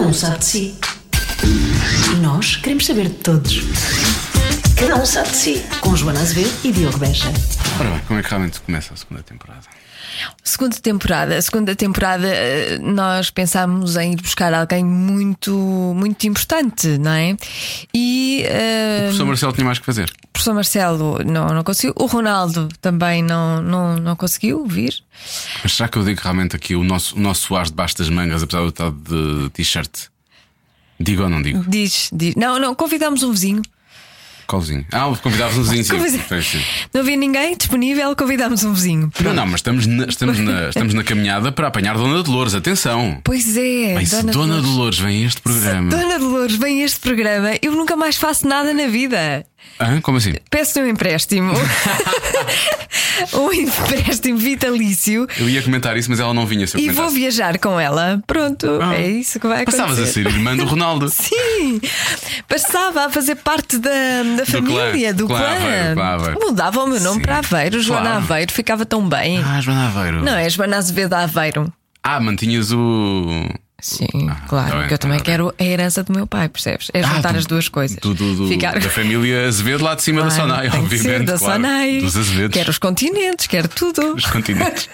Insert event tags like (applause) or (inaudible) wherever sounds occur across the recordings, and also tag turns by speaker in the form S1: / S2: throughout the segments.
S1: um sabe de si. E nós queremos saber de todos. Cada um sabe de si. Com Joana Azevedo e Diogo Beja.
S2: Ora bem, como é que realmente começa a segunda temporada?
S3: Segunda temporada. Segunda temporada, eh, nós pensámos em ir buscar alguém muito, muito importante, não é? E
S2: O
S3: eh,
S2: professor Marcelo tinha mais que fazer.
S3: o professor Marcelo não, não conseguiu. O Ronaldo também não, não, não conseguiu vir.
S2: Mas será que eu digo realmente aqui o nosso, o nosso ar debaixo das mangas, apesar de eu estar de t-shirt? Digo ou não digo?
S3: Diz, diz. Não, não, convidámos um vizinho.
S2: Qualzinho. Ah,
S3: (laughs)
S2: convidávamos um vizinho, sim.
S3: Convida-
S2: Sim, sim.
S3: Não havia ninguém disponível, convidámos um vizinho.
S2: Não, não, mas estamos na, estamos,
S3: (laughs)
S2: na, estamos na caminhada para apanhar Dona Dolores, atenção!
S3: Pois é,
S2: Bem, se Dona
S3: Dolores.
S2: Dolores vem a este programa.
S3: Dona Dolores, vem a este programa. Eu nunca mais faço nada na vida.
S2: Hã? Como assim?
S3: Peço-lhe um empréstimo. um empréstimo vitalício.
S2: Eu ia comentar isso, mas ela não vinha se eu
S3: E vou
S2: comentasse.
S3: viajar com ela. Pronto,
S2: Ah.
S3: é isso que vai acontecer.
S2: Passavas assim. a ser irmã do Ronaldo.
S3: (laughs) Sim, passava a fazer parte da, da família,
S2: clã.
S3: do
S2: Claro, Aveiro, claro, Aveiro.
S3: Mudava o meu nome
S2: Sim,
S3: para Aveiro, Joana
S2: claro.
S3: Aveiro, ficava tão bem.
S2: Ah, Joana Aveiro.
S3: Não, é Joana Azevedo Aveiro.
S2: Ah, mantinhas o.
S3: Sim,
S2: tá
S3: claro,
S2: bem,
S3: que eu também
S2: tá bem. Ah,
S3: quero a herança do meu pai, percebes? É juntar
S2: do-
S3: as duas coisas.
S2: do- do- do-
S3: Ficar...
S2: Da família Azevedo lá de cima da
S3: Claro,
S2: Sonai,
S3: tem que
S2: obviamente.
S3: ser da
S2: claro.
S3: Sonai.
S2: Dos Azevedos.
S3: Quero os continentes, quero tudo.
S2: Os
S3: (laughs)
S2: continentes.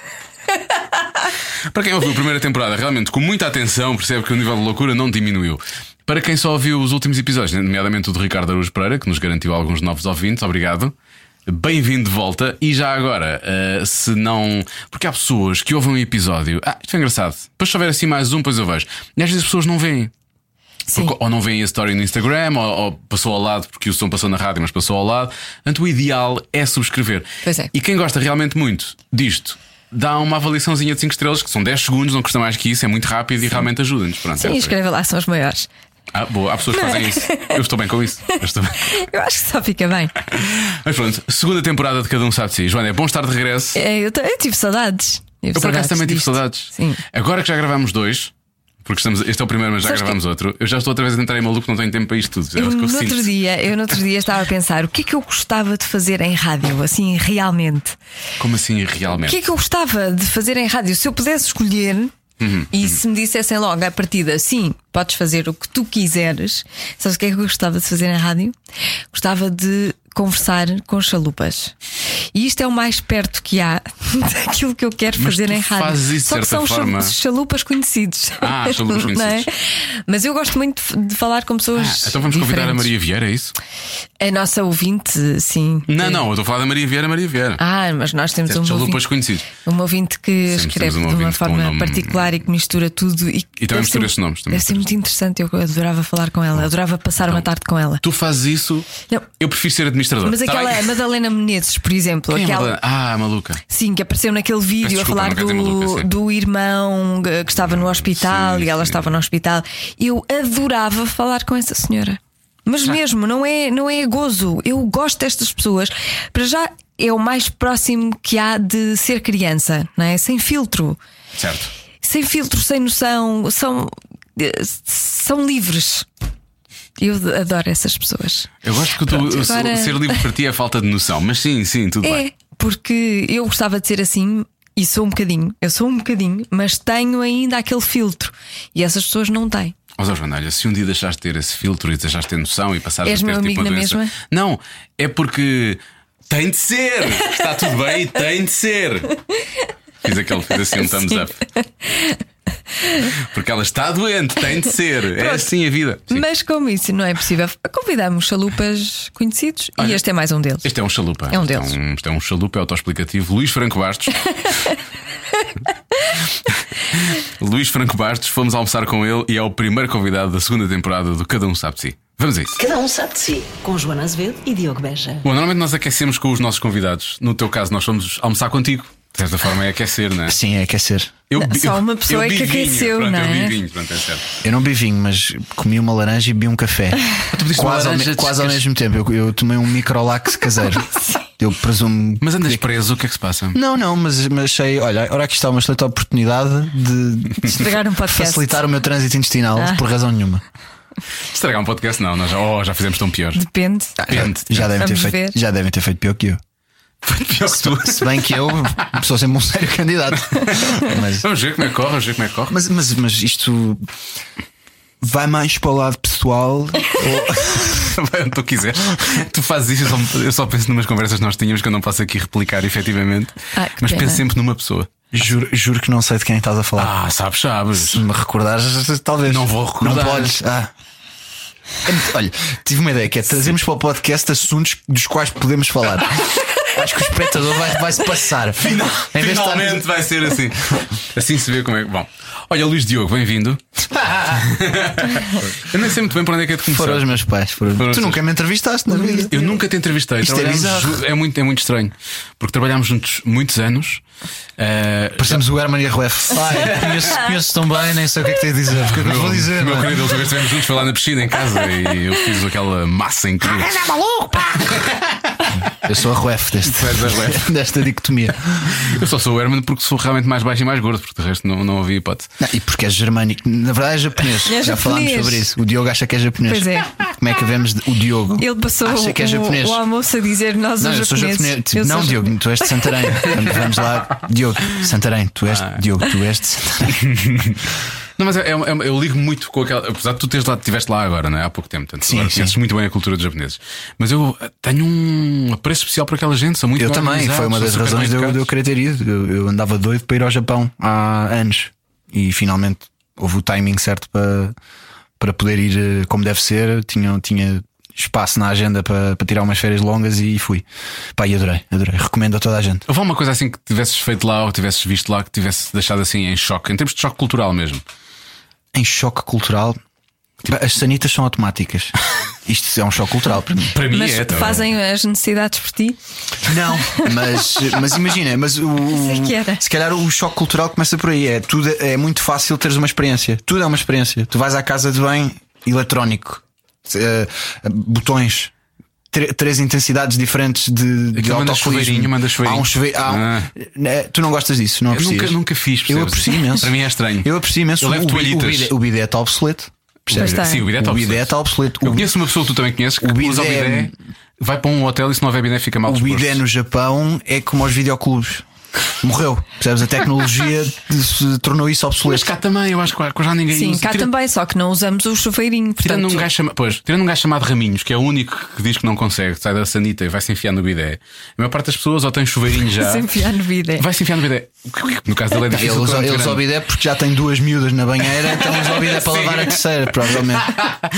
S2: Para quem ouviu a primeira temporada, realmente com muita atenção, percebe que o nível de loucura não diminuiu. Para quem só ouviu os últimos episódios, nomeadamente o de Ricardo Araújo Pereira, que nos garantiu alguns novos ouvintes, obrigado. Bem-vindo de volta. E já agora, eh, se não. Porque há pessoas que ouvem um episódio. Ah, isto é engraçado. Depois, se houver assim mais um, depois eu vejo. E às vezes as pessoas não veem.
S3: Sim.
S2: Porque ou não veem a story no Instagram, ou, ou passou ao lado porque o som passou na rádio, mas passou ao lado. Portanto, o ideal é subscrever.
S3: Pois é.
S2: E quem gosta realmente muito disto, dá uma avaliaçãozinha de 5 estrelas, que são 10 segundos, não custa mais que isso, é muito rápido e realmente ajuda-nos. Pronto, é
S3: Sim,
S2: por aí.
S3: escreve lá, são os maiores.
S2: ah, boa, há pessoas que fazem isso. Eu estou bem com isso. Eu estou bem.
S3: Eu acho que só fica bem.
S2: Mas pronto, segunda temporada de Cada Um Sabe de Si. Joana, é bom estar de regresso.
S3: É, Eu, t- eu tive saudades. Tive
S2: Eu por acaso
S3: saudades
S2: também tive
S3: disto.
S2: saudades.
S3: Sim.
S2: Agora que já gravámos dois. Porque estamos, este é o primeiro, mas já
S3: Sabes que-
S2: gravámos outro. Eu já estou outra vez a entrar em maluco, não tenho tempo para isto tudo. É
S3: Eu
S2: o que
S3: no,
S2: eu sinto.
S3: outro dia, eu no outro dia estava a pensar o que é que eu gostava de fazer em rádio, assim, realmente.
S2: Como assim
S3: O
S2: realmente?
S3: que é que eu gostava de fazer em rádio? Se eu pudesse escolher
S2: Uhum.
S3: e se me dissessem logo à partida, sim, podes fazer o que tu quiseres, sabes o que é que eu gostava de fazer em rádio? Gostava de conversar com chalupas. E isto é o mais perto que há (laughs) daquilo que eu quero
S2: Mas
S3: fazer
S2: tu
S3: em rádio.
S2: fazes isso de
S3: Só que
S2: certa
S3: são chalu-
S2: forma.
S3: chalupas conhecidos. (laughs)
S2: Ah, chalupas
S3: Não é?
S2: conhecidos.
S3: Mas eu gosto muito de- de falar com
S2: Ah,
S3: pessoas.
S2: então vamos convidar a
S3: diferentes.
S2: Maria Vieira, é isso?
S3: A nossa ouvinte, sim.
S2: Não, não, eu estou a falar da Maria Vieira, Maria Vieira.
S3: Ah, mas nós temos um
S2: Estes
S3: ouvinte.
S2: chalupas conhecidos.
S3: Um ouvinte que
S2: Sim,
S3: escreve
S2: temos um
S3: de uma
S2: ouvinte com um
S3: forma
S2: nome-
S3: particular e que mistura tudo. E,
S2: E também
S3: deve
S2: mistura
S3: ser-
S2: esses nomes, também
S3: Deve ser
S2: mistura
S3: muito interessante. Eu adorava falar com ela, adorava passar uma tarde com ela.
S2: Tu fazes isso,
S3: Não.
S2: eu prefiro ser administrador.
S3: Mas
S2: Tá
S3: aquela
S2: bem?
S3: Madalena Menezes, por exemplo,
S2: Quem é a
S3: aquela.
S2: Madalena? Ah, maluca.
S3: Sim, que apareceu naquele vídeo
S2: desculpa,
S3: a
S2: não
S3: falar
S2: quero dizer maluca,
S3: do,
S2: sim.
S3: do irmão que que estava no hospital
S2: sim,
S3: e ela
S2: sim.
S3: estava no hospital. Eu adorava falar com essa senhora. Mas mesmo, não é, não é gozo. Eu gosto destas pessoas. Para já é o mais próximo que há de ser criança, não é? Sem filtro.
S2: Certo.
S3: sem filtro, sem noção, são, eh, são livres. Eu de- adoro essas pessoas.
S2: Eu gosto que tu,
S3: Pronto,
S2: eu sou-
S3: agora-
S2: ser livre para ti é falta de noção, mas sim, sim, tudo bem.
S3: É, porque eu gostava de ser assim e sou um bocadinho, eu sou um bocadinho, mas tenho ainda aquele filtro e essas pessoas não têm.
S2: Mas, ó, Joana, olha, se um dia deixaste de ter esse filtro e deixaste de ter noção e passaste
S3: És
S2: a ter
S3: meu
S2: tipo
S3: amigo
S2: uma
S3: na
S2: doença.
S3: mesma?
S2: Não, é porque tem de ser. Está tudo bem e tem de ser. Fiz aquele, fiz assim um thumbs
S3: (laughs) Sim.
S2: up. Porque ela está doente, tem de ser. É
S3: Pronto.
S2: assim a vida. Sim.
S3: Mas como isso não é possível, convidamos chalupas conhecidos e este é mais um deles.
S2: Este é um chalupa.
S3: É um
S2: Este
S3: deles.
S2: um- Este é um chalupa autoexplicativo. Luís Franco
S3: (laughs)
S2: Bastos. Luís Franco Bastos, fomos almoçar com ele e é o primeiro convidado da segunda temporada do Cada Um Sabe de Si. Vamos a isso.
S1: Cada um sabe de si. Com Joana Azevedo e Diogo Beja.
S2: Bom, normalmente nós aquecemos com os nossos convidados. No teu caso, nós fomos almoçar contigo. De certa forma é aquecer, não é?
S4: Sim, é aquecer.
S2: Eu,
S3: Não,
S2: bi-
S3: só uma pessoa
S2: eu
S3: é
S2: bi
S3: que
S2: vinho.
S3: aqueceu,
S2: Pronto,
S3: não
S2: eu
S3: é?
S2: bi vinho, pronto, é certo.
S4: Eu não bebi vinho, mas comi uma laranja e bebi um café.
S2: pediste uma
S4: Quase, ao,
S2: laranja,
S4: me- quase ao
S2: descas-
S4: mesmo tempo. Eu, eu tomei um microlax caseiro. eu presumo.
S2: Mas andas preso, o que é que se passa?
S4: Não, não, mas, mas achei. Olha, ora aqui está uma excelente oportunidade de
S3: Estragar um podcast.
S4: facilitar o meu trânsito intestinal por razão nenhuma.
S2: Estragar um podcast? Não, nós já, oh, já fizemos tão
S3: (laughs)
S2: pior.
S3: Depende.
S2: Depende.
S4: Ah, Já devem, ter
S3: Vamos ver.
S4: feito, já devem ter feito pior que eu.
S2: Foi pior que tu.
S4: Se bem que eu sou sempre um sério candidato. Mas,
S2: Vamos ver como é que corre, vamos ver como é que corre.
S4: mas, mas, mas isto. vai mais para o lado pessoal.
S2: (laughs) Vai onde tu quiseres. Tu fazes isso, eu só, eu só penso numas conversas que nós tínhamos que eu não posso aqui replicar efetivamente.
S3: Ah, que
S2: mas
S3: pena.
S2: penso sempre numa pessoa.
S4: juro, juro que não sei de quem estás a falar.
S2: Ah, sabes, sabes.
S4: Se me recordares, talvez.
S2: Não vou recordar.
S4: Não podes. Ah. Olha, tive uma ideia que é trazemos para o podcast assuntos dos quais
S2: (laughs)
S4: podemos falar. Acho que o espectador vai, vai se passar. Em vez de estar-
S2: Finalmente vai ser
S4: (laughs)
S2: assim. Assim se vê como é. que- Bom, olha, Luís Diogo,
S4: (laughs)
S2: bem-vindo. eu nem sei muito bem para onde é que é de começar.
S4: Foram os meus pais. foram-
S2: Foram os
S4: Tu
S2: teus-
S4: nunca me entrevistaste na vida.
S2: Eu nunca te entrevistei.
S4: Isto é
S2: Trabalhámos
S4: bizarro.
S2: ju- é, muito, é muito estranho. Porque trabalhámos juntos muitos anos. Eh,
S4: Parecemos o Herman e a Ruef. Ai, (laughs) conheço, conheço tão bem, nem sei o que é que tenho a dizer. O que é que eu vou dizer?
S2: Meu
S4: não é?
S2: querido, a última vez que estivemos juntos foi lá na piscina em casa e eu fiz aquela massa
S4: (laughs)
S2: incrível.
S4: Eu sou a Ruef deste,
S2: Tu és a Ruef.
S4: (laughs) desta dicotomia.
S2: Eu só sou o Herman porque sou realmente mais baixo e mais gordo, porque de resto não, não havia hipótese.
S4: Não, e porque és germânico. Na verdade é japonês.
S3: É
S4: Já
S3: japonês.
S4: falámos sobre isso. O Diogo acha que é japonês.
S3: Pois é.
S4: Como é que vemos de- o Diogo?
S3: Ele passou
S4: acha que é
S3: o-
S4: japonês.
S3: o, almoço a dizer nós
S4: Não,
S3: os
S4: eu sou japonês.
S3: japoneses.
S4: Tipo,
S3: Eu
S4: não,
S3: sou
S4: Diogo,
S3: japonês.
S4: tu és de Santarém. Vamos- Vamos lá, Diogo, Santarém, tu és, Diogo, tu és de Santarém.
S2: Não, mas é, é- é- eu ligo muito com aquela. Apesar de tu teres lá, estiveste lá agora, não é? Há pouco tempo, portanto,
S4: Sim,
S2: agora
S4: sim.
S2: conheces muito bem a cultura dos japoneses. Mas eu eh, tenho um apreço especial por aquela gente, são muito
S4: Eu
S2: bem
S4: também,
S2: organizados,
S4: foi uma
S2: são
S4: das
S2: super
S4: razões de
S2: bem
S4: eu, de eu
S2: educados.
S4: querer ter ido. Eu, eu andava doido para ir ao Japão há anos e finalmente houve o timing certo para, para poder ir eh, como deve ser. Tinha, tinha espaço na agenda para, para tirar umas férias longas e fui. Pá, e adorei, adorei. Recomendo a toda a gente.
S2: Houve uma coisa assim que tivesses feito lá ou tivesses visto lá que tivesse deixado assim em choque, em termos de choque cultural mesmo.
S4: Em choque cultural, pá, as sanitas são (laughs) automáticas. Isto é um choque cultural para mim.
S2: Para mim
S3: Mas
S2: é. tá?
S3: fazem as necessidades por ti.
S4: Não, mas, mas imagina, mas o,
S3: Isso é que era.
S4: se calhar o choque cultural começa por aí. É, tudo, é muito fácil teres uma experiência. Tudo é uma experiência. Tu vais à casa de bem eletrónico, eh, botões. tre- Três intensidades diferentes de, de
S2: Aquilo manda
S4: autocolismo.
S2: chuveirinho, manda chuveirinho.
S4: Há um chuve... há um-
S2: Ah.
S4: Eh, Tu não gostas disso, não
S2: Eu
S4: aprecias?
S2: nunca, nunca fiz.
S4: Eu
S2: percebes?
S4: aprecio imenso.
S2: Para mim é estranho.
S4: Eu aprecio imenso.
S2: Eu levo
S4: o, bi- o,
S2: toalhitas.
S4: bidé, o bidé está obsoleto. Percebes?
S3: Pois está.
S2: Sim, o bidé está
S4: O bidé
S2: obsoleto.
S4: está obsoleto.
S2: Eu
S4: O-
S2: conheço uma pessoa que tu também conheces que
S4: o bidé- é-
S2: usa o bidé, vai para um hotel e se não houver bidé fica mal
S4: O
S2: disposto.
S4: bidé no Japão é como aos videoclubes. Morreu. Percebes? A tecnologia se tornou isso
S2: Mas
S4: obsoleto.
S2: cá também, eu acho que já ninguém
S3: Sim,
S2: usa.
S3: cá
S2: Tira-
S3: também, só que não usamos o chuveirinho.
S2: Tirando
S3: Portanto,
S2: um gajo chama- pois, tirando um gajo chamado Raminhos, que é o único que diz que não consegue, sai da sanita e vai se enfiar no bidé. A maior parte das pessoas ou tem um chuveirinho já.
S3: (laughs) se enfiar no bidé.
S2: Vai se enfiar no bidé. No caso dele é
S4: Ele
S2: difícil.
S4: usa,
S2: porque é
S4: ele
S2: muito
S4: usa o
S2: grande.
S4: bidé porque já tem duas miúdas na banheira, então usa o bidé para
S2: Sim.
S4: lavar a terceira, provavelmente.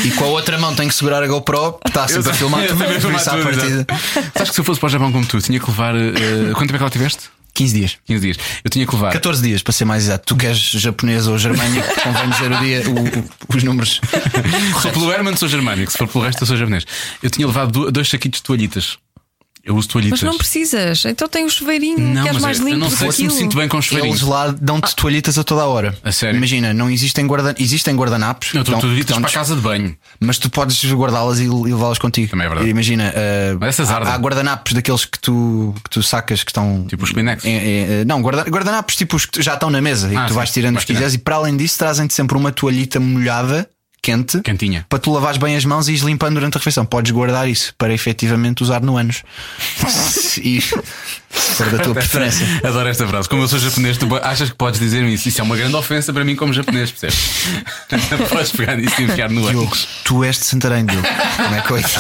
S4: E com a outra mão tem que segurar a GoPro, porque está sempre a filmar tudo,
S2: Eu também
S4: por
S2: filmar
S4: isso à
S2: tudo,
S4: partida.
S2: exato. Sabes que se eu fosse para o Japão como tu, tinha que levar. eh, quanto tempo é que lá tiveste?
S4: 15 dias.
S2: 15 dias. Eu tinha que levar.
S4: 14 dias, para ser mais exato. Tu que és japonês ou germânico, convém dizer o dia, o- o- os números.
S2: Se for pelo Herman, sou germânico. Se for pelo resto, eu sou japonês. Eu tinha levado du- dois saquitos de toalhitas. Eu uso toalhitas.
S3: Mas não precisas, então tem o chuveirinho,
S2: Não,
S3: queres
S2: mas
S3: mais
S2: eu,
S3: limpo
S2: eu não
S3: do
S2: sei
S3: que
S2: se me
S3: aquilo.
S2: sinto bem com os
S4: Eles
S2: farinhos.
S4: lá É dão-te toalhitas a toda a hora.
S2: A sério?
S4: Imagina, não existem, guarda... existem guardanapos.
S2: Não, tu
S4: que
S2: tu
S4: dão- que
S2: deitas
S4: dão
S2: para a casa de banho.
S4: Mas tu podes guardá-las e e levá-las contigo.
S2: Também é verdade.
S4: Imagina, uh,
S2: Mas essas ardem.
S4: há, há guardanapos daqueles que tu, que tu sacas que estão.
S2: Tipo os Kleenex.
S4: É, é, é, não, guarda- guardanapos tipo os que tu- já estão na mesa e
S2: Ah,
S4: que tu
S2: sim,
S4: vais tirando
S2: vais
S4: os que quiseres. E para além disso, trazem-te sempre uma toalhita molhada, quente,
S2: Cantinha.
S4: para tu lavares bem as mãos e ires limpando durante a refeição. Podes guardar isso para efetivamente usar
S2: (laughs)
S4: no anos. e for da tua preferência.
S2: Adoro esta frase. Como eu sou japonês, tu achas que podes dizer-me isso? Isso é uma grande ofensa para mim como japonês,
S4: (laughs)
S2: percebes? podes pegar nisso e enfiar no
S4: Diogo,
S2: ânus.
S4: tu és de Santarém, Diogo. Como é que eu ia dizer?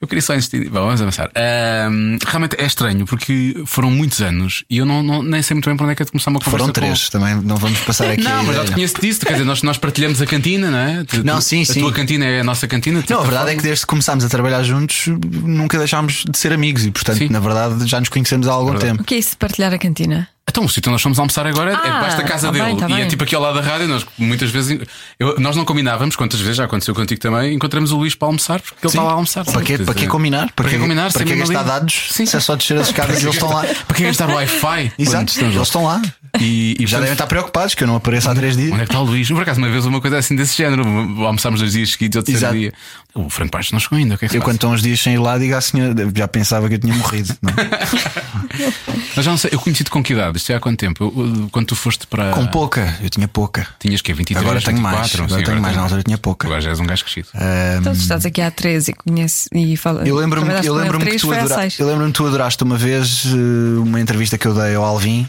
S2: Eu queria só insistir. Bom, vamos avançar. Ahm, realmente é estranho porque foram muitos anos e eu não, não- nem sei muito bem para onde é que é de começar uma conversa.
S4: Foram
S2: com-
S4: três, também não vamos passar aqui. a
S2: Não, mas já
S4: ideia.
S2: te conheço disso, quer dizer, nós, nós partilhamos a cantina, não é? Tu-
S4: Não,
S2: tu-
S4: sim,
S2: a
S4: sim.
S2: tua cantina é a nossa cantina. de
S4: Não, a
S2: certa
S4: verdade é que desde que começámos a trabalhar juntos nunca deixámos de ser amigos e, portanto,
S2: Sim.
S4: na verdade já nos conhecemos há algum
S2: Verdade.
S3: O
S4: tempo.
S3: que é isso de partilhar a cantina?
S2: Então, o sítio onde nós fomos almoçar agora é
S3: Ah,
S2: debaixo da casa
S3: tá
S2: dele.
S3: bem, tá
S2: e é
S3: bem.
S2: tipo aqui ao lado da rádio, nós muitas vezes. eu- nós não combinávamos, quantas vezes já aconteceu contigo também, encontramos o Luís para almoçar, porque ele está lá a almoçar.
S4: Para quê,
S2: Quer
S4: para quê
S2: dizer,
S4: combinar? Para,
S2: Para que
S4: quê-
S2: combinar?
S4: Para
S2: Sem
S4: quê
S2: mesmo
S4: gastar
S2: ali.
S4: dados?
S2: Sim.
S4: Se é só descer as escadas e eles estão lá.
S2: (laughs) Para que
S4: (laughs)
S2: gastar Wi-Fi? Quando
S4: Exato,
S2: estamos
S4: eles
S2: lá.
S4: estão lá.
S2: é um E, e,
S4: Já
S2: portanto,
S4: devem estar preocupados que eu não apareço há três dias.
S2: Onde é que está o Luís? Por acaso, uma vez uma coisa assim desse género. Almoçámos dois dias seguidos, outro terceiro
S4: Exato.
S2: dia. O Franco Paes não chegou ainda. O que é que se
S4: Eu, quando
S2: passa?
S4: estão uns dias sem ir lá, digo à senhora, já pensava que eu tinha morrido. não é?
S2: (laughs) Mas já não sei, eu conheci-te com que idade? Isto é há quanto tempo? Eu- eu- quando tu foste para.
S4: Com pouca, eu tinha pouca.
S2: Tinhas que 23,
S4: Agora tenho mais.
S2: 24,
S4: Agora
S2: sim,
S4: tenho mais, na
S2: tens-
S4: altura tinha É. pouca.
S2: Agora já és um gajo crescido.
S3: Então
S2: Hum.
S3: tu estás aqui há 13 e conheces e fala.
S4: Eu lembro-me
S3: trabalhaste
S4: eu
S3: com ele
S4: lembro-me que
S3: três,
S4: tu
S3: foi há
S4: adora-
S3: seis.
S4: eu lembro-me que tu adoraste uma vez eh, uma entrevista que eu dei ao Alvin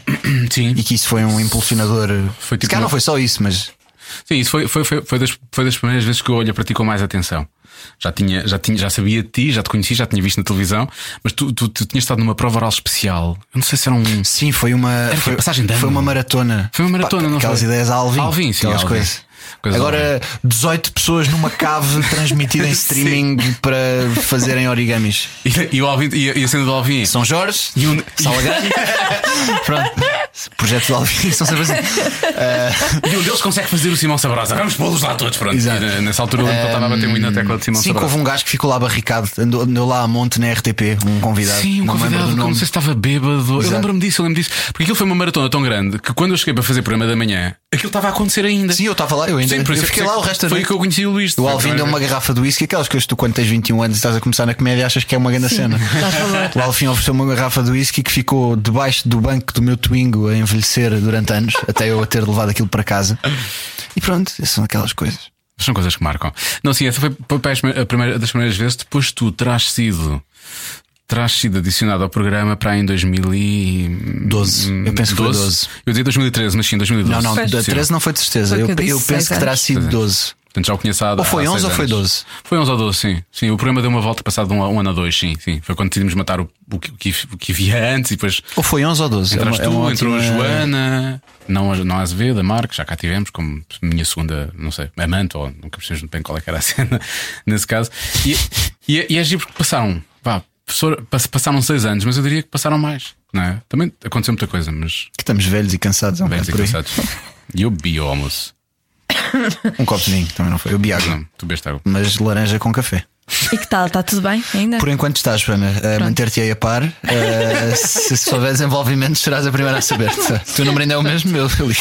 S2: Sim.
S4: e que isso foi um impulsionador.
S2: Foi tipo
S4: Se calhar
S2: uma-
S4: não foi só isso, mas
S2: Sim, isso foi, foi, foi, foi, das, foi das primeiras vezes que eu olho para ti com mais atenção. Já, tinha, já, tinha, já sabia de ti, já te conheci, já tinha visto na televisão, mas tu, tu, tu tinhas estado numa prova oral especial. Eu não sei se era um.
S4: Sim, foi uma.
S2: que
S4: Foi,
S2: tipo passagem de ano.
S4: foi uma maratona.
S2: Foi uma maratona, não
S4: Aquelas
S2: foi?
S4: ideias a Alvin.
S2: Alvin, sim,
S4: Aquelas
S2: Alvin.
S4: coisas.
S2: Coisas
S4: Agora, 18 pessoas numa
S2: (laughs)
S4: cave transmitida em streaming para fazerem origamis.
S2: E, e, o Alvin, e, a- e a cena do Alvin.
S4: São Jorge,
S2: E um-
S4: Salgado.
S2: (laughs)
S4: Pronto. Projetos de Alvin (laughs) são sempre assim.
S2: E um deles consegue fazer o Simão Sabrosa. Vamos pô-los lá todos, pronto.
S4: Exato.
S2: E, eh, nessa altura eu lembro que ele estava a bater muito na tecla de Simão
S4: Sim, que
S2: Sabrosa.
S4: houve um gajo que ficou lá barricado, andou, andou lá a monte na RTP, um convidado.
S2: Sim, um
S4: não me lembro
S2: convidado,
S4: do
S2: que eu não
S4: nome.
S2: sei se estava bêbado. Eu
S4: Exato.
S2: lembro-me disso, eu lembro disso. Porque aquilo foi uma maratona tão grande que quando eu cheguei para fazer o programa da manhã, aquilo estava a acontecer ainda.
S4: Sim, eu estava lá, eu ainda.
S2: Sim, por isso
S4: eu
S2: é que
S4: fiquei lá o resto da
S2: Foi
S4: noite.
S2: que eu conheci o Luís.
S4: O Alvin deu uma garrafa de whisky, aquelas coisas que tu, quando tens 21 anos e estás a começar na comédia, achas que é uma grande
S3: (laughs)
S4: cena. O Alvin ofereceu uma garrafa de whisky que ficou debaixo do banco do meu Twingo a envelhecer durante anos, até eu a ter levado aquilo para casa. E pronto, essas são aquelas coisas.
S2: São coisas que marcam. Não, sim, essa foi foi a primeira das primeiras vezes. Depois tu terás sido. Terás sido adicionado ao programa para aí em 2012.
S4: Eu penso que foi 12.
S2: Eu dizia 2013, mas sim, 2012.
S4: Não, não,
S3: Pois.
S4: da 13 não foi de certeza.
S3: Foi o
S4: Eu,
S3: que eu disse,
S4: eu
S3: seis
S4: penso que terá
S3: anos.
S4: sido 12.
S2: Portanto, já o conheço há
S4: Ou foi
S2: há seis
S4: 11 ou foi
S2: anos.
S4: 12?
S2: Foi 11 ou 12, sim. Sim, o programa deu uma volta passado de um, a- um ano a dois, sim, sim. Foi quando decidimos matar o, o, que, o que- o que havia antes e depois
S4: Ou foi 11 ou 12? É uma-
S2: entraste
S4: é uma
S2: tu, entrou a
S4: ótima-
S2: Joana, não a, não a Azevedo, a Marcos, já cá tivemos, como minha segunda, não sei, amante, ou nunca percebemos muito bem qual é que era a (laughs) cena nesse caso. E, e, e é giro porque passaram, vá, professor, pass- passaram seis anos, mas eu diria que passaram mais, não é? Também aconteceu muita coisa, mas
S4: Que estamos velhos e cansados. É um
S2: bem
S4: bocado por aí.
S2: cansados. E eu bi ao almoço.
S4: Um copo de vinho também não foi. Eu bi água,
S2: Não, tu bebeste água.
S4: mas laranja com café.
S3: E que tal? Está tudo bem ainda?
S4: Por enquanto estás, Joana, a manter-te aí a par. Eh, se se houver desenvolvimento, serás a primeira a saber. O teu número ainda é o mesmo, meu, eu ligo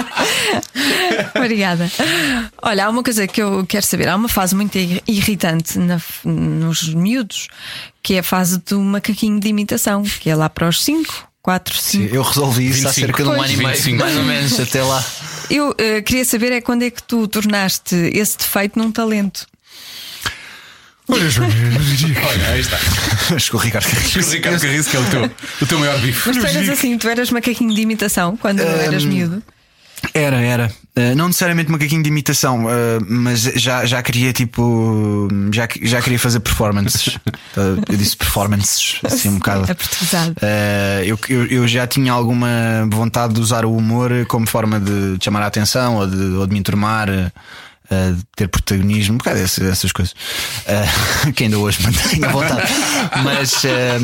S3: (laughs) Obrigada. Olha, há uma coisa que eu quero saber. Há uma fase muito ir- irritante na- nos miúdos, que é a fase do macaquinho de imitação, que é lá para os 5, 4, 5.
S4: Eu resolvi isso há
S2: 25.
S4: cerca de um
S2: Pois.
S4: ano e meio,
S2: 25.
S4: mais ou menos, até lá. (laughs)
S3: Eu eh, queria saber é quando é que tu tornaste esse defeito num talento.
S4: Olha, Joana,
S2: Olha, aí (laughs) está.
S4: chegou o Ricardo Carrilho.
S2: O Ricardo Carriço, que é o teu, o teu maior bife.
S3: Mas tu eras assim, tu eras macaquinho de imitação quando eras miúdo.
S4: Era, era. Eh, não necessariamente macaquinho de imitação, eh, mas já, já queria tipo. Já, já queria fazer (laughs) performances. Eh, eu disse performances, assim um bocado.
S3: é Aportuguesado.
S4: Eh, eu, eu, eu já tinha alguma vontade de usar o humor como forma de chamar a atenção ou de, ou de me enturmar, eh, eh, de ter protagonismo, um bocado esse- essas, coisas Eh, (laughs) que ainda hoje mantenho a vontade. Mas eh,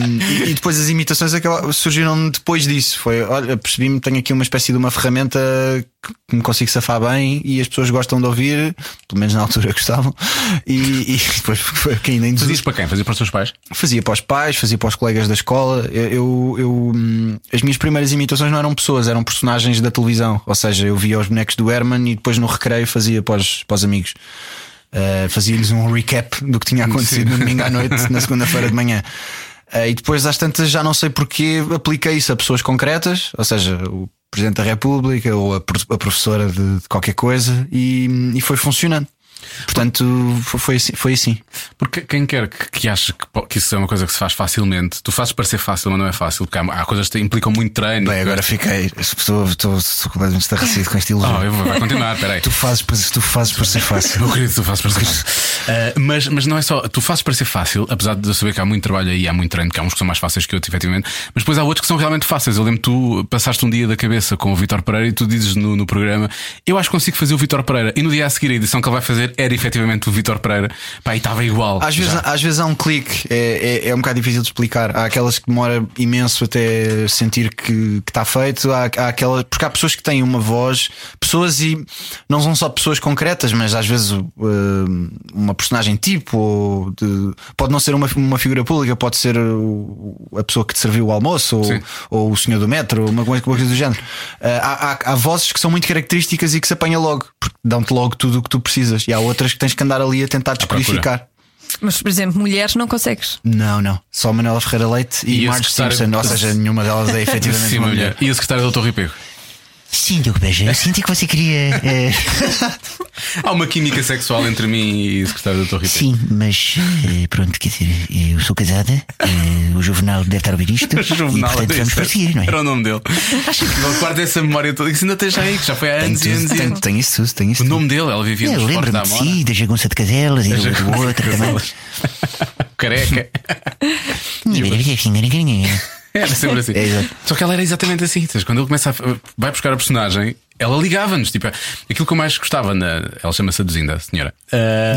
S4: e, e depois as imitações acaba- surgiram depois disso. Foi olha, percebi-me, tenho aqui uma espécie de uma ferramenta que me consigo safar bem e as pessoas gostam de ouvir, pelo menos na altura gostavam, e, (laughs) e depois foi caindo em
S2: Tu
S4: desuso.
S2: dizes para quem? Fazer para os teus pais?
S4: Fazia para os pais, fazia para os colegas da escola. Eu, eu- eu, hum, as minhas primeiras imitações não eram pessoas, eram personagens da televisão. Ou seja, eu via os bonecos do Herman e depois no recreio fazia para os, para os amigos. Uh, Fazia-lhes um recap do que tinha acontecido no domingo à noite, na segunda-feira de manhã. Uh, e depois, às tantas, já não sei porquê, apliquei isso a pessoas concretas, ou seja, o Presidente da República ou a, pro- a professora de, de qualquer coisa, e, e foi funcionando. Portanto, foi, foi assim. Foi assim.
S2: Porque quem quer que, que ache que, po- que isso é uma coisa que se faz facilmente, tu fazes parecer fácil, mas não é fácil, porque há, há coisas que implicam muito treino.
S4: Bem, agora fiquei. Estou, estou, estou completamente estarrecido com este
S2: Oh,
S4: elogio.
S2: eu vou, vai continuar, peraí.
S4: (laughs) Tu fazes, para- tu fazes por ser fácil.
S2: Eu querido, tu fazes parecer (laughs) fácil. Ah, mas, mas não é só, tu fazes parecer fácil, apesar de eu saber que há muito trabalho aí, há muito treino, que há uns que são mais fáceis que outros, efetivamente, mas depois há outros que são realmente fáceis. Eu lembro que tu passaste um dia da cabeça com o Vitor Pereira e tu dizes no, no programa: Eu acho que consigo fazer o Vitor Pereira. E no dia a seguir, a edição que ele vai fazer era efetivamente o Vitor Pereira. Pá, e estava igual.
S4: Às vezes,
S2: Já.
S4: às vezes há um clique, é, é, é um bocado difícil de explicar. Há aquelas que demora imenso até sentir que que está feito, há, há aquela. Porque há pessoas que têm uma voz, pessoas e não são só pessoas concretas, mas às vezes uh, uma personagem tipo, ou de- pode não ser uma, uma figura pública, pode ser o- a pessoa que te serviu o almoço, ou,
S2: Sim.
S4: ou o senhor do metro, ou uma coisa, uma coisa do género. Ah, há, há- há vozes que são muito características e que se apanha logo, porque dão-te logo tudo o que tu precisas, e há outras que tens que andar ali a tentar
S2: procura.
S4: descodificar.
S3: Mas, por exemplo, mulheres não consegues.
S4: Não, não. Só Manuela Ferreira Leite e,
S2: E a
S4: Marge
S2: secretária- (laughs)
S4: Simpson. Ou seja, nenhuma delas é efetivamente
S2: Sim,
S4: uma
S2: uma
S4: mulher.
S2: mulher. E a secretária do Dr. Ripego?
S5: Sim, Diogo Beja, eu senti que você
S4: (laughs)
S5: queria. eh,
S2: Há uma química sexual entre mim e o secretário da Torre Eiffel.
S5: sim, mas eh, pronto, quer dizer, eu sou casada, eh, o Juvenal deve estar a
S4: (laughs)
S5: ouvir isto. e
S2: Juvenal,
S5: portanto vamos
S2: era-
S5: partir, não é?
S2: Era o nome
S5: (laughs)
S2: dele. Acho que ele guarda essa memória toda. Isso ainda tens aí, que já foi há
S4: Tem
S2: anos e anos
S4: tudo,
S2: e
S4: tem,
S2: anos.
S4: tem isso tudo, tem isso
S2: O
S4: tudo.
S2: nome dele, ela vivia
S5: Eu
S2: nos Fortes
S5: lembro-me
S2: da
S5: É, de
S2: Amora.
S5: si, da Jagunça de Caselas e do, do outro também.
S2: (laughs) Careca. Era sempre assim.
S4: É, exato.
S2: Só que ela era exatamente assim. Sabes, Quando ele começa a. Vai buscar a personagem, ela ligava-nos. Tipo, aquilo que eu mais gostava na. Ela chama-se a Duzinda, a senhora.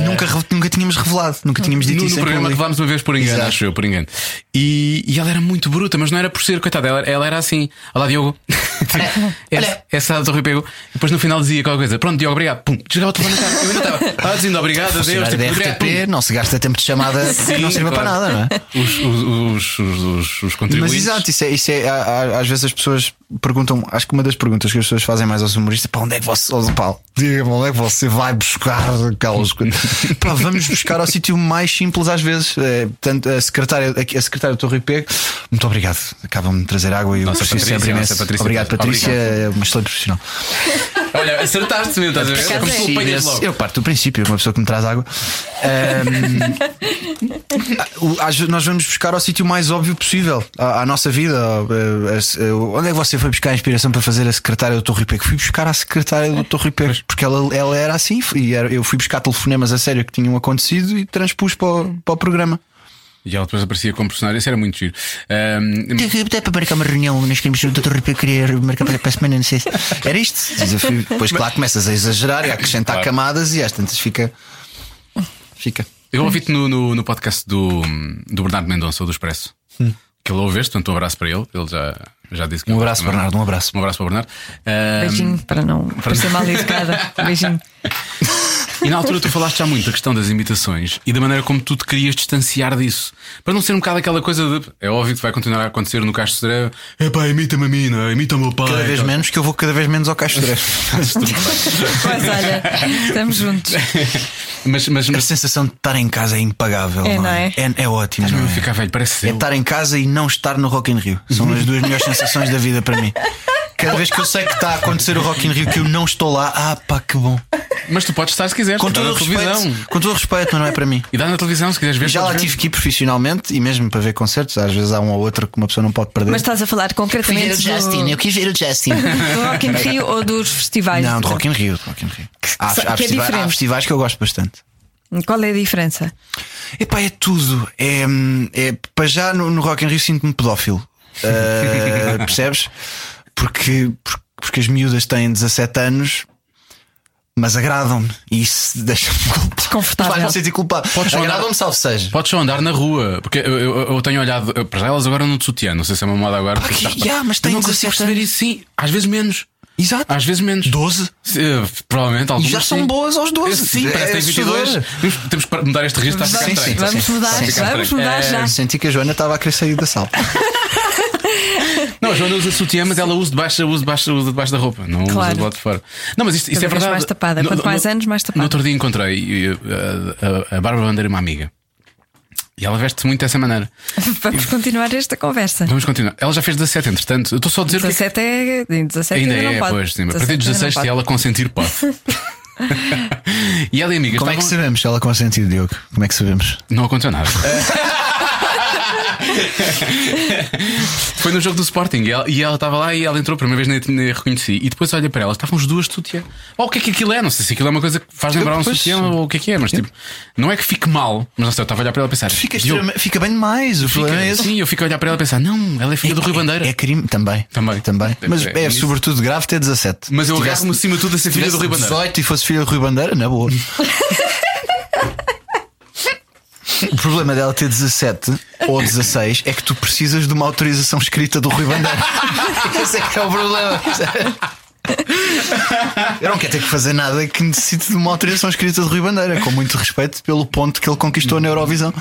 S4: Nunca, re- nunca tínhamos revelado, nunca tínhamos dito
S2: É. no,
S4: isso
S2: no
S4: em
S2: programa
S4: público.
S2: revelámos uma vez por engano,
S4: Exato.
S2: acho eu, por engano. E, e ela era muito bruta, mas não era por ser, coitada, ela, ela era assim. Olá, Diogo. (laughs) essa, essa do Rui pegou. Depois no final dizia qualquer coisa. Pronto, Diogo, obrigado. Pum, desligava o telefone na cara. Eu ainda estava. Ah, dizendo obrigado, adeus,
S4: Chegar
S2: tipo,
S4: da
S2: obrigado.
S4: RTP, não se gasta tempo
S2: (laughs)
S4: de chamada
S2: pum.
S4: que não sirva para
S2: claro.
S4: nada, não é?
S2: Os, os, os, os, os- os
S4: Mas
S2: contribuintes.
S4: exato, isso é, isso é há- há- às vezes as pessoas perguntam, acho que uma das perguntas que as pessoas fazem mais aos humoristas é para onde é que você, oh, Paulo, diga-me onde é que você vai buscar
S2: (laughs)
S4: aquelas coisas. Pá, vamos buscar ao sítio mais simples às vezes. É, portanto, a secretária, a secretária do Torre Pego, muito obrigado, acabam de trazer água e eu
S2: Nossa,
S4: preciso
S2: Patrícia,
S4: sempre
S2: nossa,
S4: imenso.
S2: Patrícia.
S4: obrigado, Patrícia, é uma excelente profissional.
S2: Olha, acertaste mesmo,
S4: é.
S2: estás a ver? Como tu apanhas é. logo.
S4: Eu parto do princípio, uma pessoa que me traz (laughs) água. Ahm, às- nós vamos buscar ao sítio mais óbvio possível, à, à nossa vida. ao- eh, a se- eh, onde é que você foi buscar a inspiração para fazer a secretária do Torre Ripeco? Fui buscar a secretária
S2: É.
S4: do Torre Ripeco, porque ela, ela era assim e era- eu fui buscar telefonemas a sério que tinham acontecido e transpus para o, para o programa.
S2: E ela depois aparecia como personagem, isso era muito giro. Ahm,
S5: Até para marcar uma reunião, nós queremos o Dr. Ribeiro querer marcar para para a semana, não sei. se-
S4: Era isto. Desafio. Depois, claro, começas a exagerar e a acrescentar
S2: Claro.
S4: camadas e às tantas fica. Fica.
S2: Eu ouvi-te no, no, no podcast do, do Bernardo Mendonça, do Expresso. Que ele ouveste, portanto, um abraço para ele. Ele já, já disse que
S4: Hum. Um
S2: ele gosta,
S4: abraço,
S2: não é?
S4: Bernardo, um abraço.
S2: Um abraço para o Bernardo. Ah,
S3: Beijinho, para não parecer mal educada.
S2: (laughs)
S3: Beijinho.
S2: e na altura tu falaste já muito da questão das imitações e da maneira como tu te querias distanciar disso. Para não ser um bocado aquela coisa de. É óbvio que vai continuar a acontecer no Castro Seré. É pá, imita-me a mim, não é? imita o meu pai.
S4: Cada vez menos, que eu vou cada vez menos ao Caixa
S3: Mas olha, estamos juntos.
S2: Mas, mas,
S4: A
S2: mas
S4: sensação de estar em casa é impagável.
S3: É,
S4: não é?
S3: não
S4: É, é ótimo.
S2: mesmo
S4: Não
S2: a (laughs)
S4: é?
S2: ficar velho, parece
S4: É
S2: eu.
S4: estar em casa e não estar no Rock in Rio. São as duas melhores sensações da vida para mim. Cada vez que eu sei que está a acontecer o Rock in Rio que eu não estou lá, ah pá, que bom.
S2: Mas tu podes estar se quiseres,
S4: Com
S2: dá
S4: todo o
S2: na televisão.
S4: respeito, com todo o respeito, mas não é para mim.
S2: E dá na televisão se quiseres ver.
S4: E já lá
S2: podes ver.
S4: tive que ir profissionalmente e mesmo para ver concertos, às vezes há um ou outro que uma pessoa não pode perder.
S3: Mas estás a falar
S5: Fui ver o
S3: concretamente
S5: Justin, eu
S3: do,
S5: quis ver o Justin.
S3: do Rock in Rio ou dos festivais?
S4: Não, de Rock in Rio, de Rock in Rio. Há,
S3: que
S4: há
S3: é
S4: festiva- há
S3: diferente.
S4: festivais que eu gosto bastante.
S3: Qual é a diferença?
S4: Epá, é tudo. É, hum, é, para já no, no Rock in Rio sinto-me pedófilo.
S2: (laughs)
S4: Ah, percebes? Porque, por- porque as miúdas têm 17 anos, mas agradam-me. E isso deixa-me culpado.
S3: Desconfortável.
S4: Faz-me sentir culpado.
S2: Podes mandar-
S4: Agradam-me, salvo seja.
S2: Podes só andar na rua, porque eu, eu- eu tenho olhado eu- para já elas agora não de sutiã, não sei se é uma moda agora.
S4: Pá,
S2: porque
S4: que-
S2: está-
S4: yeah, mas
S2: Eu
S4: tem
S2: não consigo
S4: 17
S2: perceber
S4: anos.
S2: isso, sim. Às vezes menos.
S4: Exato.
S2: Às vezes menos.
S4: 12.
S2: Se- eh, provavelmente algumas.
S4: já são
S2: Ah, sim.
S4: boas aos 12.
S2: Sim, parece que tem
S4: É
S2: 22.
S4: assustador.
S2: Temos, temos que mudar este registro, está a
S4: Sim,
S2: ficar
S4: sim.
S2: estranho.
S3: Vamos mudar,
S4: sim, sim,
S3: vamos mudar
S2: É,
S3: já.
S4: Senti que a Joana estava a querer sair da sala.
S2: Não, a Joana usa sutiã, mas ela usa debaixo, usa debaixo, usa debaixo da roupa, não usa
S3: Claro.
S2: do lado de fora. Não, mas isto, isto é
S3: Cada vez
S2: verdade.
S3: mais tapada. Quanto mais anos, mais tapada.
S2: No outro dia encontrei eh, a, a, a Bárbara Bandeira, uma amiga, e ela veste-se muito dessa maneira.
S3: (laughs) Vamos continuar esta conversa.
S2: Vamos continuar. Ela já fez 17, entretanto. Eu estou só a dizer o que é que
S3: 17 é. em 17
S2: Ainda
S3: ainda,
S2: é,
S3: não pode.
S2: pois, sim. A partir de
S3: 17
S2: 16, se
S3: ainda não
S2: ela consentir, pode.
S3: (laughs)
S2: (laughs) e ela e amigas
S4: Como é que
S2: estavam-
S4: sabemos? Ela com sentido, Diogo. Como é que sabemos?
S2: Não aconteceu nada. (laughs)
S4: É.
S2: Foi no jogo do Sporting e ela, e ela estava lá e ela entrou, a primeira vez nem, nem a reconheci. E depois olha para ela, estavam as duas de sutiã. Oh, o que é que aquilo é? Não sei se aquilo é uma coisa que faz lembrar um
S4: Pois.
S2: sutiã ou o que é que é, mas tipo, não é que fique mal, mas não sei, eu estava a olhar para ela e pensar.
S4: Fica,
S2: Diogo,
S4: extrema- fica bem demais. O problema é
S2: fica-
S4: esse.
S2: Sim, eu fico a olhar para ela e pensar, não, ela é filha do Rio Bandeira.
S4: É, é crime também.
S2: Também.
S4: Mas
S2: É,
S4: é,
S2: é isso.
S4: sobretudo grave ter 17.
S2: mas eu
S4: Se
S2: agarro-me
S4: tivesse-
S2: acima de tudo a ser
S4: se
S2: filha do
S4: tivesse
S2: Rio Bandeira.
S4: 18 e fosse filha do Rui Bandeira,
S6: (laughs)
S4: na boa. O problema dela ter 17 ou 16 é que tu precisas de uma autorização escrita do
S6: (laughs)
S4: Rui Bandeira. Esse é que é o problema. Eu não quero ter que fazer nada que necessite de uma autorização escrita do Rui Bandeira, com muito respeito pelo ponto que ele conquistou na Eurovisão.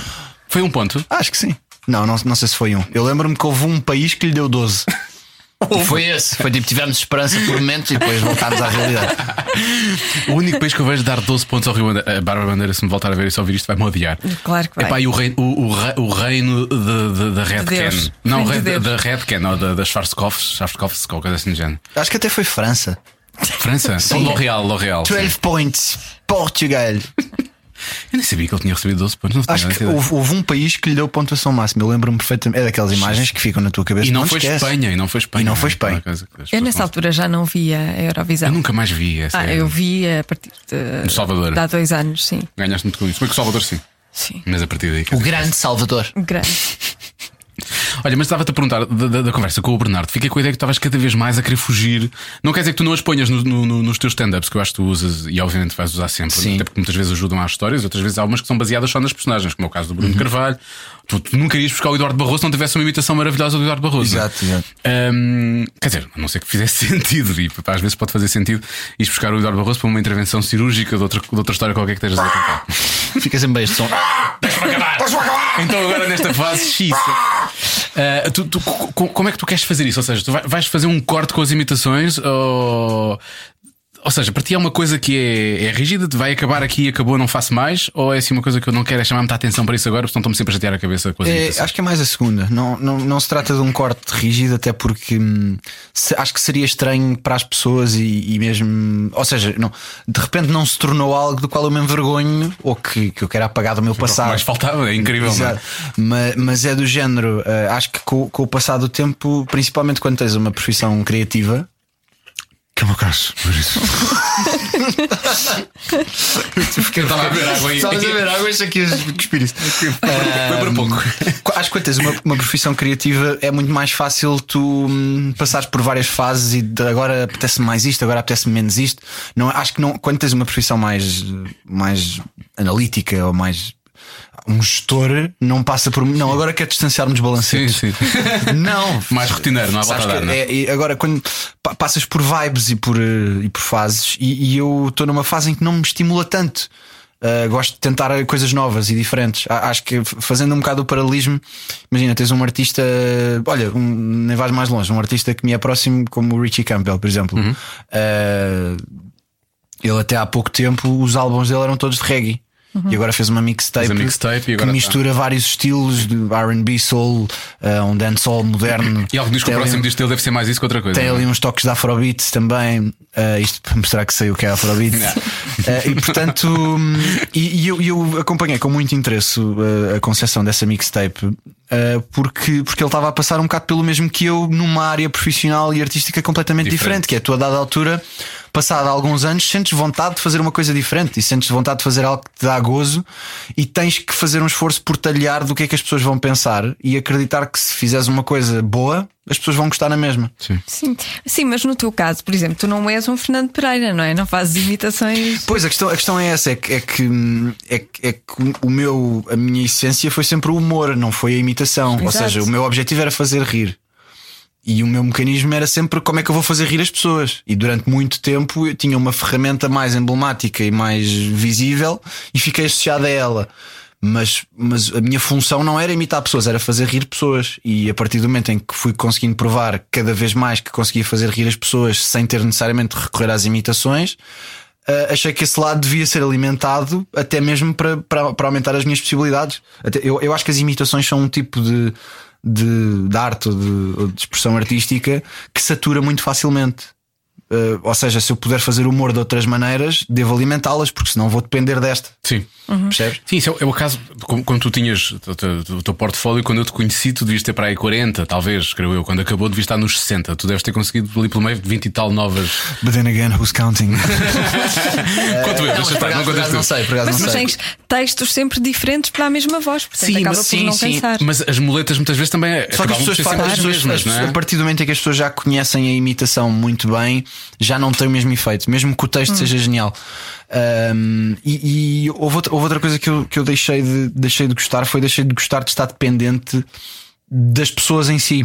S2: Foi um ponto.
S4: Acho que sim. Não, não, não sei se foi um. Eu lembro-me que houve um país que lhe deu 12.
S6: E foi esse. Foi tipo, tivemos esperança por momentos e depois voltámos à realidade.
S2: O único país que eu vejo dar 12 pontos ao Rio Bandeira. A Bárbara Bandeira, se me voltar a ver e só ouvir isto, vai-me odiar.
S3: Claro que vai.
S2: é Epá, e o, rei- o- o rei- o reino de- de- da Red
S3: De Deus.
S2: Can. Não, o
S3: Reino de
S2: rei- da
S3: Deus.
S2: Red Can, ou da- da Schwarzkopf, Schwarzkopf, qualquer coisa assim do género.
S4: Acho que até foi França.
S2: França? Ou L'Oréal, L'Oréal. sim.
S4: 12 points, Portugal.
S2: Eu nem sabia que ele tinha recebido 12 pontos. Não é- tinha
S4: Acho que
S2: ideia.
S4: houve, houve um país que lhe deu pontuação máxima. Eu lembro-me perfeitamente. É daquelas imagens que ficam na tua cabeça.
S2: E não,
S4: te
S2: foi
S4: esqueces.
S2: Espanha, e não foi Espanha.
S4: E não
S2: é?
S4: foi Espanha.
S2: Uma coisa que as
S3: Eu
S2: pessoas
S3: nessa
S2: não-
S3: altura já não via a Eurovisão.
S2: Eu nunca mais vi é essa.
S3: Ah, eu vi a partir de.
S2: No Salvador.
S3: de Há dois anos, sim.
S2: Ganhaste muito com isso. Como é que o Salvador sim?
S3: Sim.
S2: Mas a partir daí. quer
S6: O
S2: dizer-
S6: grande Salvador.
S3: Grande.
S2: Olha, mas estava-te a perguntar da, da- da conversa com o Bernardo. Fiquei com a ideia que tu estavas cada vez mais a querer fugir. Não quer dizer que tu não as ponhas no- no- no- nos teus stand-ups, que eu acho que tu usas e obviamente vais usar sempre.
S4: Sim.
S2: Até porque muitas vezes ajudam às histórias, outras vezes há algumas que são baseadas só nas personagens, como é o caso do
S4: Uhum.
S2: Bruno Carvalho. Tu, tu nunca irias buscar o Eduardo Barroso se não tivesse uma imitação maravilhosa do Eduardo Barroso. não é?
S4: Exato,
S2: (laughs)
S4: exato.
S2: Hum, quer dizer, a não ser que fizesse (laughs) sentido, e pá, às vezes pode fazer sentido ir buscar o Eduardo Barroso para uma intervenção cirúrgica de outra, de outra história qualquer que estejas a contar.
S4: Fica sempre bem este som.
S2: Então agora nesta fase X. Ah, tu- tu- co- co- como é que tu queres fazer isso? Ou seja, tu vai- vais fazer um corte com as imitações ou. Ou seja, para ti é uma coisa que é, é rígida, de vai acabar aqui e acabou, não faço mais? Ou é assim uma coisa que eu não quero é chamar muita atenção para isso agora, porque senão estou-me sempre a chatear a cabeça com as
S4: É,
S2: imitações?
S4: acho que é mais a segunda. Não, não, não se trata de um corte rígido, até porque hum, se- acho que seria estranho para as pessoas e, e mesmo. Ou seja, não, de repente não se tornou algo do qual eu me envergonho ou que, que eu quero apagar do meu
S2: Era o que
S4: passado.
S2: mais faltava, é incrível. não é?
S4: Exato. Mas, mas é do género. eh, acho que com, com o passar do tempo, principalmente quando tens uma profissão criativa. Que é o meu caso, por isso.
S2: Eu estava a beber água aí.
S4: Estavas a beber água, isto aqui cuspir isso.
S2: Foi para pouco.
S4: Qu- Acho que quando tens uma, uma profissão criativa é muito mais fácil tu hum, passares por várias fases e de agora apetece mais isto, agora apetece menos isto. Não, acho que não, quando tens uma profissão mais, eh, mais analítica ou mais. Um gestor não passa por. Não, agora quer distanciar-me dos
S2: Sim,
S4: balancetes.
S2: sim.
S4: Não,
S2: Mais rotineiro, não há
S4: Sabes
S2: volta a dar,
S4: que
S2: não é?
S4: é- e agora, quando pa- passas por vibes e por, eh, e por fases, e, e eu estou numa fase em que não me estimula tanto. Ah, gosto de tentar coisas novas e diferentes. A- Acho que f- fazendo um bocado o paralelismo, imagina, tens um artista, olha, um- nem vais mais longe, um artista que me é próximo, como o Richie Campbell, por exemplo.
S2: Uhum.
S4: Ah, ele até há pouco tempo os álbuns dele eram todos de reggae. E agora fez uma mixtape,
S2: Fez a mixtape e
S4: que
S2: agora tá.
S4: mistura vários estilos de RB, soul, eh, um dancehall moderno.
S2: E algo diz que o
S4: Tem ali
S2: próximo
S4: um-
S2: disto dele deve ser mais isso que outra coisa.
S4: Tem
S2: não é?
S4: ali uns toques de Afrobeat também. eh, isto para mostrar que sei o que é Afrobeat.
S2: (laughs)
S4: Eh, e portanto, hum, e, e eu, e eu acompanhei com muito interesse eh, a concepção dessa mixtape eh, porque, porque ele estava a passar um bocado pelo mesmo que eu numa área profissional e artística completamente
S2: Diferente.
S4: diferente, que é tu a dada altura, passado alguns anos, sentes vontade de fazer uma coisa diferente e sentes vontade de fazer algo que te dá gozo e tens que fazer um esforço por talhar do que é que as pessoas vão pensar e acreditar que se fizeres uma coisa boa, as pessoas vão gostar na mesma.
S3: Sim. Sim, mas no teu caso, por exemplo, tu não és um Fernando Pereira, não é? Não fazes imitações.
S4: Pois, a questão, a questão é essa: é que, é que, hum, é que- é que o meu, a minha essência foi sempre o humor, não foi a imitação. Ou
S3: Exato.
S4: seja, o meu objetivo era fazer rir. E o meu mecanismo era sempre como é que eu vou fazer rir as pessoas. E durante muito tempo eu tinha uma ferramenta mais emblemática e mais visível e fiquei associado a ela. Mas, mas a minha função não era imitar pessoas, era fazer rir pessoas. E a partir do momento em que fui conseguindo provar cada vez mais que conseguia fazer rir as pessoas sem ter necessariamente de recorrer às imitações, ah, achei que esse lado devia ser alimentado até mesmo para, para, para aumentar as minhas possibilidades. Até- eu, eu acho que as imitações são um tipo de, de, de arte ou de, ou de expressão artística que satura muito facilmente. Ah, ou seja, se eu puder fazer humor de outras maneiras, devo alimentá-las, porque senão vou depender desta.
S2: Sim.
S6: Uhum.
S4: Percebes?
S2: Sim, isso é, o- é o caso, como, como tu tinhas o teu, o teu portfólio, quando eu te conheci, tu devias ter para aí 40, talvez, creio eu. Quando acabou, devias estar nos 60. Tu deves ter conseguido ali pelo meio 20 e tal novas.
S4: But then again, who's counting? (laughs) Eh,
S2: Quanto
S6: Não,
S2: eu,
S6: mas
S2: deixa
S6: por
S2: estar, não
S6: acaso- por
S2: contas
S6: acaso
S2: tu.
S6: não sei, por acaso
S3: Mas é
S6: não
S3: tu
S6: sei.
S3: tens textos sempre diferentes para a mesma voz, portanto acaba por não cansar.
S2: mas as muletas muitas vezes também
S4: Só que as
S2: acabavam por
S4: pessoas
S2: ser
S4: fazem
S2: um sempre
S4: as
S2: as
S4: pessoas-
S2: mesmas,
S4: as
S2: não
S4: pessoas-
S2: é?
S4: a partir do momento em que as pessoas já conhecem a imitação muito bem, já não tem o mesmo efeito, mesmo que o texto seja genial. Ahm, e e houve, outra, houve outra coisa que eu, que eu deixei, de, deixei de gostar, foi deixei de gostar de estar dependente das pessoas em si.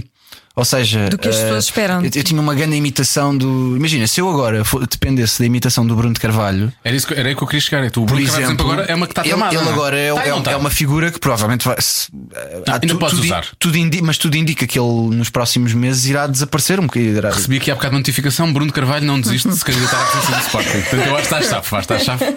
S4: Ou seja,
S3: Do que as
S4: eh,
S3: pessoas esperam.
S4: Eu, eu tinha uma grande imitação do. Imagina, se eu agora fo- dependesse da imitação do Bruno de Carvalho,
S2: Era, isso, que- era aí que eu queria chegar. É tu, o
S4: por
S2: Bruno Carvalho,
S4: exemplo,
S2: agora é uma que está
S4: ele,
S2: tramada.
S4: ele
S2: não
S4: agora é,
S2: Tá e
S4: é-
S2: não tá.
S4: é uma figura que provavelmente vai. se- eh, há
S2: ainda
S4: tu-
S2: podes
S4: tudo, i-
S2: usar.
S4: tudo indi- mas tudo indica que ele nos próximos meses irá desaparecer um bocadinho. irá-
S2: Recebi aqui há bocado notificação: Bruno Carvalho não desiste de se candidatar à presidência do Sporting. Portanto, eu acho que estás chave, vais estar chave.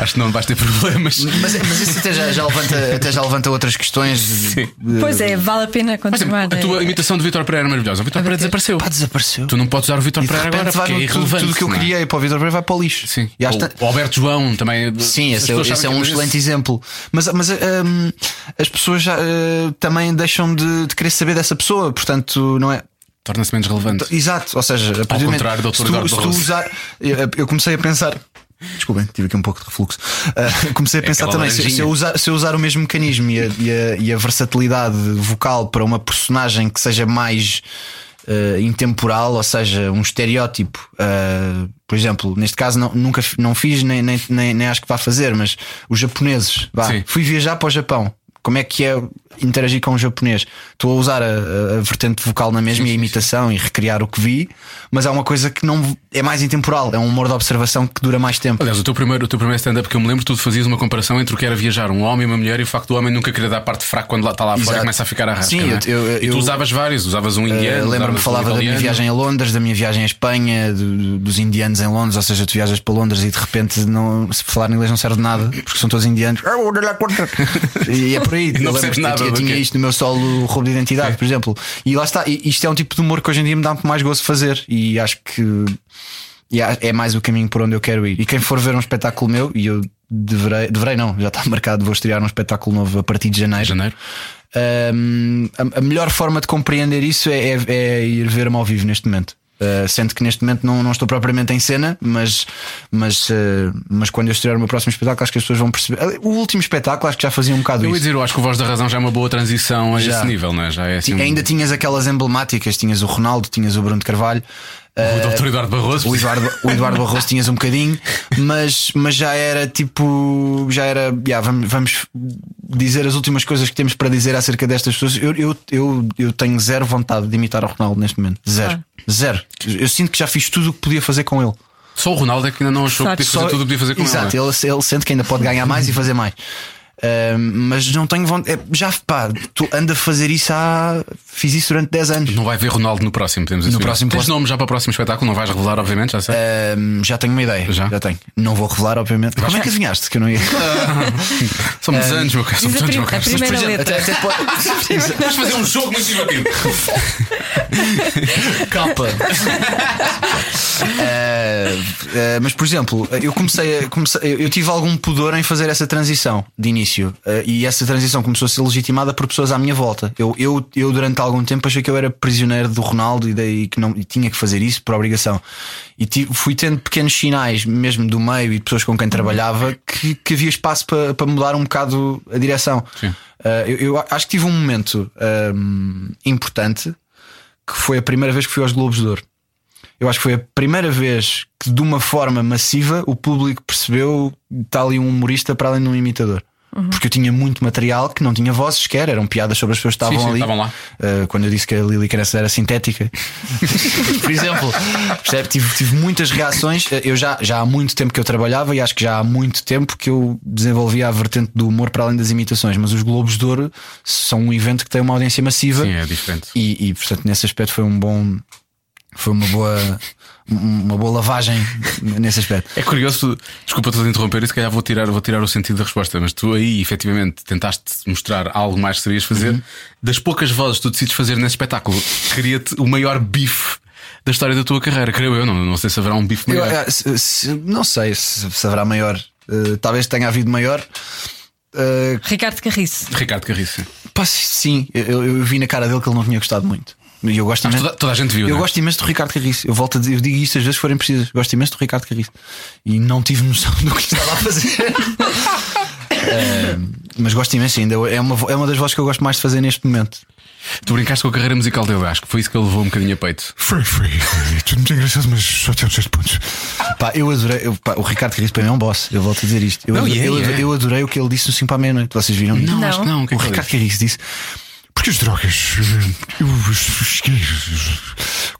S2: Acho que não vais ter
S4: (laughs)
S2: problemas.
S4: Mas, mas isso até já, já levanta, até já levanta outras questões.
S3: Pois é, vale a pena
S2: Mas por
S3: continuar. eh,
S2: exemplo, a tua imitação de Vitor Pereira é maravilhosa. O Vitor Pereira
S3: ver.
S2: desapareceu.
S4: Pá, Ah, desapareceu.
S2: Tu não podes usar o Vitor
S4: E de
S2: Pereira agora
S4: repente vai
S2: porque é
S4: no- tudo-
S2: irrelevante.
S4: Tudo que eu
S2: não é?
S4: criei para o Vitor Pereira vai para o lixo.
S2: Sim.
S4: E às
S2: Ou-
S4: tan-
S2: o Alberto João também.
S4: Sim,
S2: as
S4: esse, é-
S2: pessoas
S4: esse é
S2: sabem
S4: um
S2: que
S4: excelente exemplo. Mas, mas hum, as pessoas já, eh, também deixam de, de querer saber dessa pessoa, portanto, não é?
S2: Torna-se menos relevante.
S4: Exato, ou seja, a partir do momento-
S2: contrário do Dr.
S4: se tu-
S2: Eduardo
S4: se tu
S2: Barroso.
S4: usar- eu, eu comecei a pensar. Desculpem, tive aqui um pouco de refluxo. Ah, (laughs) comecei a pensar
S2: É aquela
S4: também, se, se
S2: laranjinha.
S4: eu usar, se eu usar o mesmo mecanismo e a, e a- e a versatilidade vocal para uma personagem que seja mais ah, intemporal, ou seja, um estereótipo, ah, por exemplo, neste caso não- nunca fi- não fiz, nem, nem, nem, nem acho que vá fazer, mas os japoneses, vá,
S2: Sim.
S4: fui viajar para o Japão. Como é que é interagir com um japonês? Estou a usar a, a- a vertente vocal na mesma e a imitação e recriar o que vi, mas há uma coisa que não é mais intemporal, é um humor de observação que dura mais tempo.
S2: Aliás, o teu primeiro, o teu primeiro stand-up que eu me lembro, tu fazias uma comparação entre o que era viajar um homem e uma mulher e o facto do homem nunca querer dar parte fraca quando lá está lá fora
S4: Exato.
S2: e começa a ficar a rasca,
S4: Sim,
S2: não é?
S4: eu- eu-
S2: E tu
S4: eu-
S2: usavas vários, usavas um
S4: Eh,
S2: indiano.
S4: Lembro-me
S2: usavas um
S4: falava da minha
S2: italiano.
S4: viagem a Londres, da minha viagem à Espanha, do- dos indianos em Londres, ou seja, tu viajas para Londres e de repente não, se falar inglês não serve de nada, porque são todos indianos. e é por
S2: Não
S4: aí. Eu lembro-me
S2: percebes
S4: que eu
S2: nada
S4: tinha- Eu
S2: do
S4: tinha
S2: quê?
S4: isto no meu solo roubo de identidade, por exemplo. E lá está, e- isto é um tipo de humor que hoje em dia me dá muito mais gozo fazer e acho que e a- é mais o caminho por onde eu quero ir. E quem for ver um espetáculo meu, e eu deverei, deverei não, já está marcado, vou estrear um espetáculo novo a partir de janeiro.
S2: Janeiro.
S4: Um, a, a melhor forma de compreender isso é, é- é ir ver-me ao vivo neste momento. Uh, sendo que neste momento não, não estou propriamente em cena, mas, mas, uh, mas quando eu estrear o meu próximo espetáculo, acho que as pessoas vão perceber. Ali, O último espetáculo, acho que já fazia um bocado
S2: Eu ia
S4: isso.
S2: dizer, eu acho que o Voz da Razão já é uma boa transição a
S4: Já.
S2: esse nível, não é? Já é assim.
S4: Ti-
S2: um-
S4: Ainda tinhas aquelas emblemáticas, tinhas o Ronaldo, tinhas o Bruno de Carvalho,
S2: o Dr. Eduardo Barroso.
S4: eh, o Eduardo, o Eduardo Barroso tinhas um bocadinho, mas, mas já era tipo. Já era. já, vamos, vamos dizer as últimas coisas que temos para dizer acerca destas pessoas. Eu, eu, eu, eu tenho zero vontade de imitar o Ronaldo neste momento. Zero. Zero. Eu sinto que já fiz tudo o que podia fazer com ele.
S2: Só o Ronaldo é que ainda não achou que podia fazer
S4: Só-
S2: tudo o que podia fazer com
S4: Exato,
S2: ele. é?
S4: ele. ele sente que ainda pode ganhar mais e fazer mais. Ahm, mas não tenho vontade. é, já pá, tu anda a fazer isso há. Fiz isso durante 10 anos.
S2: Não vai ver Ronaldo no próximo, É, podemos assumir.
S4: próximo
S2: Tens
S4: posso-
S2: nome já para o próximo espetáculo, não vais revelar, obviamente, já sei.
S4: Ahm, já tenho uma ideia.
S2: Já?
S4: tenho. Não vou revelar, obviamente. Como é que adivinhaste que eu não ia?
S2: (laughs) São muitos anos, meu caro, são muitos anos,
S3: Diz a, prim-
S2: meu
S3: a
S2: caro.
S3: primeira letra.
S4: até
S3: (laughs)
S4: pode.
S2: Vamos fazer um jogo muito divertido.
S4: Capa. Eh, mas, por exemplo, eu comecei, a, comecei- eu- Eu tive algum pudor em fazer essa transição de início. Eh, e essa transição começou a ser legitimada por pessoas à minha volta. Eu, eu, eu durante algum tempo, achei que eu era prisioneiro do Ronaldo e, daí que não, e tinha que fazer isso por obrigação. E ti- fui tendo pequenos sinais, mesmo do meio e de pessoas com quem trabalhava, que, que havia espaço para para mudar um bocado a direção.
S2: Sim.
S4: Eh, eu, eu acho que tive um momento ehm, importante que foi a primeira vez que fui aos Globos de Ouro. Eu acho que foi a primeira vez que, de uma forma massiva, o público percebeu que está ali um humorista para além de um imitador. Porque eu tinha muito material que não tinha vozes sequer, eram piadas sobre as pessoas que
S2: Sim,
S4: estavam
S2: sim,
S4: ali.
S2: estavam lá.
S4: Uh, quando eu disse que a Lili Cresce
S2: (laughs)
S4: era sintética, por exemplo, percebe? Tive, tive muitas reações. Uh, Eu já, já há muito tempo que eu trabalhava e acho que já há muito tempo que eu desenvolvia a vertente do humor para além das imitações. Mas os Globos de Ouro são um evento que tem uma audiência
S2: (laughs)
S4: massiva.
S2: Sim, é diferente.
S4: E, e, portanto nesse aspecto foi um bom foi uma boa uma boa lavagem nesse aspecto.
S2: É curioso, desculpa te interromper, e se calhar vou tirar, vou tirar o sentido da resposta, mas tu aí efetivamente tentaste mostrar algo mais que sabias fazer. Das poucas vozes que tu decides fazer nesse espetáculo, cria-te o maior bife da história da tua carreira, creio eu. Não, não sei se haverá um bife
S4: Eu,
S2: maior.
S4: eh, se- se- não sei se, se haverá maior, Eh, talvez tenha havido maior. Eh,
S3: Ricardo Carriço.
S2: Ricardo Carriço.
S4: pá, sim, eu, eu vi na cara dele que ele não tinha gostado muito. E eu gosto
S2: Mas
S4: imenso-
S2: toda, toda a gente viu.
S4: Eu
S2: não é?
S4: gosto imenso do Ricardo Carriço. Eu volto a dizer, eu digo isto às vezes se forem precisas. Gosto imenso do Ricardo Carriço. E não tive noção do que estava a (laughs) fazer. Eh, mas gosto imenso ainda. É uma, vo- é uma das vozes que eu gosto mais de fazer neste momento.
S2: Tu brincaste com a carreira musical dele, acho que foi isso que ele levou um bocadinho a peito.
S7: Foi, foi, eh, foi. Tudo muito engraçado, mas só até um certo ponto.
S4: Pá, eu adorei. eu- pá, o Ricardo Carriço para mim é um boss. Eu volto a dizer isto. Eu,
S2: Não,
S4: adorei,
S2: e é,
S4: eu,
S2: e é.
S4: adorei, eu adorei o que ele disse no 5 para a meia-noite. Vocês viram?
S2: Não,
S3: Não.
S2: acho que não. O que é
S4: O
S2: que ele
S4: Ricardo Carriço disse.
S7: Porque as drogas. eh, Eu, eu- eu-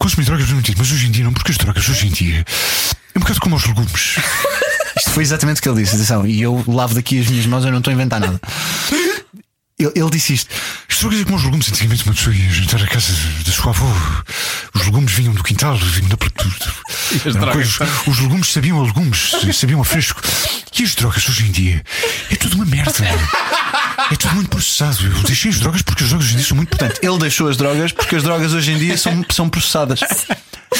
S7: consumi drogas no mentira, mas hoje em dia não, porque as drogas hoje em dia. É um bocado como aos legumes.
S4: Isto foi exatamente o que ele disse. Atenção, e eu lavo daqui as minhas mãos, eu não estou a inventar nada. Ele, ele disse isto.
S7: As drogas é como os legumes. Antigamente uma pessoa ia jantar à casa da sua avó. Os legumes vinham do quintal, vinham da produto.
S2: as drogas?
S7: Os legumes sabiam a legumes, sabiam a fresco. E as drogas hoje em dia é tudo uma merda. É tudo muito processado. Eu deixei as drogas porque as drogas hoje em dia são muito potentes.
S4: Ele deixou as drogas porque as drogas hoje em dia são, são processadas.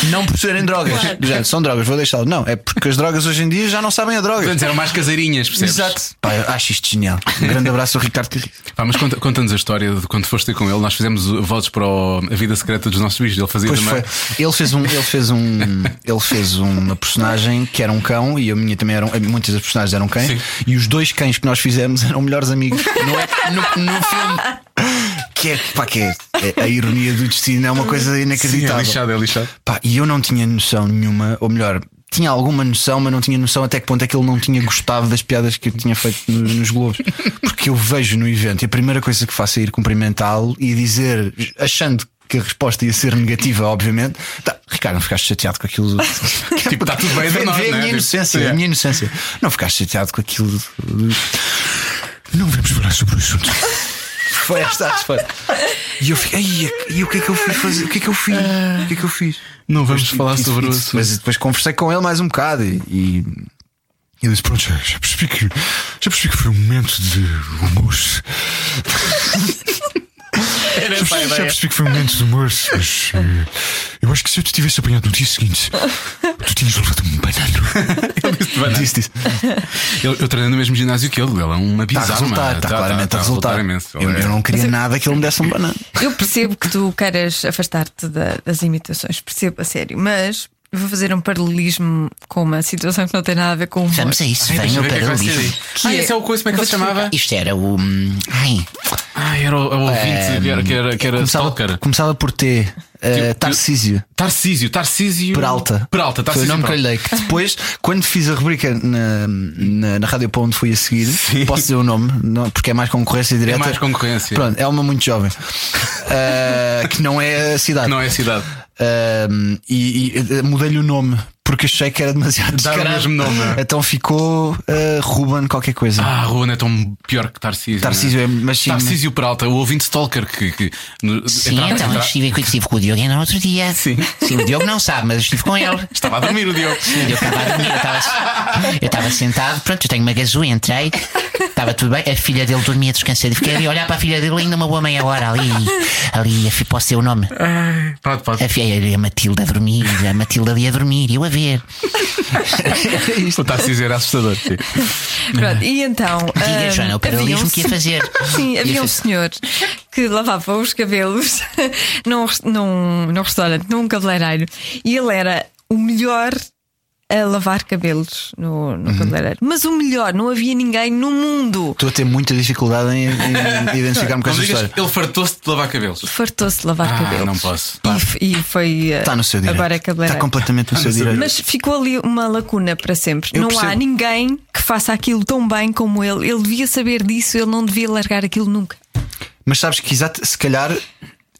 S4: Não por serem drogas. Do género, são drogas, vou deixá-lo. Não, é porque as drogas hoje em dia já não sabem a droga.
S2: Antes eram mais caseirinhas, percebes?
S4: Pá, eu acho isto genial. Um grande abraço ao Ricardo Carriz.
S2: Pá, mas conta- conta-nos a história de quando foste ter com ele. Nós fizemos votos para o- a vida secreta dos nossos bichos. Ele fazia
S4: Pois
S2: também.
S4: foi. Ele fez um, ele fez um,
S2: (laughs)
S4: ele fez uma personagem que era um cão e a minha também eram, muitas das personagens eram cães e os dois cães que nós fizemos (laughs) eram melhores amigos. Não é no, no
S2: (laughs)
S4: filme que é, pá, que é, é- a ironia do destino é uma coisa
S2: Sim, é
S4: inacreditável.
S2: lixado, é lixado.
S4: Pá, e eu não tinha noção nenhuma, ou melhor, tinha alguma noção, mas não tinha noção até que ponto é que ele não tinha gostado das piadas que eu tinha feito no- nos Globos. Porque eu vejo no evento e a primeira coisa que faço é ir cumprimentá-lo e dizer, achando que a resposta ia ser negativa, obviamente, tá, Ricardo, não ficaste chateado com aquilo.
S2: (laughs) Tipo, tá tudo bem de
S4: Vê-
S2: nós,
S4: vê
S2: né?
S4: a minha
S2: Tipo,
S4: inocência,
S2: é.
S4: a minha inocência. Não ficaste chateado com aquilo.
S7: Não devemos falar sobre o assunto.
S4: Foi esta a resposta. E eu fiquei, "Ai, e o que é que eu fui fazer? O que é que eu fiz? O que é que eu fiz?
S2: Não vamos falar
S4: Isso-
S2: sobre o
S4: isso-
S2: assunto.
S4: Mas depois conversei com ele mais um bocado e- e
S7: E eu disse: Pronto, já, já percebi que. Já percebi que foi um momento de humor.
S2: Era
S7: Já
S2: essa a
S7: percebi, já
S2: ideia.
S7: percebi que foi um momento de humor, mas. eh, eu acho que se eu te tivesse apanhado no dia seguinte, tu tinhas levado um banano.
S2: é?
S4: Disse, disse.
S2: Eu, eu treinei no mesmo ginásio que ele. Ele é uma
S4: Está Tá a
S2: bizarra. Tá,
S4: resultar, está claramente a resultar.
S2: imenso. é.
S4: Eu, eu não queria nada que ele me desse um banana.
S3: Eu percebo que tu queiras afastar-te da- das imitações, percebo a sério, mas vou fazer um paralelismo com uma situação que não tem nada a ver com o humor.
S5: Vamos a isso,
S2: Deixa
S5: venha
S2: eu
S5: o
S2: ver o que é que vai ser
S5: paralelismo.
S2: aí. Ah,
S3: Que
S2: esse é o coisa, como é que ele se chamava?
S5: Isto era o. hum, Ai,
S2: Ah, era o, é o ouvinte que era, que era, que era
S4: Começava,
S2: stalker.
S4: começava por T, eh, Tarcísio
S2: Tarcísio, Tarcísio.
S4: Peralta.
S2: Peralta,
S4: Foi o
S2: Tarcísio.
S4: nome que eu lhe
S2: Peralta.
S4: dei. Que depois, quando fiz a rubrica na, na, na Rádio Pão, onde fui a seguir, posso dizer o nome, não, porque é mais concorrência direta.
S2: mais concorrência.
S4: Pronto, é uma muito jovem. Eh, que não é a cidade.
S2: Não é a cidade.
S4: Um, e e, eh, mudei-lhe o nome porque achei que era demasiado
S2: Dar o
S4: descarado.
S2: mesmo nome, não é?
S4: Então ficou eh, Ruben qualquer coisa.
S2: Ah, Ruana é tão pior que Tarcísio.
S4: Tarcísio
S2: não
S4: é- mas sim,
S2: Tarcísio Peralta, o ouvinte stalker que. que no-
S5: sim,
S2: entrava-
S5: então
S2: entrava-
S5: estive, estive com o Diogo ainda no outro dia. Sim. o Diogo não sabe, mas estive com ele.
S2: Estava a dormir o Diogo.
S5: Eu estava a dormir, eu estava- eu estava sentado, pronto, eu tenho uma gazu, entrei, estava tudo bem, a filha dele dormia descansada, fiquei ali a olhar para a filha dele ainda uma boa meia hora ali, ali, a fi- posso ter o nome?
S2: Pode, pode.
S5: A, fi- a Matilda a dormir, a Matilda ali a dormir, eu a ver.
S2: O Tarcísio era assustador. sim.
S3: Pronto, e então.
S5: Diga,
S3: hum,
S5: Joana, o
S3: havia
S5: paralelismo
S3: um
S5: que ia fazer.
S4: (laughs)
S3: Sim, havia um
S4: assim.
S3: senhor que lavava os cabelos (laughs) num, res- num, num restaurante, num cabeleireiro, e ele era o melhor a lavar cabelos no,
S4: Uhum.
S3: no cabeleireiro. Mas o melhor, não havia ninguém no mundo.
S4: Estou a ter muita dificuldade em, (laughs) em identificar-me com
S2: Não
S4: essa
S2: digas
S4: história.
S2: que ele fartou-se de lavar cabelos.
S3: Fartou-se de lavar
S2: Ah,
S3: cabelos.
S2: não posso.
S3: E f- E, foi. eh,
S4: Está Tá no seu direito.
S3: Agora é cabeleireiro.
S4: Está completamente no seu direito.
S3: Mas ficou ali uma lacuna para sempre.
S4: Eu
S3: não há
S4: percebo.
S3: ninguém que faça aquilo tão bem como ele. Ele devia saber disso, ele não devia largar aquilo nunca.
S4: Mas sabes que exata- se calhar,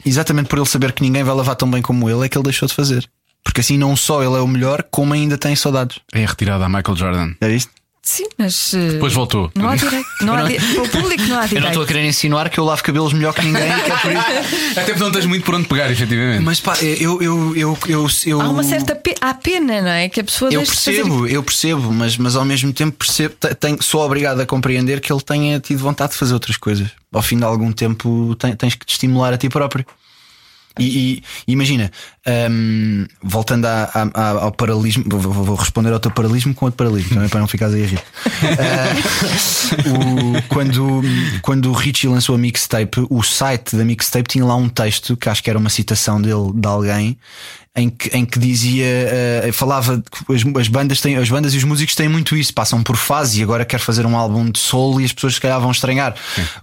S4: exatamente por ele saber que ninguém vai lavar tão bem como ele, é que ele deixou de fazer. Porque assim não só ele é o melhor, como ainda tem saudades.
S2: É retirada a Michael Jordan.
S4: É isto?
S3: Sim, mas. eh,
S2: Depois voltou.
S3: Não há direito. Não há di- Para o público não há
S4: (laughs) Eu não estou a
S3: direito.
S4: querer insinuar que eu lavo cabelos melhor que ninguém. que é por isso.
S2: Até porque não tens muito por onde pegar, efetivamente.
S4: Mas pá, eu. eu, eu, eu, eu
S3: Há uma certa pe- há pena, não é? Que a pessoa
S4: Eu
S3: deixe de fazer
S4: percebo, eu percebo, mas, mas ao mesmo tempo percebo, te- tenho, sou obrigado a compreender que ele tenha tido vontade de fazer outras coisas. Ao fim de algum tempo ten- tens que te estimular a ti próprio. E, e- imagina, hum, voltando à- à- à- ao paralismo, vou, vou- vou responder ao teu paralismo com outro paralismo, também para não ficares aí a rir. Ah, o- quando, quando o Richie lançou a mixtape, o site da mixtape tinha lá um texto que acho que era uma citação dele, de alguém, em que, em que dizia, ah, falava que as, as bandas têm, as bandas e os músicos têm muito isso, passam por fase e agora quer fazer um álbum de solo e as pessoas se calhar vão estranhar.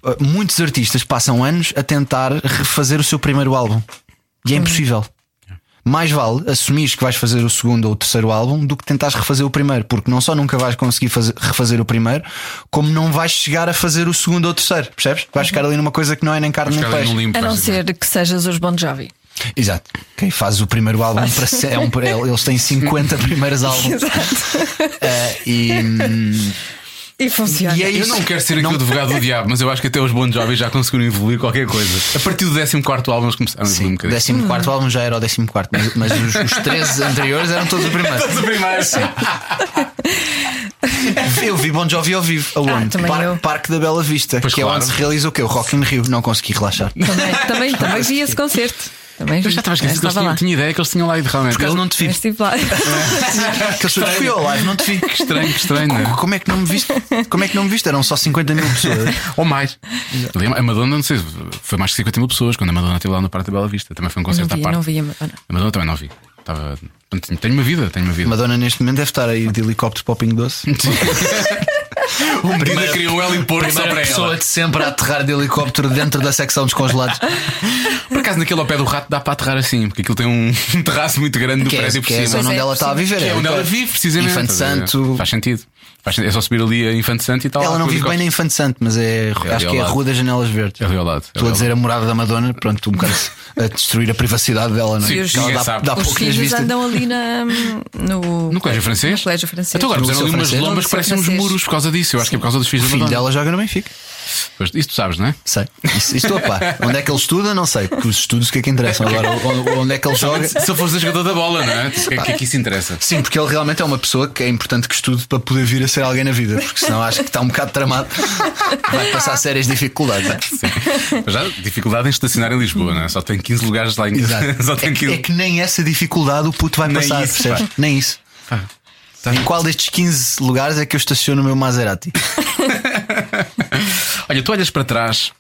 S4: Ah, muitos
S3: Uhum.
S4: artistas passam anos a tentar refazer o seu primeiro álbum. E é impossível. mais vale assumires que vais fazer o segundo ou o terceiro álbum do que tentares refazer o primeiro, porque não só nunca vais conseguir fazer- refazer o primeiro, como não vais chegar a fazer o segundo ou o terceiro, percebes? Vais ficar ali numa coisa que não é nem carne
S2: Os
S4: nem
S2: caras
S4: peixe.
S2: não limpam.
S3: A não ser que sejas os Bon Jovi.
S4: Exato. Quem faz o primeiro álbum para se- é um, eles têm
S3: (laughs)
S4: 50 primeiros álbuns Eh, e, hum,
S3: E funciona.
S4: e é
S2: Eu
S4: isso.
S2: não quero ser aqui o advogado do diabo, mas eu acho que até os bons jovens já conseguiram evoluir qualquer coisa. A partir do 14 álbum eles começaram a evoluir um
S4: Sim, o
S2: bocadinho.
S4: 14
S3: Hum.
S4: quarto álbum já era o 14 quarto, mas, mas os, os
S3: (laughs)
S4: 13 anteriores eram todos o primeiro.
S2: O primeiro.
S4: Eu vi Bon Jovi ao vivo, aonde?
S3: Ah, também eu.
S4: Parque da Bela Vista,
S2: Pois
S4: que é
S2: claro.
S4: onde se realiza o quê? O Rock in Rio. Não consegui relaxar.
S3: Também, também, também vi esse concerto. Também
S2: Eu
S3: vi.
S2: já estava esquecido que eles
S3: É, Estava
S2: tinham,
S3: lá.
S2: tinha ideia que eles tinham lá ido realmente.
S4: Porque eu não te vi.
S3: Mas estive lá.
S4: Que eu fui ao live, não te vi.
S2: Que estranho, que estranho, não é?
S4: Como é que não me viste? Como é que não me viste? Eram só 50 mil pessoas.
S2: Ou mais. Ali A Madonna, não sei, foi mais de 50 mil pessoas quando a Madonna esteve lá no Parque da Bela Vista. Também foi um
S3: Não
S2: concerto à
S3: vi,
S2: parte.
S3: não vi a Madonna.
S2: A Madonna também não vi. Estava... Portanto, Tenho tenho uma vida, tenho uma (laughs) vida. Um
S4: Madonna neste momento deve estar aí de helicóptero popping doce.
S2: O Medina criou ela e pôr só para é ela.
S4: pessoa de sempre É a aterrar de helicóptero dentro da secção dos (laughs) congelados.
S2: Por acaso, naquele ao pé do rato dá para aterrar assim, porque aquilo tem um (laughs) um terraço muito grande do
S4: Que é,
S2: prédio por
S4: que é a
S2: cima.
S3: Pois
S4: zona onde
S3: é,
S4: ela está a viver.
S2: Que é onde ela vive, precisamente.
S4: Infante
S2: Estás a ver?
S4: Santo.
S2: Faz sentido. Faz sentido. É só subir ali a Infante Santo e tal.
S4: Ela não vive bem na Infante Santo, mas é,
S2: ali
S4: acho
S2: ao
S4: que é a
S2: lado.
S4: Rua das Janelas Verdes.
S2: É ali ao lado. É ali
S4: Estou a
S2: ao
S4: dizer a morada da Madonna, pronto, um bocado a destruir a privacidade dela, não é?
S2: Sim,
S4: Porque ela
S2: ninguém
S4: dá,
S2: sabe.
S4: dá
S3: Os
S4: pouco nas
S3: filhos
S4: vistas.
S3: andam ali na, no,
S2: No colégio francês?
S3: No colégio francês.
S2: Então agora
S4: No
S2: puseram ali
S4: Liceu
S2: umas
S4: francês?
S2: lombas
S3: No
S2: que parecem uns
S3: Liceu francês.
S2: muros por causa disso. Eu acho que é por causa dos filhos
S4: O
S2: da
S4: filho
S2: Madonna.
S4: dela joga no Benfica.
S2: Pois, Isso tu sabes, não é?
S4: Sei. Isso, isso estou a par. Onde é que ele estuda? Não sei. Porque os estudos o que é que interessam. Agora, onde, onde é que ele joga?
S2: Se eu fosse a jogador da bola,
S4: (laughs)
S2: não é? O que é que é que isso interessa?
S4: Sim, porque ele realmente é uma pessoa que é importante que estude para poder vir a ser alguém na vida, porque senão acho que está um bocado tramado. Vai passar sérias dificuldades. não é?
S2: Mas Já, dificuldade em estacionar em Lisboa, não é? Só tem 15 lugares lá em (laughs)
S4: Exato.
S2: Só tem
S4: É, que,
S2: 15.
S4: é que nem essa dificuldade o puto vai
S2: Nem
S4: passar,
S2: isso,
S4: percebes?
S2: pá. Tá.
S4: Nem isso. Em qual destes 15 lugares é que eu estaciono o meu Maserati?
S2: Olha, tu olhas para trás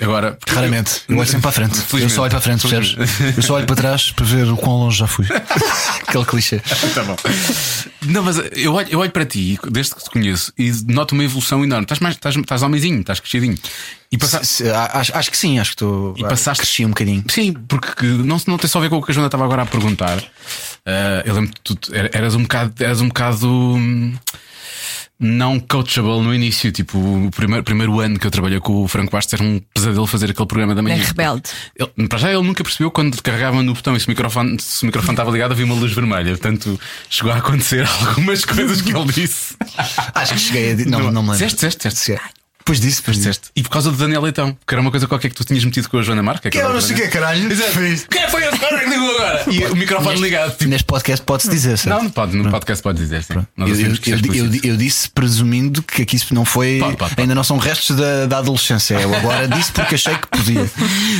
S2: agora. porque-
S4: Raramente. Eu olho sempre para a frente. Eu
S2: Felizmente.
S4: só olho para a frente, percebes? Eu só olho para trás para ver o quão longe
S2: (laughs)
S4: já fui. Aquele clichê.
S2: Tá bom. Não, mas eu olho, eu olho para ti, desde que te conheço, e noto uma evolução enorme. Estás mais, estás, estás homenzinho, estás crescidinho. E passa-
S4: Se- se- a- acho, acho que sim, acho que estou.
S2: E passaste-
S4: Cresci um bocadinho.
S2: Sim, porque que- não, não tem só a ver com o que a Joana estava agora a perguntar. Ah, eu lembro que tu er- eras um bocado, eras um bocado hum, não coachable no início. Tipo, o primeiro, primeiro ano que eu trabalhei com o Franco Bastos era um pesadelo fazer aquele programa da manhã.
S3: É rebelde.
S2: Ele, para já ele nunca percebeu quando carregava no botão e se o microfone, se o microfone estava ligado havia uma luz vermelha. Portanto, chegou a acontecer (laughs) algumas coisas que ele disse.
S4: Acho que cheguei a. di- Não, não, me lembro.
S2: Ah, Disseste, disseste, disseste.
S4: Cheguei. Pois disse, depois disse.
S2: Disseste. E por causa do Daniel Leitão, que era uma coisa qualquer que tu tinhas metido com a Joana Marca.
S4: Que eu não sei o que é, caralho.
S2: Exato.
S4: Fiz.
S2: Quem foi esse cara que ligou agora? E o microfone ligado. Tipo,
S4: Neste podcast pode-se dizer, certo?
S2: não, não pode, no podcast pode dizer sim.
S4: Eu,
S2: Nós
S4: eu,
S2: assumimos que
S4: eu-
S2: isso é
S4: eu-
S2: explícito.
S4: eu disse presumindo que aqui isso não foi.
S2: Pode, pode, pode.
S4: Ainda não são restos da, da adolescência. Eu agora disse porque achei que
S2: (laughs)
S4: podia.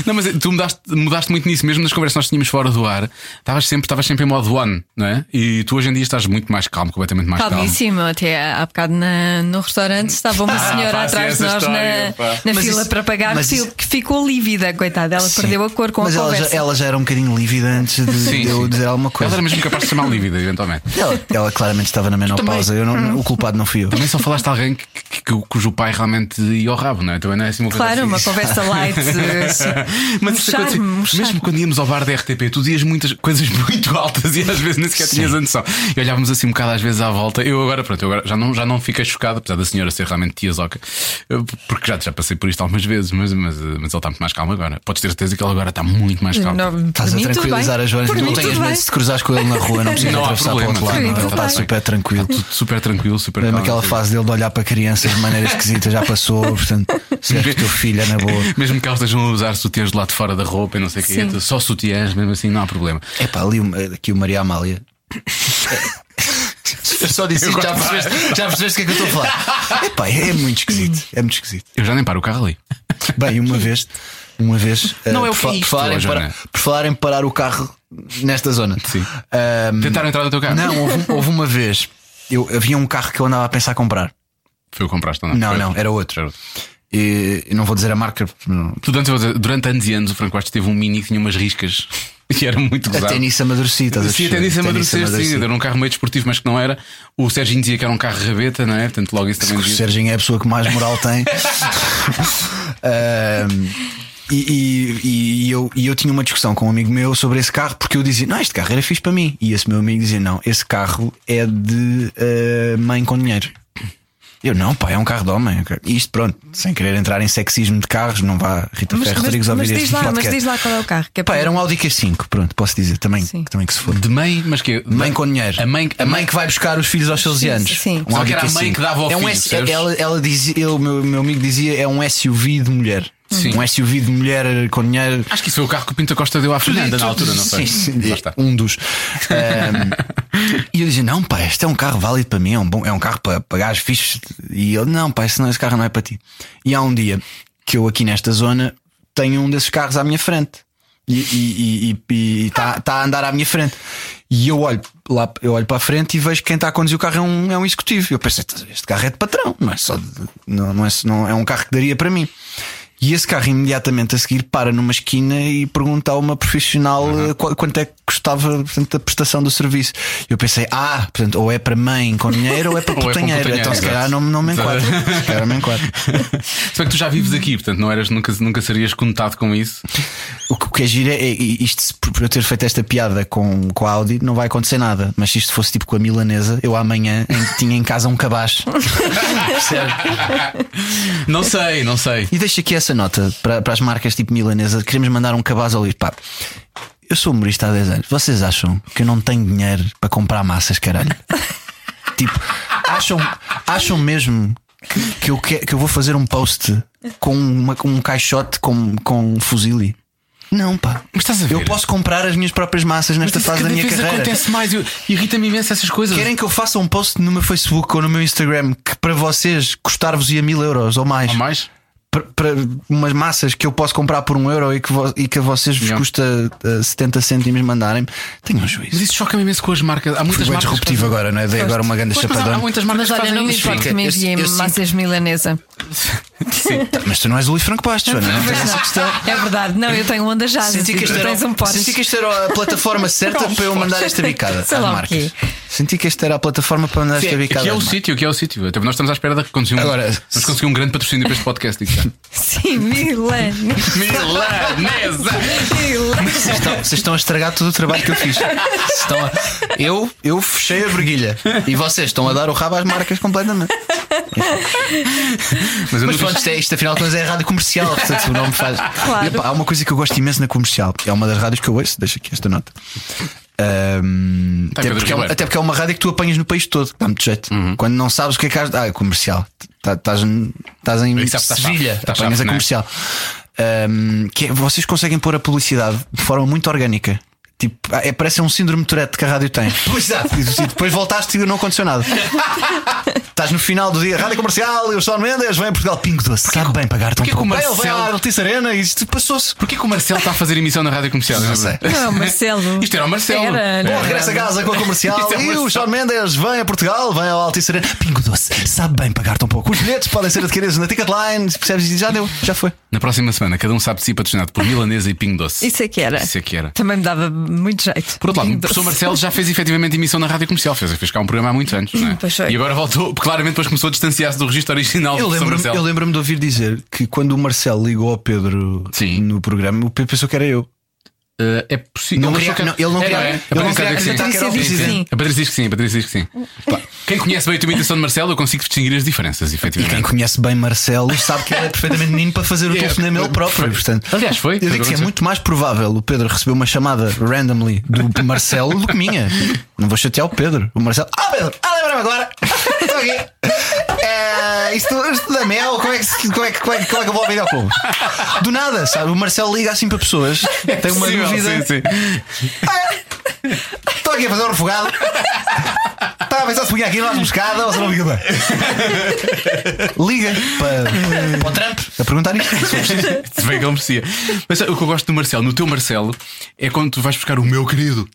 S2: Não, mas tu mudaste, mudaste muito nisso, mesmo nas conversas que nós tínhamos fora do ar. Estavas sempre, estavas sempre em modo one, não é? E tu hoje em dia estás muito mais calmo, completamente mais calmo.
S3: Calmíssimo, até há bocado na- no restaurante estava uma
S2: Ah,
S3: senhora
S2: pá,
S3: atrás de
S2: sim, essa
S3: nós
S2: história, pá.
S3: na, na
S4: Mas
S3: fila
S4: isso-
S3: para pagar,
S4: mas
S3: que
S4: isso-
S3: que ficou lívida, coitada. Ela perdeu a cor com
S4: Mas
S3: a
S4: ela já,
S3: conversa.
S4: ela já era um bocadinho lívida antes de,
S2: Sim,
S4: de eu
S2: sim.
S4: dizer alguma
S2: Ela
S4: coisa.
S2: era mesmo capaz de chamar lívida, eventualmente.
S4: Ela, ela claramente estava na menopausa. Eu
S3: Uhum.
S4: não, o culpado não fui eu.
S2: Também só falaste de alguém que, que- que- cujo pai realmente ia ao rabo, não é? Também não é assim uma coisa
S3: Claro,
S2: assim.
S3: uma conversa
S4: (laughs)
S3: light. eh,
S2: (laughs) Mas isso
S3: charme,
S2: acontecia-
S3: um charme.
S2: mesmo quando íamos ao bar da RTP, tu dizias muitas coisas (laughs) muito altas e às vezes nem sequer tinhas a noção. E olhávamos assim um bocado às vezes à volta. Eu agora, pronto, eu agora já não, já não fiquei chocado, apesar da senhora ser realmente tiazoca, eu- porque já, já passei por isto algumas vezes, mas, mas, mas ele está muito mais calmo agora. Podes ter certeza que ele agora está muito mais calmo.
S3: Não, por
S4: Estás a
S3: mim, tudo
S4: tranquilizar
S3: bem.
S4: a Joana.
S3: Por
S4: Não
S3: mim, tudo
S4: tenhas
S3: bem.
S4: medo de te cruzares com ele na rua. (laughs) Não precisas
S2: Não há
S4: atravessar
S2: problema,
S4: para o outro lado.
S2: sim,
S4: não, Ele
S2: tudo
S4: está
S2: bem.
S4: super tranquilo.
S2: Tudo super tranquilo, super
S4: Mesmo
S2: calmo.
S4: aquela fase dele de olhar para crianças de maneira esquisita já passou. (laughs) Portanto, se és que o teu filho é na boa.
S2: Mesmo que elas estejam a usar sutiãs do lado de fora da roupa e não sei o quê, só sutiãs, mesmo assim não há problema.
S4: É pá, ali o- aqui o Maria Amália. Eu só disse isto, já percebeste, já percebeste o que é que eu estou a falar. É pá, é muito esquisito. É muito esquisito.
S2: Eu já nem paro o carro ali.
S4: Bem, uma vez, uma vez, eh,
S2: Não é o
S4: por,
S2: que é
S4: fa- por
S2: isto,
S4: falar em
S2: Joana.
S4: parar- por falar em parar o carro nesta zona.
S2: Sim.
S4: Ahm,
S2: Tentaram entrar no teu carro?
S4: não, houve, um, houve uma vez. Eu, havia um carro que eu andava a pensar comprar.
S2: Foi o que compraste, ou não?
S4: Não,
S2: Foi
S4: não,
S2: outro.
S4: era outro. E, eu não vou dizer a marca. porque não-
S2: Tu, Durante, durante anos e anos o Franco Bastos teve um mini que tinha umas riscas (laughs) e era muito gozado.
S4: Até nisso amadureci, estás a
S2: Sim, até
S4: perceber?
S2: nisso amadurecer,
S4: amadureci.
S2: sim. Era um carro meio desportivo, mas que não era. O Serginho dizia que era um carro rabeta, não é? Portanto, logo isso também
S4: O
S2: dizia.
S4: Serginho é a pessoa que mais moral tem. Ahm, E, e- e eu, e eu tinha uma discussão com um amigo meu sobre esse carro porque eu dizia: Não, este carro era fixe para mim. E esse meu amigo dizia: Não, esse carro é de eh, mãe com dinheiro. Eu não, pá, é um carro de homem. E Isto, pronto, sem querer entrar em sexismo de carros, não vá Rita
S3: Mas,
S4: Ferro
S3: mas,
S4: Rodrigues
S3: mas
S4: ouvir
S3: diz
S4: este
S3: lá, mas
S4: podcast.
S3: diz lá qual é o carro. Que é
S4: Pá,
S3: para-
S4: era um Audi Q5, pronto, posso dizer, também,
S3: Sim.
S4: também que se for.
S2: De mãe, mas que
S4: Mãe com dinheiro.
S2: A mãe,
S4: A mãe que vai buscar os filhos aos 16 anos.
S3: sim.
S2: Só que era a
S4: Audi
S2: mãe
S4: Q5.
S2: que dava ao
S4: é um
S2: filho,
S4: S-
S2: percebes?
S4: Ela, ela dizia, ele, meu, meu amigo dizia, é um SUV de mulher.
S2: Sim.
S4: Um SUV de mulher com dinheiro.
S2: Acho que isso foi o carro que o Pinta Costa deu à Fernanda na altura, não sei.
S4: Sim, sim.
S2: Lá está.
S4: Um dos. Ahm, e eu dizia: Não, pá, este é um carro válido para mim, é um, bom, é um carro para, para gajos fixos. E ele: Não, pá, esse, não, esse carro não é para ti. E há um dia que eu, aqui nesta zona, tenho um desses carros à minha frente. E está e, e, e, tá- tá a andar à minha frente. E eu olho, lá, eu olho para a frente e vejo que quem está a conduzir o carro é um, é um executivo. Eu pensei: Este carro é de patrão, não é só. de- não, não é, não é um carro que daria para mim. E esse carro imediatamente a seguir para numa esquina e pergunta a uma profissional
S2: Uhum.
S4: eh, qu- quanto é que custava portanto, a prestação do serviço. Eu pensei, ah, portanto, ou é para mãe com dinheiro ou é
S2: (laughs)
S4: para
S2: Ou é para um
S4: putanheiro.
S2: putanheiro,
S4: então se
S2: exato.
S4: calhar não, não me enquadro.
S2: (laughs)
S4: se calhar me enquadro.
S2: Se bem que tu já vives aqui, portanto não eras, nunca, nunca serias conectado com isso.
S4: O que, o que é giro é, é isto, se por por eu ter feito esta piada com, com a Audi, não vai acontecer nada. Mas se isto fosse tipo com a milanesa, eu amanhã em- tinha em casa um cabaz.
S2: Não sei, não sei.
S4: E deixo aqui essa nota para, para as marcas tipo milanesa. Queremos mandar um cabaz ao livro. Pá, eu sou humorista há 10 anos. Vocês acham que eu não tenho dinheiro para comprar
S2: (laughs)
S4: massas, caralho? tipo, acham, acham mesmo que, que eu que, que eu vou fazer um post com, uma- com um caixote com, com um fuzile? Não, pá.
S2: Mas estás a ver?
S4: Eu posso comprar as minhas próprias massas nesta
S2: Isso
S4: fase da
S2: cada
S4: minha
S2: vez
S4: carreira.
S2: acontece mais. Eu- Irrita-me imenso essas coisas.
S4: Querem que eu faça um post no meu Facebook ou no meu Instagram que para vocês custar-vos ia mil euros ou mais?
S2: Ou mais?
S4: para- para umas massas que eu posso comprar por um euro e que, vo- e que a vocês vos
S2: Yeah.
S4: custa eh, 70 cêntimos mandarem-me, tenho um
S2: Mas
S4: juízo.
S2: isso choca-me imenso com as marcas. Há muitas
S4: Foi
S2: marcas. que
S4: disruptivo
S2: fazem-
S4: agora, não é? Dei agora uma grande
S2: Pois, mas há, há
S4: chapadão.
S2: muitas marcas
S3: Mas
S2: que
S3: olha,
S2: fazem
S3: não me
S2: isso. (laughs)
S3: importo que me
S4: Eu-
S3: enviem
S4: eu sinto-
S3: massas milanesa.
S4: Mas tu não és o Luís Franco Bastos, Joana, não tens essa questão.
S3: É verdade, não, eu tenho um onda jazz.
S4: Senti que,
S3: tu
S4: este era,
S3: tens um Porsche.
S4: senti que esta era a plataforma certa para eu mandar esta bicada às
S3: Sei lá o quê.
S4: marcas. Senti que esta era a plataforma para mandar esta bicada.
S2: Que é o
S4: às marcas.
S2: sítio, que é o sítio. Até nós estamos à espera de conseguir um,
S4: Agora-
S2: vamos conseguir um grande patrocínio para este podcast. digo já.
S4: (laughs)
S3: Sim, Milan.
S2: Milanesa!
S3: Milan.
S4: Vocês estão- Vocês estão a estragar todo o trabalho que eu fiz. Vocês Estão a- eu, eu fechei a verguilha e vocês estão a dar o rabo às marcas completamente.
S2: Mas eu
S4: Mas
S2: nunca-
S4: pronto, isto, é, isto afinal de contas é rádio comercial, portanto o nome faz.
S3: Claro.
S4: E, epá, há uma coisa que eu gosto imenso na comercial, é uma das rádios que eu ouço, deixa aqui esta nota. Ahm,
S2: Tá,
S4: até,
S2: Pedro
S4: porque é,
S2: Ribeiro. Uhum.
S4: até porque é uma rádio que tu apanhas no país todo, dá muito jeito. Quando não sabes o que é que há. Ah, é comercial. Tá- Estás em- estás em
S2: Aí sabes, tá
S4: Sevilha,
S2: chato, tá
S4: apanhas
S2: chato, não
S4: a
S2: é?
S4: comercial. Ahm, que é- vocês conseguem pôr a publicidade de forma muito orgânica. Tipo, é, parece um síndrome de Tourette que a rádio
S2: (laughs)
S4: tem. Pois
S2: é.
S4: e depois voltaste e não aconteceu nada. Estás no final do dia, Rádio Comercial, eu sou Mendes, vem a Portugal Pingo Doce. Sabe bem pagar tão
S2: porquê que o
S4: pouco. Vai,
S2: Marcelo-
S4: Ele vai à Altice Arena e isto passou-se.
S2: Porquê que o Marcelo está a fazer emissão na rádio comercial?
S4: Não sei.
S3: Não, é Marcelo.
S2: Isto era o Marcelo.
S3: Era,
S2: Bom,
S3: não
S4: Bom, regressa a casa com a comercial
S2: Isso (laughs) é
S4: e
S2: uma-
S4: o João Mendes vem a Portugal, vem ao Altice Arena. Pingo Doce, sabe bem pagar tão pouco. Os bilhetes podem ser adquiridos na Ticketline, percebes? E Já deu, já foi.
S2: Na próxima semana, cada um sabe de si patrocinado por Milanesa e Pingo Doce.
S3: Isso é que era.
S2: Isso é que era.
S3: Também me dava muito jeito.
S2: Por outro lado, o professor Marcelo já fez efetivamente emissão na rádio comercial, fez, fez cá um programa há muitos anos, não é?
S3: Hum, Pois foi.
S2: E agora voltou, claramente depois começou a distanciar-se do registro original
S4: Eu
S2: do professor
S4: lembro-me
S2: Oh, Marcelo.
S4: eu lembro-me de ouvir dizer que quando o Marcelo ligou ao Pedro
S2: Sim.
S4: no programa, o Pedro pensou que era eu.
S2: Eh, é possível.
S4: Não
S2: eu
S4: queria-
S2: acho que-
S4: não, ele não
S2: É,
S4: queria-
S2: é? A
S4: ele não
S2: Patrícia
S4: queria
S2: diz que sim.
S4: acreditar
S3: que era o Patrícia disse
S4: assim.
S3: presidente.
S2: A Patrícia diz que sim, a Patrícia diz que sim. Pá, Quem conhece bem a imitação de Marcelo, eu consigo distinguir as diferenças,
S4: E quem
S2: efetivamente.
S4: conhece bem Marcelo sabe que ele é perfeitamente menino para fazer
S2: (laughs)
S4: o
S2: É.
S4: telefonema ele próprio. Portanto,
S2: Aliás, foi.
S4: Eu digo que é muito mais provável o Pedro receber uma chamada randomly do Marcelo do que minha. Não vou chatear o Pedro. O Marcelo. Ah, Pedro! Ah, lembra-me agora! (laughs) Estou aqui! É, isto, isto da mel, como é, que, se- como, é que, como, é, que- como é que eu vou ao videoclube? Do nada, sabe? O Marcelo liga assim para pessoas, tem uma
S2: Sim,
S4: dúvida.
S2: Sim, sim.
S4: Estou aqui a fazer um refogado. Estava a pensar se punha aqui lá moscada ou se não liga bem. Liga para, para o Trump a perguntar isto.
S2: Se bem que ele merecia. Mas sabe, o que eu gosto do Marcelo, no teu Marcelo, é quando tu vais buscar o meu querido.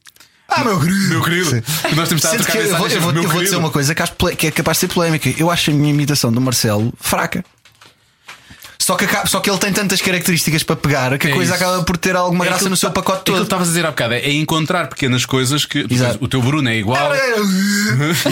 S4: Ah, meu querido!
S2: Meu querido. Nós temos estado a
S4: Sendo
S2: trocar
S4: que eu vou,
S2: mensagens.
S4: eu vou-
S2: meu
S4: eu vou dizer
S2: querido.
S4: uma coisa que, acho pole- que é capaz de ser polémica. Eu acho a minha imitação do Marcelo fraca. Só que, acaba- só que ele tem tantas características para pegar que a
S2: É
S4: coisa
S2: isso.
S4: acaba por ter alguma
S2: É
S4: graça
S2: aquilo
S4: no
S2: que
S4: seu
S2: tá-
S4: pacote
S2: É aquilo que
S4: (laughs) todo.
S2: estavas a dizer há bocado, é, é encontrar pequenas coisas que tu
S4: Exato.
S2: dizes, o teu Bruno é igual.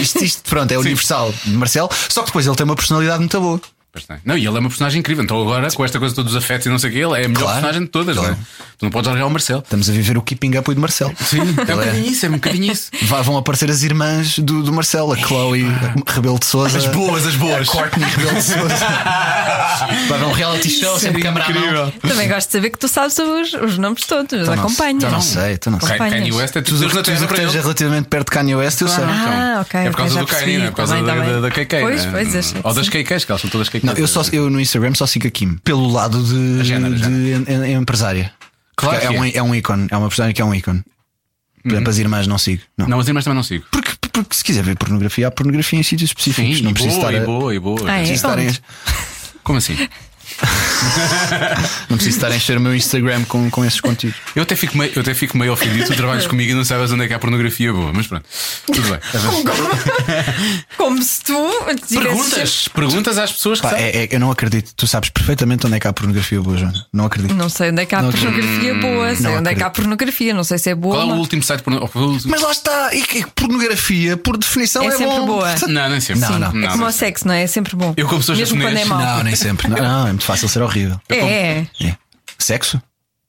S4: Isto, isto, pronto, é universal de Marcelo. Só que depois ele tem uma personalidade muito boa.
S2: Pois tem. Não, e ele é uma personagem incrível. Então agora, com esta coisa toda dos afetos e não sei o que, ele é a melhor
S4: Claro.
S2: personagem de todas,
S4: Claro.
S2: não é? Tu não podes largar o Marcelo.
S4: Estamos a viver o Keeping Up with Marcelo.
S2: Sim, (laughs) é um bocadinho isso, é um bocadinho isso.
S4: Vá- Vão aparecer as irmãs do, do Marcelo, a Chloe Rebelo de Souza.
S2: As boas, as boas.
S4: Courtney Rebelo de Souza.
S2: (laughs)
S5: Para um reality show,
S2: é
S5: sempre câmara à mão.
S3: Também gosto de saber que tu sabes os, os nomes todos, os
S4: não-
S3: acompanhas.
S4: então não sei, então não sei.
S2: Ka- Kanye
S3: Acompanhas.
S2: West é
S4: Tudo
S2: tudo
S4: o que
S2: na
S4: tudo o
S2: terra
S4: que
S2: para
S4: esteja
S2: ele.
S4: relativamente perto de Kanye West, eu sei.
S3: Ah, ok.
S2: É por causa
S3: ok, já
S2: do Kanye,
S3: percebi.
S2: não é por causa
S3: Tá bem,
S2: da,
S3: tá bem.
S2: da, da KK.
S3: Pois,
S2: não é?
S3: pois, achei que
S2: Ou das
S3: sim.
S2: KKs, que elas são todas KKs.
S4: Não, eu, só, eu no Instagram só sigo a Kim pelo lado de,
S2: Jenner, a
S4: de em- em- empresária.
S2: Claro
S4: Porque é,
S2: que é. Uhum.
S4: um, é um ícone, é uma personagem que é um ícone. Por exemplo, as irmãs não sigo. Não.
S2: Não, as irmãs também não sigo.
S4: Porque, porque se quiser ver pornografia, há pornografia em sítios específicos. não
S2: e
S4: preciso
S2: boa,
S4: estar.
S2: e
S4: a-
S2: boa, e boa.
S3: Ah, é?
S4: preciso estar
S3: Onde?
S4: em-
S2: Como assim?
S4: Não preciso estar a encher o meu Instagram com, com esses conteúdos.
S2: Eu até fico meio, eu até fico meio ofendido. Tu
S3: (laughs)
S2: trabalhas comigo e não sabes onde é que há pornografia boa, mas pronto. Tudo
S4: É
S2: bem.
S3: Como se tu tivesses-
S2: Perguntas, perguntas às pessoas que
S4: Pá,
S2: sabem.
S4: é- é- eu não acredito. Tu sabes perfeitamente onde é que há pornografia boa, Joana. Não acredito.
S3: Não sei onde é que há
S4: Não acredito.
S3: pornografia boa, sei
S4: não
S3: onde é que há
S4: acredito.
S3: pornografia, não sei se é boa.
S2: Qual é o
S3: mas-
S2: último site pornográfico?
S4: Mas lá está. E que pornografia, por definição,
S3: É
S4: é,
S3: sempre
S4: bom.
S3: boa.
S2: Não, nem sempre.
S4: Não, não.
S3: é como o sexo, não é? É sempre bom.
S2: Eu, como sou
S3: Mesmo quando é
S2: japonês,
S3: mau.
S4: Não, nem sempre. Não, não, é muito fácil ser horrível.
S3: é, é.
S4: É. Sexo?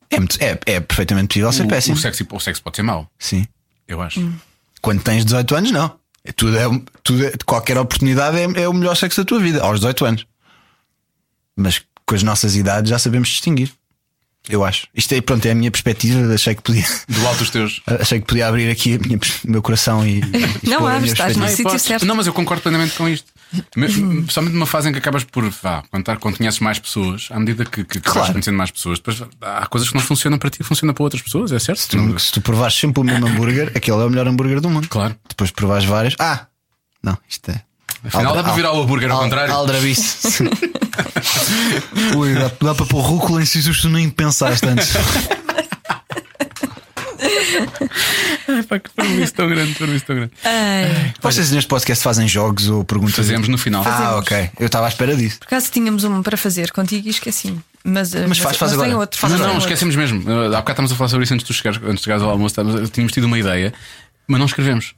S4: É, muito- é, é perfeitamente possível ser
S2: O,
S4: péssimo.
S2: o, sexo, o sexo pode ser mau,
S4: Sim.
S2: eu acho.
S3: Hum.
S4: Quando tens 18 anos, não. É Tudo é, tudo é- qualquer oportunidade é, é o melhor sexo da tua vida, aos 18 anos. Mas com as nossas idades já sabemos distinguir. Eu acho. Isto é, pronto, é a minha perspectiva. Achei que podia,
S2: Do alto dos teus.
S4: achei que podia abrir aqui a minha (laughs) pers- o meu coração e. e
S3: (laughs)
S4: expor a
S3: abres, estás
S4: minha
S3: no
S4: perspectiva.
S3: sítio
S2: Hipóteses.
S3: certo. Hum.
S2: Não, mas eu concordo plenamente com isto. Me- Somente numa fase em que acabas por, vá, quando, tá- quando conheces mais pessoas, à medida que, que, que
S4: Claro.
S2: vais conhecendo mais pessoas, depois há coisas que não funcionam para ti, funcionam para outras pessoas, é certo?
S4: Tu- Se tu provares sempre o mesmo hambúrguer, aquele é o melhor hambúrguer do mundo.
S2: Claro.
S4: Depois provares várias. Ah! Não, isto é.
S2: Afinal, dá para virar o hambúrguer ao contrário. (laughs)
S4: Aldrabice.
S3: (laughs)
S4: sim. Ui, dá, dá para pôr rúcula em sítios que tu nem pensaste
S3: (laughs)
S4: antes.
S2: Pá, que permisso tão grande, permisso tão grande.
S3: Ai,
S4: Vocês neste podcast fazem jogos ou perguntas?
S2: Fazemos no final.
S4: Ah, ok. Eu estava à espera disso.
S3: por acaso tínhamos um para fazer contigo e esqueci-me. Mas, eh, mas,
S4: faz, faz
S3: mas tem
S4: agora.
S3: outro. Faz
S2: não,
S3: tem
S2: não,
S3: outro.
S2: esquecemos mesmo. Uh, há bocado estávamos a falar sobre isso antes de tu chegares, antes de chegares ao almoço. estávamos- tínhamos tido uma ideia, mas não escrevemos.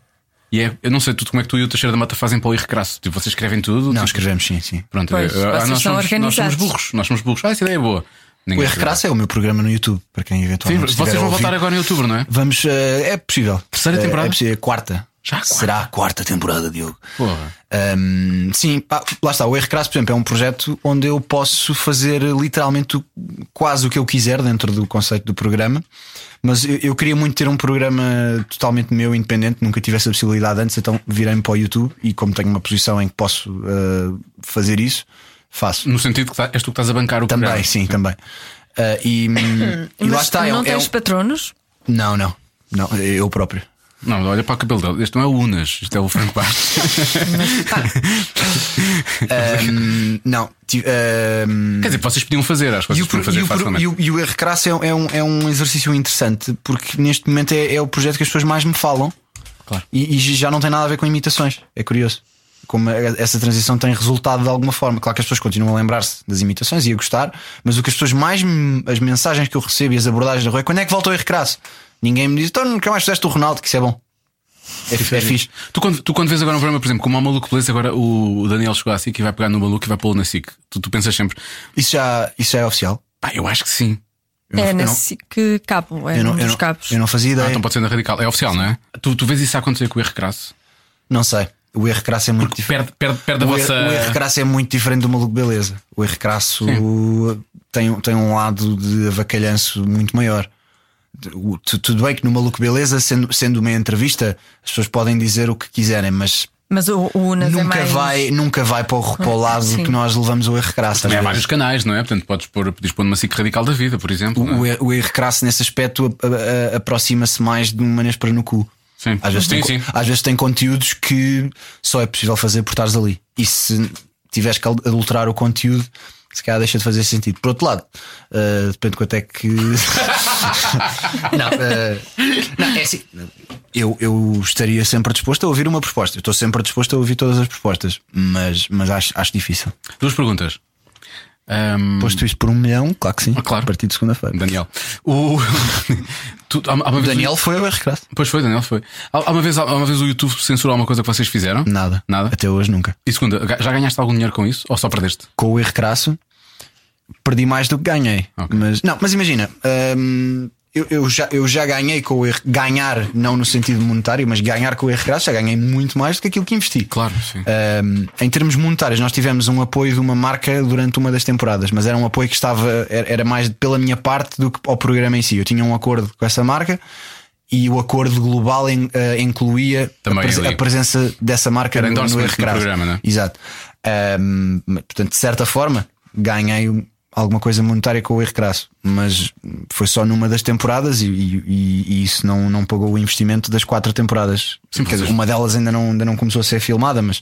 S2: E é, eu não sei tudo como é que tu e o Teixeira da Mata fazem para o recrasso. Tipo, vocês escrevem tudo?
S4: Não,
S2: tipo,
S4: escrevemos sim, sim.
S2: Pronto,
S3: Pois,
S2: eu- ah,
S3: vocês
S2: nós,
S3: são
S2: somos, nós somos
S3: organizados.
S2: burros. Nós somos burros. Ah, essa ideia é boa.
S4: O
S2: Ninguém escreveu.
S4: Recrasso é o meu programa no YouTube, para quem
S2: Sim,
S4: eventualmente. estiver
S2: vocês
S4: a
S2: vão
S4: ouvir.
S2: voltar agora em outubro, não é?
S4: Vamos, eh, é possível.
S2: Terceira
S4: Eh,
S2: temporada?
S4: É, possível, quarta.
S2: Já a quarta?
S4: Será a quarta temporada, Diogo.
S2: Porra.
S4: Ahm, sim, pá, lá está. O Recrasso, por exemplo, é um projeto onde eu posso fazer literalmente o- quase o que eu quiser dentro do conceito do programa. Mas eu, eu queria muito ter um programa totalmente meu, independente. Nunca tive essa possibilidade antes, então virei-me para o YouTube. E como tenho uma posição em que posso ah, fazer isso, faço.
S3: Hum.
S2: No sentido que tá- és tu que estás a bancar o
S4: Também,
S2: programa.
S4: sim, também. Ah,
S3: (coughs)
S4: e, e
S3: Mas
S4: lá está. é
S3: Não
S4: um- é
S3: tens
S4: um-
S3: patronos?
S4: Não, não. Não, eu próprio.
S2: Não, olha para o cabelo dele. Este não é o Unas, isto é o Franco
S4: (laughs)
S2: Bastos.
S4: Ahm, Hum, não. ti- ah, hum, ahm,
S2: Quer dizer, vocês podiam fazer, acho que
S4: e
S2: vocês
S4: o, pro-
S2: podiam fazer
S4: e o pro-
S2: facilmente.
S4: e o- e o R Crasso é, um- é um, é um exercício interessante porque neste momento é, é o projeto que as pessoas mais me falam
S2: Claro.
S4: e, e já não tem nada a ver com imitações. É curioso como a- essa transição tem resultado de alguma forma. Claro que as pessoas continuam a lembrar-se das imitações e a gostar, mas o que as pessoas mais me- as mensagens que eu recebo e as abordagens da rua é quando é que volta o R Crasso? Ninguém me diz, então nunca mais fizeste o Ronaldo, que isso é bom. É, fi- é fixe.
S2: Tu quando, tu quando vês agora um programa, por exemplo, como há maluco beleza, agora o Daniel chegou à SIC e vai pegar no maluco e vai pô-lo na SIC. Tu, tu pensas sempre,
S4: Isso já, isso já é oficial.
S2: pá, eu acho que sim.
S4: não-
S3: é
S4: eu
S3: na
S4: não-
S3: SIC que cabo, é
S4: Eu
S3: um
S4: não, eu
S3: dos
S4: não-
S3: cabos.
S4: eu não fazia
S2: Ah,
S4: ideia.
S2: então pode ser na radical. É oficial, não é? Tu, tu vês isso a acontecer com o R. Crasso.
S4: Não sei. O erro crasso é muito diferente.
S2: Perde, perde, perde a
S4: O,
S2: vossa.
S4: erro, o erro crasso é muito diferente do maluco beleza. O erro crasso tem, tem um lado de avacalhanço muito maior. O- tu- Tudo bem que no Maluco Beleza, sendo, sendo uma entrevista, as pessoas podem dizer o que quiserem, mas
S3: Mas o, o Unas é
S4: nunca,
S3: mais.
S4: vai, nunca vai para o, para o lado
S3: Sim.
S4: que nós levamos o erro crasso. às
S2: Também há
S4: vezes.
S2: vários canais, não é? Portanto, podes pôr, podes pôr numa SIC radical da vida, por exemplo. não é?
S4: O, er- o erro crasso nesse aspecto a- a- a- aproxima-se mais de uma para no cu.
S2: Sim.
S4: Às vezes,
S2: sim,
S4: tem,
S2: sim.
S4: co- às vezes tem conteúdos que só é possível fazer por estares ali. E se tiveres que ad- adulterar o conteúdo, se calhar deixa de fazer sentido. Por outro lado, ah, depende de quanto
S2: (laughs)
S4: é que.
S5: Não,
S4: não, é assim. Eu, eu estaria sempre disposto a ouvir uma proposta. Eu estou sempre disposto a ouvir todas as propostas, mas, mas acho, acho difícil.
S2: Duas perguntas. Ahm,
S4: Posto isto por um milhão, claro que sim.
S2: Ah, claro.
S4: A partir de segunda-feira.
S2: Daniel. O. (laughs) tu- há- há uma
S4: O
S2: vez-
S4: Daniel foi a Berrecrato.
S2: Pois foi, Daniel, foi. Há há uma vez, há uma vez o YouTube censurou alguma coisa que vocês fizeram?
S4: Nada.
S2: Nada.
S4: Até hoje nunca.
S2: E segunda, ga- já ganhaste algum dinheiro com isso? Ou só perdeste?
S4: Com o erro crasso, perdi mais do que ganhei.
S2: Ok.
S4: Mas, não, mas imagina, hum, eu, eu já, eu já ganhei com o erro. Ganhar, não no sentido monetário, mas ganhar com o erro crasso, já ganhei muito mais do que aquilo que investi.
S2: Claro, sim.
S4: Um, em termos monetários, nós tivemos um apoio de uma marca durante uma das temporadas, mas era um apoio que estava era era mais pela minha parte do que ao programa em si. Eu tinha um acordo com essa marca e o acordo global em- eh, incluía a,
S2: Também
S4: presen-
S2: ali.
S4: a presença dessa marca
S2: Era
S4: no, no
S2: endorsement no
S4: RCRAS.
S2: programa, não é?
S4: Exato. Um, mas, portanto, de certa forma, ganhei um- alguma coisa monetária com o erro crasso, mas foi só numa das temporadas e, e- e- e isso não, não pagou o investimento das quatro temporadas.
S2: Sim,
S4: Quer dizer,
S2: vocês-
S4: uma delas ainda não, ainda não começou a ser filmada, mas,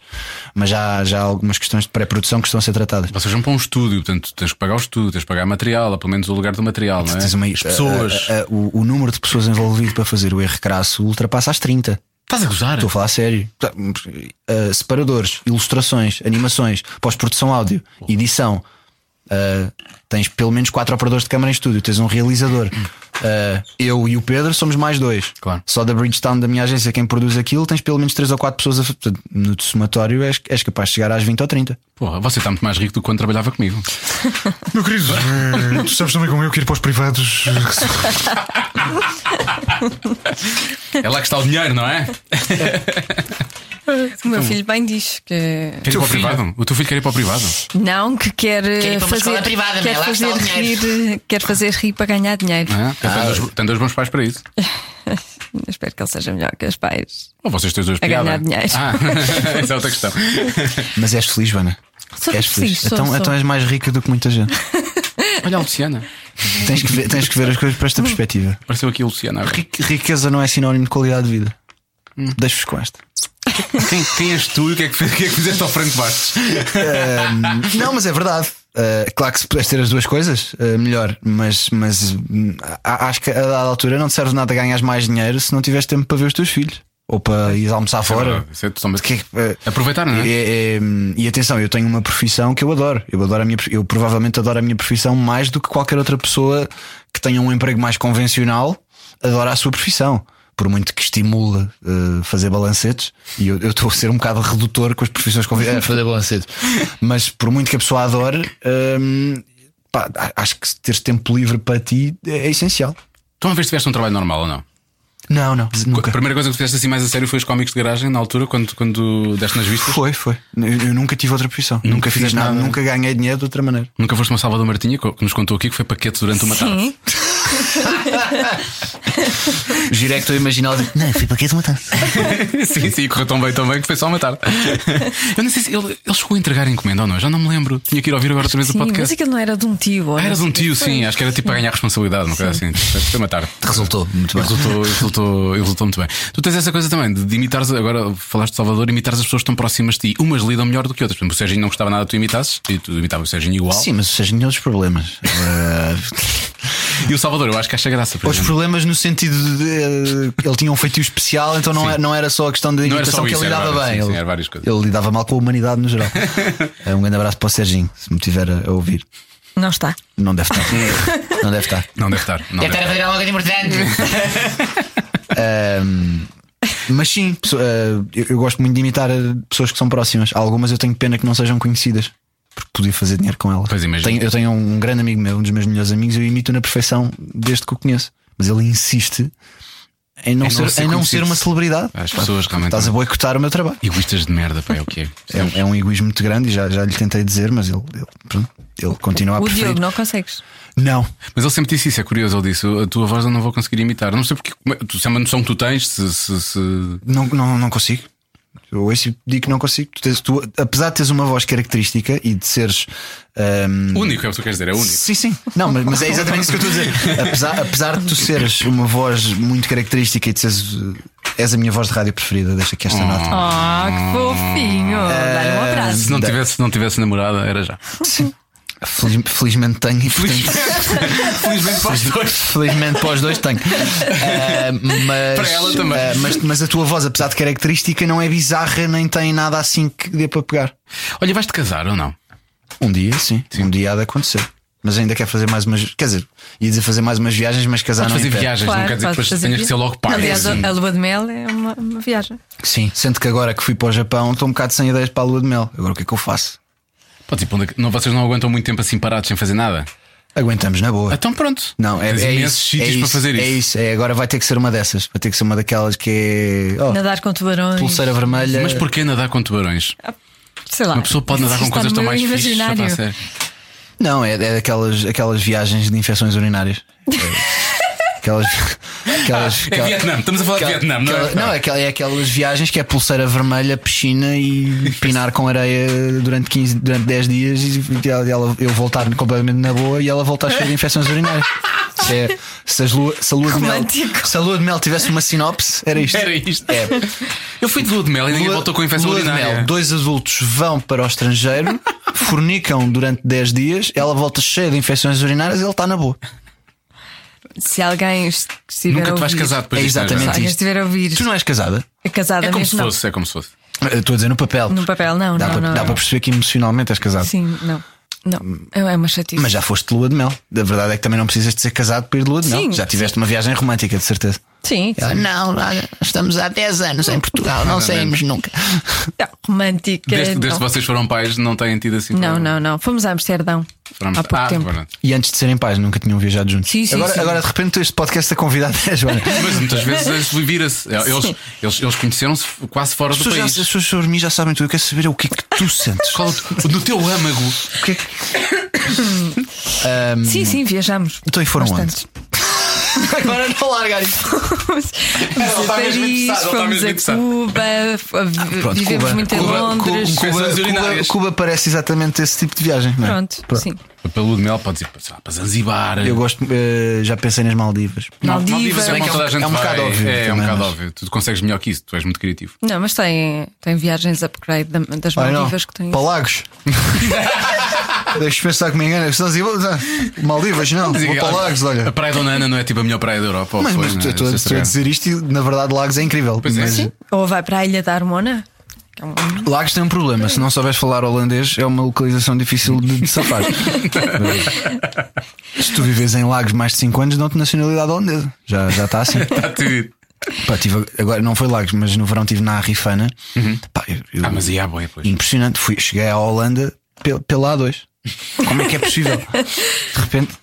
S4: mas já, já há algumas questões de pré-produção que estão a ser tratadas.
S2: Vocês vão para um estúdio, portanto tens que pagar o estúdio, tens que pagar material, ou pelo menos o lugar do material, não é?
S4: Tens uma-
S2: As pessoas.
S4: a- a- a- Ah, o, o número de pessoas envolvidas para fazer o erro crasso ultrapassa as 30.
S2: Estás a gozar?
S4: Estou a falar a sério. Uh, separadores, ilustrações, animações, pós-produção áudio, edição. Uh, tens pelo menos quatro operadores de câmara em estúdio, tens um realizador. Uh, eu e o Pedro somos mais dois.
S2: Claro.
S4: Só da Bridgestone, da minha agência, quem produz aquilo, tens pelo menos três ou quatro pessoas a fa- portanto, No somatório és, és capaz de chegar às 20 ou 30.
S2: Porra, você está muito mais rico do que quando trabalhava comigo.
S7: Meu querido, eh, tu sabes também como eu que ir para os privados. eh, que se-
S2: É lá que está o dinheiro, não é?
S3: (laughs) O
S5: Hum.
S3: meu filho bem diz que.
S2: Quer ir para o privado? O teu filho quer ir para o privado?
S3: Não, que quer,
S5: ir
S3: eh,
S5: para uma escola
S3: fazer,
S5: privada, não é?
S3: quer
S5: Lá
S3: fazer
S5: está o
S3: rir,
S5: dinheiro.
S3: eh, quer fazer rir para ganhar dinheiro.
S2: Não é? Tem dois- Tem dois bons pais para isso.
S3: Espero que ele seja melhor que os pais.
S2: Ou vocês têm os dois
S3: A
S2: piada.
S3: ganhar dinheiro.
S2: Ah, (laughs) essa é outra questão.
S4: Mas és feliz, Vana.
S3: Sou
S4: és
S3: feliz, sou,
S4: então,
S3: sou.
S4: então és mais rica do que
S3: (laughs)
S4: muita gente.
S2: Olha a Luciana.
S4: tens, que ver, tens que ver as coisas para esta perspectiva.
S2: Apareceu aqui a Luciana. agora.
S4: Rique- Riqueza não é sinónimo de qualidade de vida. Deixo-vos com esta.
S2: Quem, quem és tu e o que é que, fiz- o que é que fizeste ao Franco Bastos?
S4: (laughs) Não, mas é verdade. Uh, claro que se puderes ter as duas coisas, uh, melhor. Mas, mas hum, a- acho que a dada altura não te serve nada ganhar mais dinheiro se não tiveres tempo para ver os teus filhos ou para ir almoçar fora.
S2: Isso é totalmente-
S4: Que é que, uh,
S2: Aproveitar, não é?
S4: é- é, hum, e atenção, eu tenho uma profissão que eu adoro. Eu adoro a minha, prof- eu provavelmente adoro a minha profissão mais do que qualquer outra pessoa que tenha um emprego mais convencional adora a sua profissão. Por muito que estimule uh, fazer balancetes, e eu eu estou a ser um bocado redutor com as profissões
S6: (laughs)
S4: convencionais.
S6: Fazer balancedo.
S4: (laughs) Mas por muito que a pessoa adore, hum, pá, a- acho que teres tempo livre para ti é, é essencial.
S2: Tu uma vez tiveste um trabalho normal ou não?
S4: Não, não,
S2: A
S4: nunca.
S2: primeira coisa que fizeste assim mais a sério foi os cómicos de garagem na altura, quando, quando deste nas vistas?
S4: Foi, foi. Eu, eu nunca tive outra profissão. Nunca, fiz
S2: fizeste
S4: nada,
S2: nada.
S4: nunca ganhei dinheiro de outra maneira.
S2: Nunca foste uma Salvador Martinha que nos contou aqui que foi paquete durante uma tarde. (laughs)
S3: Sim,
S6: Giro é que estou a imaginar ela dizer,
S5: Não, fui para que de matar.
S2: sim, sim, correu tão bem, tão bem que foi só uma tarde. Eu não sei se ele, ele chegou a entregar a encomenda ou não, eu já não me lembro. Tinha que ir ouvir agora outra vez o
S3: sim, mas
S2: podcast.
S3: aquilo não era de um tio. ou
S2: Ah, era de um
S3: não sei
S2: tio,
S3: o quê.
S2: sim, acho que era tipo para ganhar responsabilidade, uma coisa assim. Foi uma tarde.
S4: Resultou, muito bem.
S2: Resultou, resultou, resultou muito bem. Tu tens essa coisa também de, de imitares, agora falaste de Salvador, imitares as pessoas que estão próximas de ti. Umas lidam melhor do que outras. Por exemplo, o Serginho não gostava nada que tu imitasses e tu imitavas o Serginho igual.
S4: Sim, mas seja nenhum
S2: (laughs)
S4: dos problemas. Eh,
S2: E o Salvador, eu acho que acha graça. Por
S4: Os
S2: exemplo.
S4: problemas no sentido de, eh, ele tinha um feitio especial, então não, é- não era só a questão da
S2: Não era
S4: imitação
S2: só
S4: que
S2: isso,
S4: ele
S2: era
S4: lidava
S2: várias-
S4: bem.
S2: sim, sim,
S4: ele,
S2: era várias coisas.
S4: ele lidava mal com a humanidade
S2: (laughs)
S4: no geral. Eh, um grande abraço para o Serginho, se me tiver a a ouvir.
S3: Não está.
S4: Não
S2: (laughs)
S4: deve estar. não deve estar.
S2: Não deve estar. Não deve
S5: Deve estar a
S2: estar.
S5: fazer alguma coisa importante.
S4: Mas sim, pesso- eh, eu, eu gosto muito de imitar eh, pessoas que são próximas. Algumas eu tenho pena que não sejam conhecidas, porque podia fazer dinheiro com elas.
S2: Pois imagino.
S4: Tenho- eu tenho um grande amigo meu, um dos meus melhores amigos, eu imito na perfeição desde que o conheço. Mas ele insiste em não,
S2: Em não
S4: ser,
S2: ser
S4: em não
S2: conhecido.
S4: ser uma celebridade.
S2: As pessoas realmente.
S4: Estás a boicotar o meu trabalho.
S2: Egoístas de merda, pá, é o que é.
S4: É, um- é um egoísmo muito grande e já, já lhe tentei dizer, mas ele, ele, pronto, ele
S2: Ah,
S4: continua a
S3: O
S4: preferir.
S3: Diogo, não consegues.
S4: Não,
S2: Mas ele sempre disse isso, é curioso, ele disse: a tua voz eu não vou conseguir imitar. Não sei porque. como é- tu- Se é uma noção que tu tens, se. se- se-
S4: não, não, não consigo. Eu ouço e digo que não consigo. Tu tens- tu, apesar de teres uma voz característica e de seres. ahm,
S2: Único é o que tu queres dizer, é único.
S4: Sim, sim. Não, mas, mas é exatamente isso que eu estou a dizer. Apesar, apesar de tu seres uma voz muito característica e de seres. eh, És a minha voz de rádio preferida, deixa aqui esta nota.
S3: Oh,
S2: Ah.
S3: que fofinho. Dá-lhe um
S2: Se
S3: abraço.
S2: não tivesse, se não tivesse namorada, era já.
S4: Feliz- felizmente tenho e portanto,
S2: (laughs) Felizmente para os dois.
S4: felizmente para os dois tenho. Eh, mas,
S2: Para ela também.
S4: eh, mas, mas a tua voz, apesar de característica, não é bizarra, nem tem nada assim que dê para pegar.
S2: Olha, vais-te casar ou não?
S4: Um dia, sim. Um dia há de acontecer. Mas ainda quer fazer mais umas. Quer dizer, ia dizer fazer mais umas viagens, mas casar
S2: Podes
S4: não
S2: fazer
S4: impede.
S2: viagens, não quer dizer que
S3: podes
S2: depois
S3: fazer
S2: tenhas que ser
S3: viagem.
S2: logo pai.
S3: Aliás,
S2: assim.
S3: a a lua de mel é uma, uma viagem.
S4: Sim. Sendo que agora que fui para o Japão estou um bocado sem ideias para a lua de mel. Agora o que é que eu faço?
S2: Pá, tipo, onde é que- não, vocês não aguentam muito tempo assim parados sem fazer nada.
S4: Aguentamos na boa.
S2: Então pronto.
S4: Não, é,
S2: Tens
S4: é
S2: imensos
S4: isso,
S2: sítios
S4: é
S2: para
S4: isso,
S2: fazer
S4: É
S2: isso.
S4: isso, é, agora vai ter que ser uma dessas. Vai ter que ser uma daquelas que é. oh,
S3: Nadar com tubarões.
S4: pulseira vermelha.
S2: Mas porquê nadar com tubarões?
S3: Sei lá.
S2: Uma pessoa pode nadar com
S3: Está
S2: coisas
S3: no
S2: tão
S3: meu
S2: mais fixas. já está a
S3: imaginário.
S2: sério.
S4: Não, é, é daquelas aquelas viagens de infecções urinárias. É, aquelas. aquelas
S2: É Vietnã, estamos a falar de Vietnã, não é?
S4: aquela- não, é, aquela- é aquelas viagens que é pulseira vermelha, piscina e pinar com areia durante, 15, durante 10 dias e, e ela, ela- eu voltar completamente na boa e ela voltar cheia de infecções urinárias. Se, é- se, as lua, se, a lua de mel,
S3: Romântico.
S4: se a lua de mel tivesse uma sinopse, era isto. É.
S2: Era isto. Eu fui de lua de mel e ninguém
S4: Lua-
S2: voltou com infecção
S4: lua de
S2: urinária.
S4: mel, dois adultos vão para o estrangeiro, fornicam durante 10 dias, ela volta cheia de infecções urinárias e ele está na boa.
S3: Se alguém est- estiver
S2: Nunca
S3: a
S2: te vais
S3: ouvir-
S2: casar depois
S4: É
S2: disto, não
S3: Se
S4: exatamente
S3: alguém
S4: isto.
S3: estiver a ouvir
S4: Tu não és casada?
S3: a casada
S2: É como se
S3: mesmo, não.
S2: fosse, é como se fosse.
S4: Eu Estou a dizer no papel.
S3: No papel, não,
S4: dá
S3: não,
S4: para,
S3: não.
S4: dá para perceber que emocionalmente és casado.
S3: Sim, não. Não, é uma chatice.
S4: Mas já foste de lua de mel. A verdade é que também não precisas de ser casado para ir de lua de mel.
S3: Sim.
S4: Já tiveste uma viagem romântica, de certeza.
S3: Sim,
S5: Ela, Então, Não, olha, estamos há 10 anos em Portugal, não saímos nunca.
S3: não, é romântica.
S2: Desde, desde que
S3: não.
S2: vocês foram pais, não têm tido assim.
S3: não, não, não. Fomos a Amsterdão há pouco
S2: ah,
S3: tempo.
S2: pronto.
S4: E antes de serem pais, nunca tinham viajado juntos.
S3: Sim, sim,
S4: agora,
S3: sim.
S4: agora, de repente, este podcast está convidado é a
S3: (laughs)
S4: Joana.
S2: Mas
S4: (laughs)
S2: muitas vezes eles vira-se. Eles, eles, eles conheceram-se quase fora
S4: As
S2: do
S4: pessoas, já, as
S2: país.
S4: pessoas sobre mim já sabem tudo. Eu quero saber é o que é que tu sentes.
S2: Qual- no teu âmago.
S4: O que é que-
S3: Sim, sim, viajamos.
S4: Então, e foram
S3: Bastante.
S4: (laughs) Agora não largar isto.
S3: Fomos a
S2: está mesmo
S3: Paris,
S2: interessado, ela está
S3: fomos
S2: mesmo
S3: a
S2: interessada.
S3: Cuba, a vi-
S4: Pronto,
S3: vivemos
S4: Cuba.
S3: muito em
S2: Cuba, Cu- Cu-
S3: Londres.
S4: Cuba,
S2: Infecções
S4: Cuba,
S2: urinárias.
S4: Cuba parece exatamente esse tipo de viagem. não é?
S3: Pronto, sim.
S2: Para lua de mel, podes ir para, sei lá, para Zanzibar.
S4: Eu gosto, eh, já pensei nas Maldivas.
S3: Maldivas.
S2: é,
S4: bem
S2: uma
S4: que é
S2: toda a
S4: um-
S2: gente
S4: é um
S2: vai.
S4: bocado óbvio
S2: É, é um
S4: também,
S2: bocado
S4: mas-
S2: óbvio. Tu consegues melhor que isso, tu és muito criativo.
S3: Não, mas tem, tem viagens upgrade da- das
S2: Ah,
S4: Olha, não,
S3: Maldivas que têm. (laughs)
S4: para Lagos. Deixa eu pensar que me engano. Senão se- assim, Maldivas, não. Vou para Lagos,
S2: Assim, A
S4: olha.
S2: praia da Ana não é tipo a melhor praia da Europa. ou
S4: Mas,
S2: foi,
S4: mas
S2: não é?
S4: eu estou a-
S2: Não sei se
S4: estou a
S2: é.
S4: dizer isto e na verdade Lagos é incrível.
S2: Pois é.
S4: Mas
S2: Sim.
S3: Ou vai para a Ilha da Armona. que é um-
S4: Lagos tem um problema. Se não souberes falar holandês, é uma localização difícil de,
S3: (laughs)
S4: de safar. Se tu vives em Lagos mais de 5 anos, dão-te nacionalidade holandesa. Já, já
S2: (laughs)
S4: está assim.
S2: Está tudo.
S4: Pá, tive, agora não foi Lagos, mas no verão estive na Arrifana. Pá, eu- eu-
S2: Ah, mas aí há boia, pois.
S4: Impressionante. Fui, cheguei à Holanda pe- pela A2. Como é que é possível? De repente,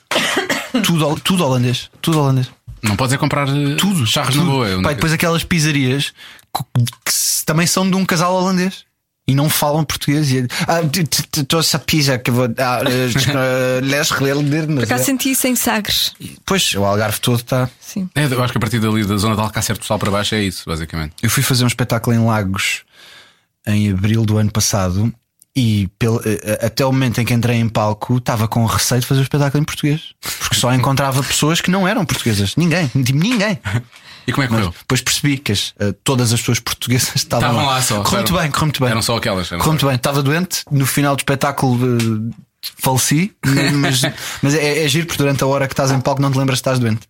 S4: tudo, hol- tudo holandês. Tudo holandês.
S2: Não podes é comprar eh,
S4: Tudo.
S2: charros
S4: tudo.
S2: na boa. eu
S4: Pá,
S2: nunca-
S4: e depois aquelas pizzarias co- que se- também são de um casal holandês. E não falam português. E, ah, t- t- t- trouxe a pizza que vou dar. eh, (laughs) Les relder,
S3: Por
S4: mas
S3: acaso
S4: é.
S3: senti isso em Sagres.
S4: Pois, o Algarve todo está.
S3: Sim.
S2: É, eu acho que a partir dali da zona de Alcácer do Sal para baixo é isso, basicamente.
S4: Eu fui fazer um espetáculo em Lagos em abril do ano passado e pelo- eh, até o momento em que entrei em palco estava com receio de fazer o espetáculo em português porque só encontrava pessoas que não eram portuguesas. Ninguém, tipo, ninguém.
S2: E como é que
S4: Mas
S2: correu?
S4: depois percebi que as, eh, todas as pessoas portuguesas (laughs) estavam
S2: Estavam lá só,
S4: Correu muito
S2: eram-
S4: bem, correu muito bem.
S2: eram só é? aquelas, eram
S4: Correu muito bem. Estava doente, no final do espetáculo eh, faleci, (laughs) mas, mas é, é giro porque durante a hora que estás em palco não te lembras que estás doente.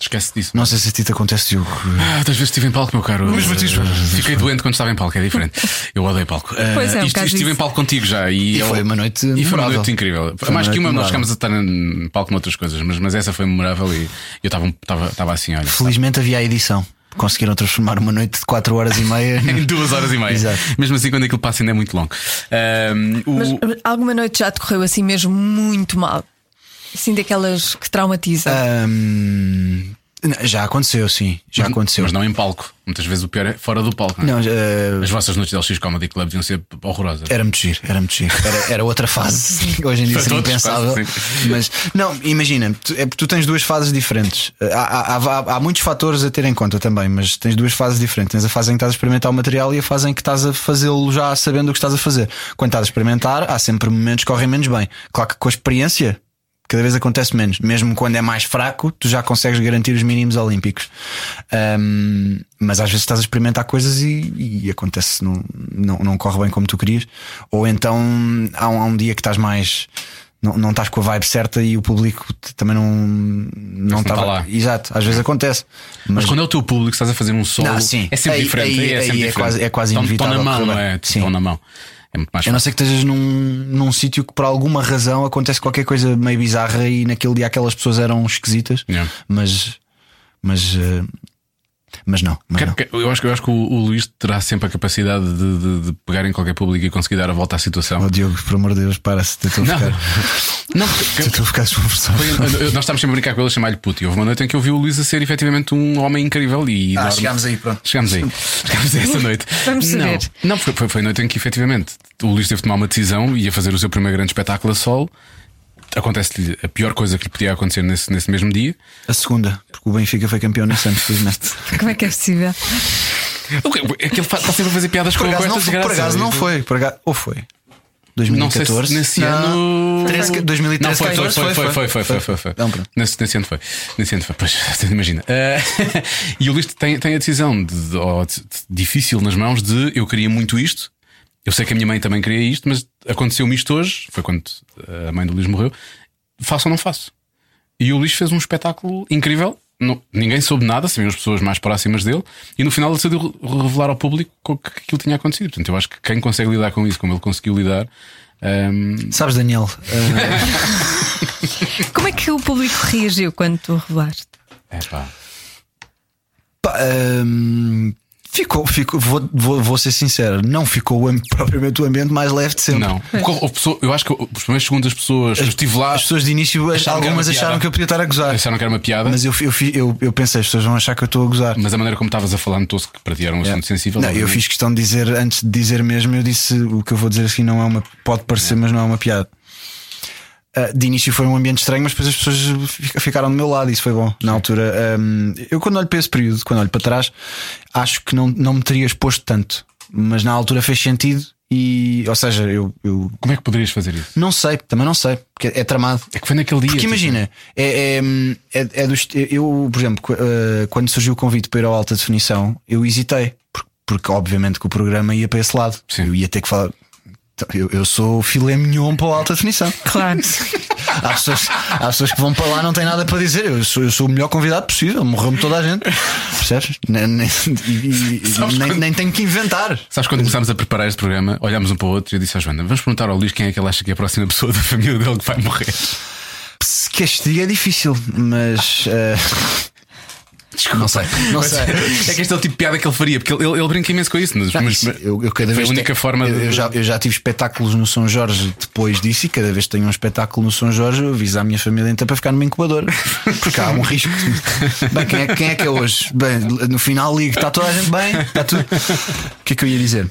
S2: Esquece disso.
S4: Não sei se a ti te acontece, Diogo.
S2: Ah, outras vezes estive em palco, meu caro. Fiquei doente quando estava em palco, é diferente. Eu odeio
S4: (laughs)
S2: palco. Ah,
S3: Pois é, um
S2: isto,
S3: bocado
S2: isto estive em
S3: isso.
S2: palco contigo já. E,
S4: E
S2: eu-
S4: foi uma noite
S2: E foi uma
S4: memorável.
S2: noite incrível.
S4: Foi uma
S2: Mais que
S4: noite
S2: uma, nós
S4: memorável.
S2: chegámos a estar em palco com outras coisas, mas, mas essa foi memorável e eu estava estava- estava assim, olha.
S4: Felizmente havia a edição. Conseguiram transformar uma noite de 4 horas e meia.
S2: (laughs) Em duas horas e meia.
S4: Exato.
S2: Mesmo assim, quando aquilo passa, ainda é muito longo. Ahm, o-
S3: Mas alguma noite já decorreu assim mesmo muito mal. Assim daquelas que traumatizam.
S4: Ahm, já aconteceu, sim. Já aconteceu.
S2: Mas não em palco. Muitas vezes o pior é fora do palco. não é?
S4: Não, ah,
S2: As vossas noites de LX Comedy Club deviam ser horrorosas.
S4: Era muito giro, era muito giro. Era, era outra fase. Hoje em dia
S2: Para
S4: seria
S2: todos,
S4: impensável.
S2: quase, sim.
S4: Mas não, imagina, tu, é, porque tu tens duas fases diferentes. Há, há- há- há muitos fatores a ter em conta também, mas tens duas fases diferentes. Tens a fase em que estás a experimentar o material e a fase em que estás a fazê-lo já sabendo o que estás a fazer. Quando estás a experimentar, há sempre momentos que correm menos bem. Claro que com a experiência. Cada vez acontece menos, mesmo quando é mais fraco, tu já consegues garantir os mínimos olímpicos. Ahm, mas às vezes estás a experimentar coisas e, e acontece, não, não, não corre bem como tu querias. Ou então há um, há um dia que estás mais não, não estás com a vibe certa e o público t- também não não
S2: tá
S4: estava
S2: lá.
S4: Exato, às vezes acontece.
S2: Mas quando é o teu público, estás a fazer um solo,
S4: Não, Ah, sim.
S2: é sempre
S4: Aí-
S2: diferente. é,
S4: aí-
S2: sempre
S4: aí é
S2: diferente.
S4: quase- é quase
S2: Tão- tão
S4: inevitável
S2: na mão,
S4: correr
S2: não
S4: bem.
S2: é?
S4: Sim.
S2: Estão na mão. É muito mais
S4: A não
S2: fácil.
S4: ser que estejas num, num sítio que por alguma razão acontece qualquer coisa meio bizarra e naquele dia aquelas pessoas eram esquisitas,
S2: Yeah.
S4: mas mas eh, mas não, mas
S2: Quer-
S4: não.
S2: quer- Eu acho, que- eu acho que o, o Luís terá sempre a capacidade de, de- de pegar em qualquer público e conseguir dar a volta à situação.
S4: Oh, Diogo, por amor de Deus, para-se, tentou
S2: Não,
S4: ficar,
S2: (laughs) não porque-
S4: tentou ficar desconfortável.
S2: Foi- nós estávamos sempre a brincar com ele a chamar-lhe puto. E houve uma noite em que eu vi o Luís a ser efetivamente um homem incrível e
S4: Ah,
S2: dorme-
S4: chegámos aí, pronto.
S2: Chegámos
S4: (laughs)
S2: aí. Chegámos a essa noite.
S3: Vamos
S2: não,
S3: saber.
S2: não foi, foi, foi a noite em que efetivamente o Luís teve de tomar uma decisão e ia fazer o seu primeiro grande espetáculo a sol. Acontece-lhe a pior coisa que lhe podia acontecer nesse, nesse mesmo dia.
S4: A segunda, porque o Benfica foi campeão nesse ano,
S2: (laughs)
S4: felizmente.
S2: Ah.
S3: Como é que é possível?
S2: O que- É que ele fa- está sempre a fazer piadas
S4: Por
S2: com, com esta
S4: acaso não foi, por
S2: desgraça.
S4: acaso não foi, por acaso, ou foi? 2014?
S2: Não sei se nesse ano.
S4: 13, 2013,
S2: Não, foi, foi,
S4: 14,
S2: foi, foi, foi, foi, foi, foi,
S4: Então, pronto.
S2: Nesse, nesse ano foi. Nesse ano foi, pois, (laughs) imagina. Ah, e o Luís tem, tem a decisão de- de- ó, de- de- difícil nas mãos de eu queria muito isto. Eu sei que a minha mãe também queria isto, mas aconteceu-me isto hoje. Foi quando eh, a mãe do Luís morreu. Faço ou não faço? E o Luís fez um espetáculo incrível. Não- ninguém soube nada, sabiam as pessoas mais próximas dele. E no final ele decidiu re- revelar ao público co- que aquilo tinha acontecido. Portanto, eu acho que quem consegue lidar com isso, como ele conseguiu lidar. ehm, ahm,
S4: Sabes, Daniel, eh,
S3: Como é que o público reagiu quando tu revelaste?
S2: é pá.
S4: pá, ehm, ficou, ficou vou, vou, vou ser sincero, não ficou o am- (laughs) propriamente o ambiente mais leve de sempre.
S2: Não. Porque houve- houve pessoa- eu acho que os primeiros segundos as pessoas. eu estive lá,
S4: É As pessoas de início, as-
S2: Acharam que era
S4: algumas
S2: é uma piada.
S4: acharam que eu podia estar a gozar,
S2: acharam que era uma piada, mas,
S4: mas eu, fi- eu, fi- eu, eu pensei, as pessoas vão achar que eu estou a gozar.
S2: a maneira como estavas a falar notou-se que para ti era um assunto sensível.
S4: É. Não, eu
S2: obviamente.
S4: fiz questão de dizer, antes de dizer mesmo, eu disse o que eu vou dizer assim não é uma. Pode parecer, mas não é uma piada. Ah, de início foi um ambiente estranho, mas depois as pessoas fi- ficaram do meu lado, isso foi bom na altura. Ahm, eu, quando olho para esse período, quando olho para trás, acho que não, não me teria exposto tanto, mas na altura fez sentido e, ou seja, eu, eu
S2: Como é que poderias fazer isso?
S4: não sei, também não sei, porque é tramado.
S2: É que foi naquele dia.
S4: Porque
S2: tipo,
S4: imagina, é, é, é, é dos, eu, por exemplo, qu- eh, quando surgiu o convite para ir ao alta definição, eu hesitei, por- porque obviamente que o programa ia para esse lado.
S2: Sim.
S4: Eu ia ter que falar. "Então, Eu, eu sou filé mignon para a alta definição.
S3: Claro.
S4: (laughs) Há pessoas, há pessoas que vão para lá não têm nada para dizer. Eu sou, eu sou o melhor convidado possível, morreu-me toda a gente. Percebes? Nem, nem, e- e- e
S2: Sabes
S4: nem-
S2: quando-
S4: nem tenho que inventar.
S2: Sabes quando começámos a preparar este programa, olhámos um para o outro e eu disse à Joana: vamos perguntar ao Luís quem é que ele acha que é a próxima pessoa da família dele que vai
S4: (laughs)
S2: morrer.
S4: Se que este dia é difícil, mas. eh, (laughs) Não sei, não
S2: Mas-
S4: sei. Tá,
S2: É que este é o tipo de piada que ele faria, porque ele, ele, ele brinca imenso com isso. Mas, mas-
S4: Isso, eu, eu cada
S2: foi
S4: vez
S2: a única
S4: tenho-
S2: forma
S4: eu,
S2: de.
S4: eu já, eu já tive espetáculos no São Jorge depois disso e cada vez que tenho um espetáculo no São Jorge eu aviso à minha família então para ficar numa
S2: (laughs)
S4: incubadora porque há um risco. Bem, quem é, quem é que é hoje? Bem, no final ligo, está toda a gente bem? Está tudo. O que é que eu ia dizer?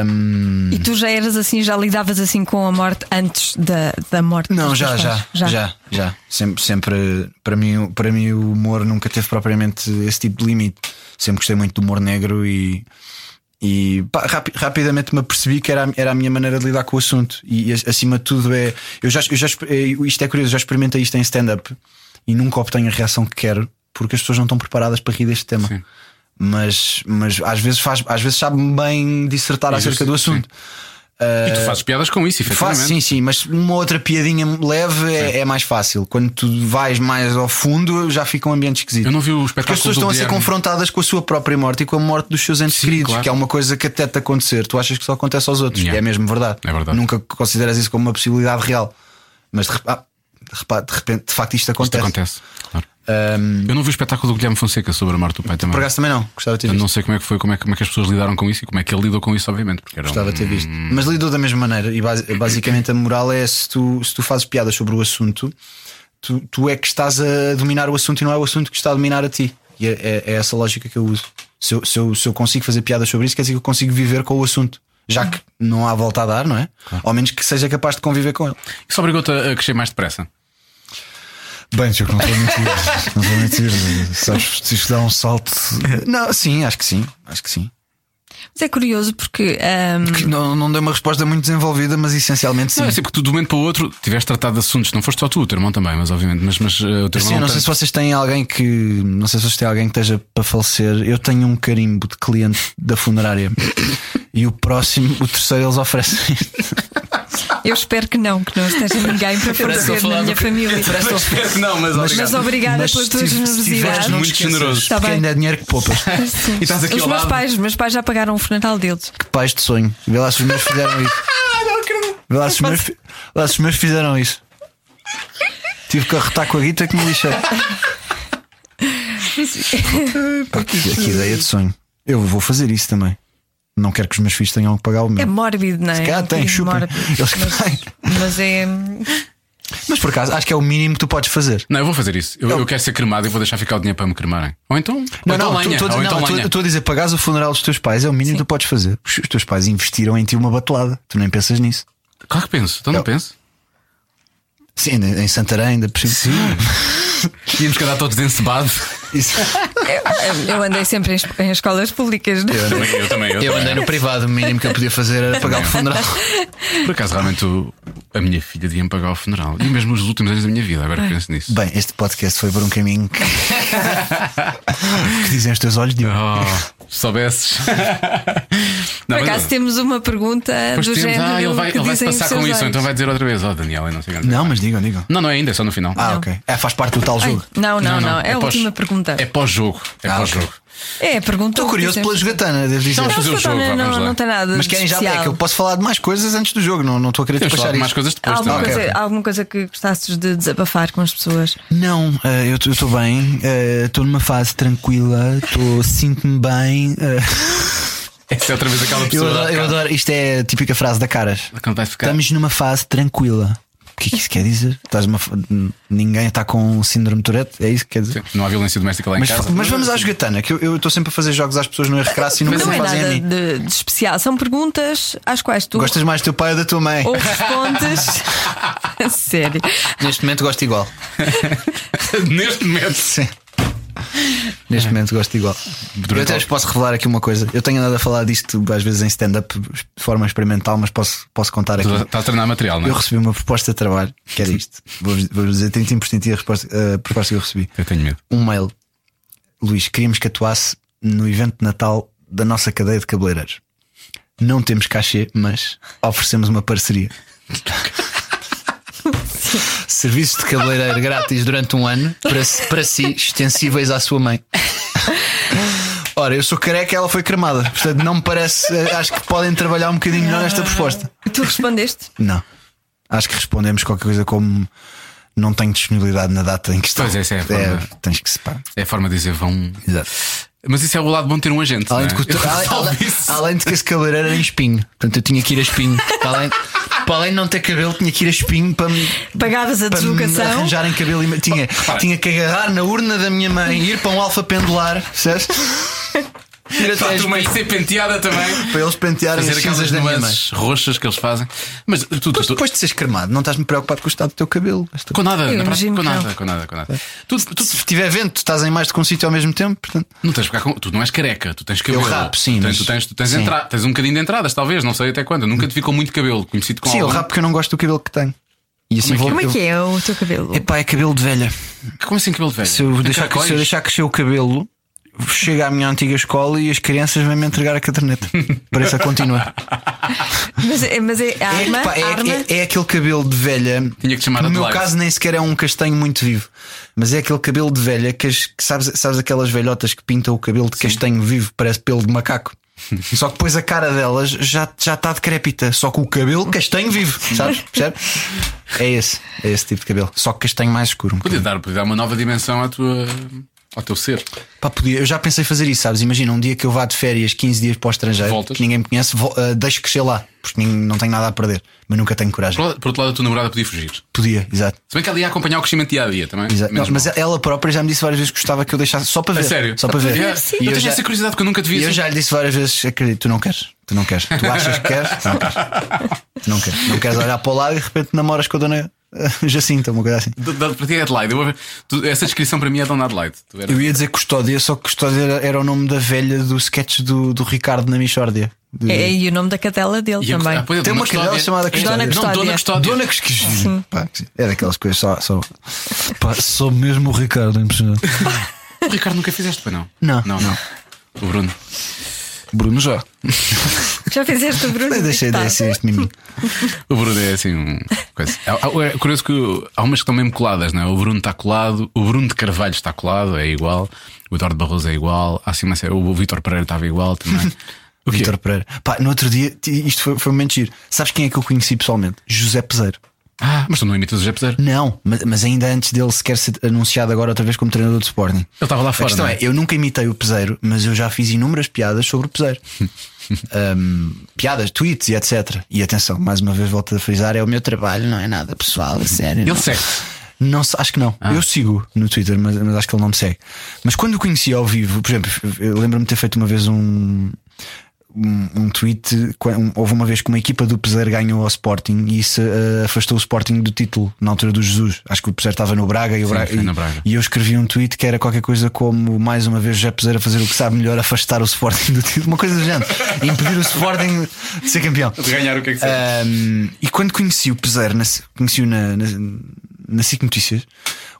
S4: Ahm,
S3: E tu já eras assim, já lidavas assim com a morte antes da, da morte?
S4: Não,
S3: dos
S4: já,
S3: teus
S4: já,
S3: pais?
S4: já, já, Sempre, sempre para mim, para mim o humor nunca teve propriamente esse tipo de limite. Sempre gostei muito do humor negro e e pá, rapi- rapidamente me apercebi que era, a- era a minha maneira de lidar com o assunto. E, e, acima de tudo é, eu já, eu já exper- eh, isto é curioso, eu já experimentei isto em stand-up e nunca obtenho a reação que quero porque as pessoas não estão preparadas para rir deste tema. Mas, mas às vezes faz, às vezes sabe-me bem dissertar acerca do assunto.
S2: E tu fazes piadas com isso, efetivamente.
S4: eh, Faço, sim, sim, mas uma outra piadinha leve é, é mais fácil. Quando tu vais mais ao fundo, já fica um ambiente esquisito.
S2: Eu não vi o
S4: Porque
S2: espetáculo
S4: as pessoas
S2: do
S4: estão a ser
S2: Guilherme.
S4: confrontadas com a sua própria morte e com a morte dos seus entes
S2: Sim,
S4: queridos,
S2: claro.
S4: que é uma coisa que até te acontecer. Tu achas que só acontece aos outros.
S2: Yeah.
S4: É mesmo verdade.
S2: É verdade.
S4: Nunca consideras isso como uma possibilidade real. Mas de, rep- ah, de repa- de repente, de facto, isto
S2: Isto
S4: acontece.
S2: acontece. claro. Eu não vi o espetáculo do Guilherme Fonseca sobre a morte do pai também.
S4: Por acaso também não. Gostava de ter
S2: Eu
S4: visto.
S2: não sei como é que foi, como é, que- como é que as pessoas lidaram com isso e como é que ele lidou com isso, obviamente. Porque era
S4: Gostava
S2: um...
S4: de ter visto. Mas lidou da mesma maneira. E basi- basicamente a moral é se tu, se tu fazes piadas sobre o assunto, tu, tu é que estás a dominar o assunto e não é o assunto que está a dominar a ti. E é, é- é essa lógica que eu uso. Se eu, se, eu, se eu consigo fazer piadas sobre isso, quer dizer que eu consigo viver com o assunto. Já que não há volta a dar, não é? Ao menos que seja capaz de conviver com ele.
S2: Isso obrigou-te a a crescer mais depressa.
S7: Bem, Diogo, não estou a mentir. não estou a mentir. Sabes, preciso dar um salto.
S4: Não, sim, acho que sim. Acho que sim.
S3: Mas é curioso porque. ahm,
S4: Que Não, não dei uma resposta muito desenvolvida, mas essencialmente sim.
S2: Não, é assim, porque tu, de um momento para o outro, tiveste tratado de assuntos. Não foste só tu, o teu irmão também, mas obviamente. Mas, mas eh, o teu
S4: Sim, Assim, eu
S2: irmão.
S4: não sei se vocês têm alguém que. Não sei se vocês têm alguém que esteja para falecer. Eu tenho um carimbo
S2: (laughs)
S4: de cliente da funerária. e o próximo, o terceiro, eles oferecem.
S3: Eu espero que não, que não esteja ninguém
S6: estou
S3: para
S6: a
S3: falecer
S6: falar
S3: na
S6: do
S3: minha
S6: que-
S3: família.
S2: Espero que não, mas,
S3: Mas
S2: obrigado.
S3: obrigada
S4: Mas
S3: pela
S4: se
S3: tua
S4: tiv- se tiveres,
S3: generosidade.
S4: não
S2: Muito
S4: te esqueças,
S2: generoso.
S3: Está
S4: Porque
S3: bem.
S4: ainda é dinheiro
S2: (laughs)
S4: que poupas.
S3: Sim.
S2: E estás aqui
S3: Os
S2: ao
S3: meus
S2: lado.
S3: pais, os meus pais já pagaram o funeral deles.
S4: Que pais de sonho. Vê lá se os meus fizeram isso. Vê lá se os meus, fi- vê lá se os meus fizeram isso. Tive que arretar com a guita que me lixei. Pá, que, que ideia de sonho. Eu vou fazer isso também. Não quero que os meus filhos tenham que pagar o
S3: É
S4: meu.
S3: mórbido, não é?
S4: calhar
S3: É um
S4: tem,
S3: bocadinho
S4: chupem.
S3: mórbido.
S4: Eles que têm.
S3: mas, mas é.
S4: Mas por acaso, acho que é o mínimo que tu podes fazer.
S2: Não, eu vou fazer isso. Eu, eu quero ser cremado e vou deixar ficar o dinheiro para me cremarem. Ou então, ou então lenha.
S4: estou
S2: ou então lenha.
S4: a dizer, pagares o funeral dos teus pais é o mínimo que tu podes fazer. Porque Os teus pais investiram em ti uma batelada. Tu nem pensas nisso.
S2: Claro que penso, então não
S4: Eu-
S2: penso.
S4: Sim, em Santarém, ainda por cima.
S2: Tínhamos que andar todos encebados.
S4: Isso.
S3: é, Eu andei sempre em, es- em escolas públicas. não é?
S2: também, eu também.
S6: Eu andei no privado, o mínimo que eu podia fazer era pagar o funeral.
S2: Por acaso, realmente, o- a minha filha devia me pagar o funeral. E mesmo os últimos anos da minha vida, agora que penso nisso.
S4: (laughs) Bem, este podcast foi por um caminho
S6: (laughs)
S4: que, que dizem os teus olhos de
S2: Oh, se
S4: (laughs)
S2: soubesses. Não,
S3: Por
S2: mas-
S3: acaso temos uma pergunta
S2: Depois
S3: do
S2: temos,
S3: género.
S2: ah, ele vai,
S3: que
S2: ele vai se
S3: dizem os
S2: passar com
S3: seus
S2: isso,
S3: olhos.
S2: então vai dizer outra vez, oh Daniel, eu não sei o que.
S4: Não, mas digam, digam.
S2: Não, não é ainda, é só no final.
S4: Ah, ok. É, faz parte do tal
S3: Ai,
S4: jogo.
S3: não, não, não, É a
S2: pós-
S3: última pergunta.
S2: É pós-jogo. É
S4: Ah, ok.
S2: pós-jogo.
S3: É, a pergunta.
S4: Estou curioso
S3: dizem-
S4: pela jogatana, devo dizer.
S2: Não,
S3: Não,
S2: Vamos fazer o jogo,
S3: não,
S2: vá, vamos
S3: não,
S2: lá.
S3: não tem nada.
S4: Mas querem já.
S3: de especial.
S4: É que eu posso falar de mais coisas antes do jogo, não, não estou a querer te
S2: Temos de falar
S4: puxar
S2: de mais
S4: isso.
S2: coisas
S3: Há
S2: depois
S3: alguma,
S2: também.
S4: ok,
S3: coisa,
S4: ok.
S3: há alguma coisa que gostasses de desabafar com as pessoas?
S4: Não, eh, eu estou bem, eh, estou numa fase tranquila, tô- sinto-me bem. eh,
S2: Essa é outra vez aquela
S4: eu,
S2: pessoa.
S4: adoro, eu adoro- isto é a típica frase da Caras.
S2: Quando vai ficar.
S4: Estamos numa fase tranquila. O que é que isso quer dizer? Estás numa fa- Ninguém está com síndrome de Tourette? É isso que quer dizer?
S2: Não há violência doméstica lá em
S4: Mas,
S2: casa.
S4: mas vamos à jogatana, que eu- eu estou sempre a fazer jogos às pessoas no recraço e nunca
S3: Não,
S4: me
S3: é
S4: fazem a
S3: nada
S4: mim.
S3: de, de especial. São perguntas às quais tu
S4: Gostas mais do teu pai ou da tua mãe?
S3: ou
S4: (laughs)
S3: respondes. (laughs) Sério.
S4: Neste momento gosto igual.
S2: (laughs) Neste momento.
S4: Sim.
S2: É.
S4: Neste momento gosto igual. eu até
S2: a-
S4: vos posso revelar aqui uma coisa. Eu tenho andado a falar disto às vezes em stand-up de forma experimental, mas posso, posso contar aqui.
S2: Estás a- Estás a treinar material, não
S4: Eu
S2: é?
S4: recebi uma proposta de trabalho, que era isto. Vou-vos vou-vos dizer um 30% a resposta, eh, a proposta que eu recebi.
S2: Eu tenho medo.
S4: um mail. Luís, queríamos que atuasse no evento de Natal da nossa cadeia de cabeleireiros. Não temos cachê, mas oferecemos uma parceria.
S6: Serviços de cabeleireiro grátis durante um ano, para, si- para si, extensíveis à sua mãe.
S4: Ora, eu sou careca e ela foi cremada. Portanto, não me parece. eh, Acho que podem trabalhar um bocadinho melhor nesta proposta.
S3: Tu respondeste?
S4: Não. Acho que respondemos qualquer coisa como. Não tenho disponibilidade na data em que está.
S2: Pois é, essa é a forma.
S4: tens que separar.
S2: É a forma de dizer vão.
S4: Exato.
S2: Mas isso é o lado bom de ter um agente.
S4: Além de,
S2: não
S4: que,
S2: é?
S4: o tra-
S2: Eu (laughs)
S4: ale-
S2: resolvo
S4: ale-
S2: isso.
S4: além de que esse cabeleireiro era em espinho.
S6: Portanto, eu tinha que ir a espinho. Para além,
S4: Para além de não ter cabelo, tinha que ir a espinho para me
S3: Pagavas a
S4: para me
S3: deslocação?
S4: arranjarem cabelo. e- Tinha, tinha que agarrar na urna da minha mãe, ir para um alfa pendular, percebes? Ir até
S2: Para a
S4: as-
S2: tua mãe ser penteada também.
S4: para eles pentearem
S2: Fazer
S4: as cinzas
S2: aquelas
S4: da minha mãe.
S2: nuances roxas que eles fazem. Mas tu, tu,
S4: Depois,
S2: tu-
S4: depois de seres cremado, não estás-me preocupado com o estado do teu cabelo. Esta-
S2: com nada,
S3: Eu
S2: na prática,
S3: imagino
S2: com
S3: que
S2: nada,
S3: não.
S2: com nada, com nada. Tu, tu-
S4: Se tiver vento, estás em mais de que um sítio ao mesmo tempo, portanto.
S2: não tens de ficar com- tu não és careca, tu tens cabelo.
S4: rapo, sim,
S2: Tens,
S4: mas-
S2: tu tens, tu tens,
S4: sim.
S2: entra- tens um bocadinho de entradas, talvez, não sei até quando. Eu nunca te vi com muito cabelo, conhecido com
S4: Sim, eu
S2: algum.
S4: rapo porque eu não gosto do cabelo que tenho. E assim
S2: Como
S4: vou.
S3: Como é
S4: eu-
S3: que é o teu cabelo?
S4: Epá, é cabelo de velha.
S2: Como assim cabelo velho?
S4: Se eu,
S2: Tem
S4: deixar,
S2: caracóis?
S4: se eu deixar crescer o cabelo, chego à minha antiga escola e as crianças vão-me entregar a caderneta. Parece a continuar.
S3: Mas, é- mas é
S4: É,
S3: (laughs) arma?
S4: pá, é-
S3: arma?
S4: é- é aquele cabelo de velha.
S2: Tinha que chamar
S4: No meu
S2: Adelaide.
S4: caso, nem sequer é um castanho muito vivo. Mas é aquele cabelo de velha que, as- que sabes, sabes aquelas velhotas que pintam o cabelo de castanho vivo, parece pelo
S2: (laughs)
S4: de macaco. Só que depois a cara delas já já está decrépita, só com o cabelo castanho vivo,
S2: (laughs)
S4: sabes? Percebe? É esse, é esse tipo de cabelo, só que castanho mais escuro. um
S2: Podia
S4: bocadinho.
S2: dar, podia dar uma nova dimensão à tua, ao teu ser.
S4: Pá, podia- eu já pensei fazer isso, sabes? Imagina um dia que eu vá de férias 15 dias para o estrangeiro,
S2: Voltas.
S4: que ninguém me conhece, vou, ah, deixo crescer lá, porque nem- não tenho nada a perder, mas nunca tenho coragem.
S2: Por outro- por outro lado, a tua namorada podia fugir. Se
S4: Podia, exato.
S2: bem que ela ia acompanhar o crescimento dia a dia também.
S4: Exato.
S2: Menos
S4: Não, mas
S2: mal.
S4: ela própria já me disse várias vezes que gostava que eu deixasse só para ver.
S2: A sério?
S4: Só para ver.
S2: Yeah.
S4: E
S2: Eu,
S4: eu,
S2: tenho
S4: já,
S2: essa curiosidade que eu nunca te vi.
S4: e eu
S2: assim.
S4: já lhe disse várias vezes: acredito, tu não queres, tu não queres. Tu achas que queres, tu não queres. Tu não queres. Não queres olhar para o lado e de repente namoras com a dona eh, Jacinta, uma coisa assim.
S2: Da- da- Para ti é Adelaide. Eu vou ver- tu- essa descrição para mim é Dona Adelaide. Tu eras-
S4: Eu ia dizer Custódia, só que Custódia era, era o nome da velha do sketch do, do Ricardo na Michórdia. De-
S3: É, e o nome da cadela dele
S2: E a-
S3: também.
S2: ah, pois é,
S4: Tem
S2: Dona
S4: uma cadela
S2: Custódia.
S4: chamada Custódia.
S3: Dona
S2: Não, Dona
S3: Custódia.
S2: Custódia.
S4: Dona Cusquinha. Pá, que- É daquelas coisas, só. só... Pá, sou mesmo o (laughs) Ricardo, impressionante.
S2: Ricardo, nunca fizeste, pois não?
S4: Não.
S2: Não, não. O Bruno.
S4: Bruno já.
S3: Já fizeste o Bruno?
S4: Eu deixei
S3: Tá.
S4: de ser este mimimi.
S2: O Bruno é assim. um- Coisa. É, é curioso que há umas que estão mesmo coladas, não é? O Bruno está colado, o Bruno de Carvalho está colado, é igual. O Eduardo Barroso é igual. Há assim uma série. O Vitor Pereira estava igual também. O quê?
S4: Vitor Pereira. Pá, no outro dia, ti- isto foi, foi um momento giro. Sabes quem é que eu conheci pessoalmente? José Peseiro.
S2: Ah, mas tu não imitas o José Peseiro?
S4: Não, mas, mas ainda antes dele sequer ser anunciado agora outra vez como treinador de Sporting.
S2: Ele estava lá
S4: A
S2: fora.
S4: questão
S2: Não
S4: é, eu nunca imitei o Peseiro, mas eu já fiz inúmeras piadas sobre o (laughs) Peseiro. Ahm, piadas, tweets e etc. E atenção, mais uma vez volto a frisar, é o meu trabalho, não é nada pessoal, a sério.
S2: Ele
S4: não.
S2: segue.
S4: Não se- acho que não.
S2: Ah.
S4: Eu sigo no Twitter, mas, mas acho que ele não me segue. Mas quando o conheci ao vivo, por exemplo, eu lembro-me de ter feito uma vez um. Um, um tweet, quan- um- houve uma vez que uma equipa do Peseiro ganhou ao Sporting e isso eh, afastou o Sporting do título na altura do Jesus. Acho que o Peseiro estava no Braga e, o
S2: Sim,
S4: Braga,
S2: foi
S4: e,
S2: no Braga.
S4: e eu escrevi um tweet que era qualquer coisa como mais uma vez José Peseiro a fazer o que sabe melhor, afastar o Sporting do título, uma coisa do género, E impedir o Sporting de ser campeão.
S2: De ganhar o que é que seja.
S4: Ahm, e quando conheci o Peseiro, na- conheci-o na, na, na SIC Notícias,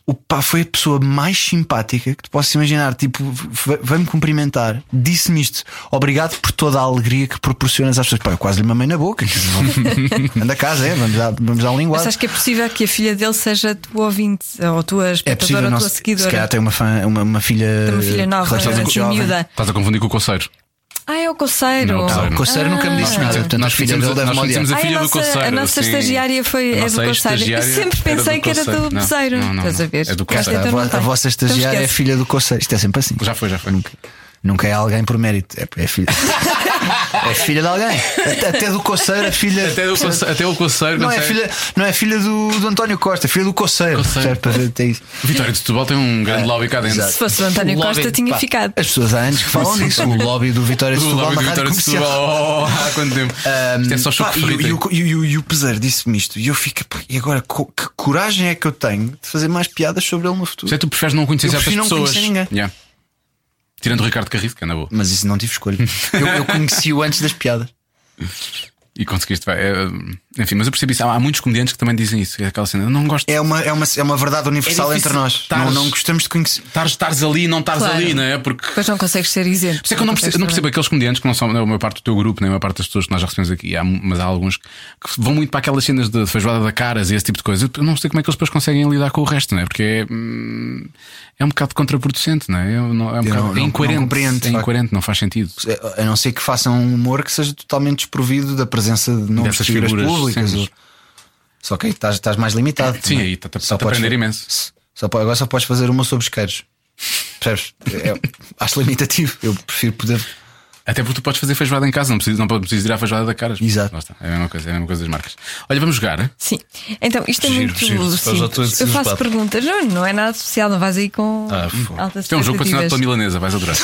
S4: o pá foi a pessoa mais simpática que tu possas imaginar. Tipo, ve- veio-me cumprimentar, disse-me isto: obrigado por toda a alegria que proporcionas às pessoas. Pá, eu quase lhe mamei na boca. (laughs) quer dizer, Anda a casa, é, vamos à, vamos à
S3: Mas
S4: linguagem.
S3: acho que é possível que a filha dele seja a tua ouvinte, ou a tua
S4: É
S3: espectadora,
S4: possível,
S3: ou a
S4: não,
S3: tua
S4: se se
S3: seguidora.
S4: calhar tem uma, fã, uma, uma filha,
S3: Tem uma filha nova,
S4: relativamente
S3: assim,
S4: jovem.
S3: miúda.
S2: Estás a confundir com o Coceiro.
S3: Ah, é o Coceiro.
S2: Não, tá. o Coceiro.
S4: O Coceiro nunca me disse nada, Ah, portanto, a
S2: Ah. Nós
S4: filha
S2: conhecemos
S4: dele
S2: a-
S4: deve-me
S2: nós
S4: odiar.
S2: conhecemos a
S3: Ah,
S2: filha
S3: a
S2: do
S3: nossa,
S2: Coceiro. assim.
S3: a nossa
S2: sim.
S3: estagiária foi
S2: A
S3: é do
S2: nossa
S3: Coceiro. Eu
S2: estagiária
S3: sempre
S2: era do
S3: pensei que era
S2: Coceiro.
S3: do
S2: Não,
S3: Coceiro.
S2: não, não,
S3: Estás
S2: não.
S3: a ver?
S2: É do
S3: Cá está,
S2: Coceiro.
S3: então
S4: a,
S3: não
S4: vo- a
S3: tem.
S4: vossa
S3: Então
S4: estagiária é
S3: esquece. Então
S4: filha do Coceiro. Isto é sempre assim.
S2: Já foi, já foi.
S4: Nunca, nunca é alguém por mérito. É, é
S2: (laughs)
S4: filha. é filha de alguém. Até, até do Coceiro, é filha.
S2: Até, do Coceiro, até o Coceiro
S4: não, é
S2: consegue-
S4: filha, não é filha do, do António Costa, é filha do Coceiro.
S2: Coceiro.
S4: Certo, para ver, tem isso.
S2: Vitória de Setúbal tem um
S4: É.
S2: grande lobby cá dentro.
S3: Se fosse o António
S6: O lobby,
S3: Costa, tinha
S6: pá.
S3: ficado.
S4: As pessoas há anos que falam disso. O lobby do Vitória de
S2: (laughs) O
S4: Setúbal
S2: lobby
S4: na
S2: de
S4: rádio
S2: Vitória de
S4: comercial. Ah,
S2: Setúbal. Oh, há quanto tempo? Isto é só
S4: Pá,
S2: choque
S4: e, o-
S2: frito.
S4: e, o- e, o- e o Peseiro disse-me isto. E eu fico, pá, e agora co- que coragem é que eu tenho de fazer mais piadas sobre ele no futuro?
S2: Se é que tu preferes não conhecer
S4: Eu
S2: certas
S4: prefiro não
S2: pessoas.
S4: conhecer ninguém.
S2: Yeah. Tirando o Ricardo Carrido, que é na boa.
S4: Mas isso não tive escolha. Eu, eu conheci-o antes das piadas.
S2: E conseguiste. vai, é, enfim, mas eu percebi isso. Há, há muitos comediantes que também dizem isso. que É aquela cena. Eu não gosto de
S4: É uma, é uma, é uma verdade universal
S2: É difícil
S4: entre nós.
S2: estares-
S4: Não, não gostamos de conhecer.
S2: estares- estares ali e não estares
S3: Claro.
S2: ali, não é? Porque.
S3: Depois não consegues ser isento.
S2: Por isso é que eu não percebo, eu não percebo aqueles comediantes que não são não é a maior parte do teu grupo, nem a maior parte das pessoas que nós já recebemos aqui, há- mas há alguns que vão muito para aquelas cenas de feijoada da caras e esse tipo de coisa. Eu não sei como é que eles depois conseguem lidar com o resto, não é? Porque é, hum, é um bocado contraproducente, não é? É um, é um bocado
S4: não-
S2: é
S4: não-
S2: incoerente.
S4: não compreendo, de
S2: é
S4: facto.
S2: incoerente, não faz sentido.
S4: A não ser que façam um humor que seja totalmente desprovido da presença de novas
S2: Dessas
S4: figuras,
S2: figuras,
S4: públicas.
S2: sim.
S4: ou- Só que aí estás, estás mais limitado.
S2: Sim,
S4: não é?
S2: aí está- está-
S4: Só
S2: está a
S4: podes-
S2: aprender imenso.
S4: Só, po- agora só podes fazer uma sobre isqueiros. Percebes? É- acho limitativo. Eu prefiro poder.
S2: Até porque tu podes fazer feijoada em casa, não precisas, não precisas ir à feijoada da caras.
S4: Exato.
S2: Lá está, é a mesma coisa, é a mesma coisa das marcas. Olha, vamos jogar. hein?
S3: Sim. Então, isto é
S2: Giro,
S3: muito
S2: giro. Faz
S6: já estou
S3: simples. Eu faço
S6: entusiasmado.
S3: perguntas. Não, não é nada especial, não vais aí com altas
S2: Isto é um jogo patrocinado pela
S3: expectativas.
S2: milanesa, vais adorar.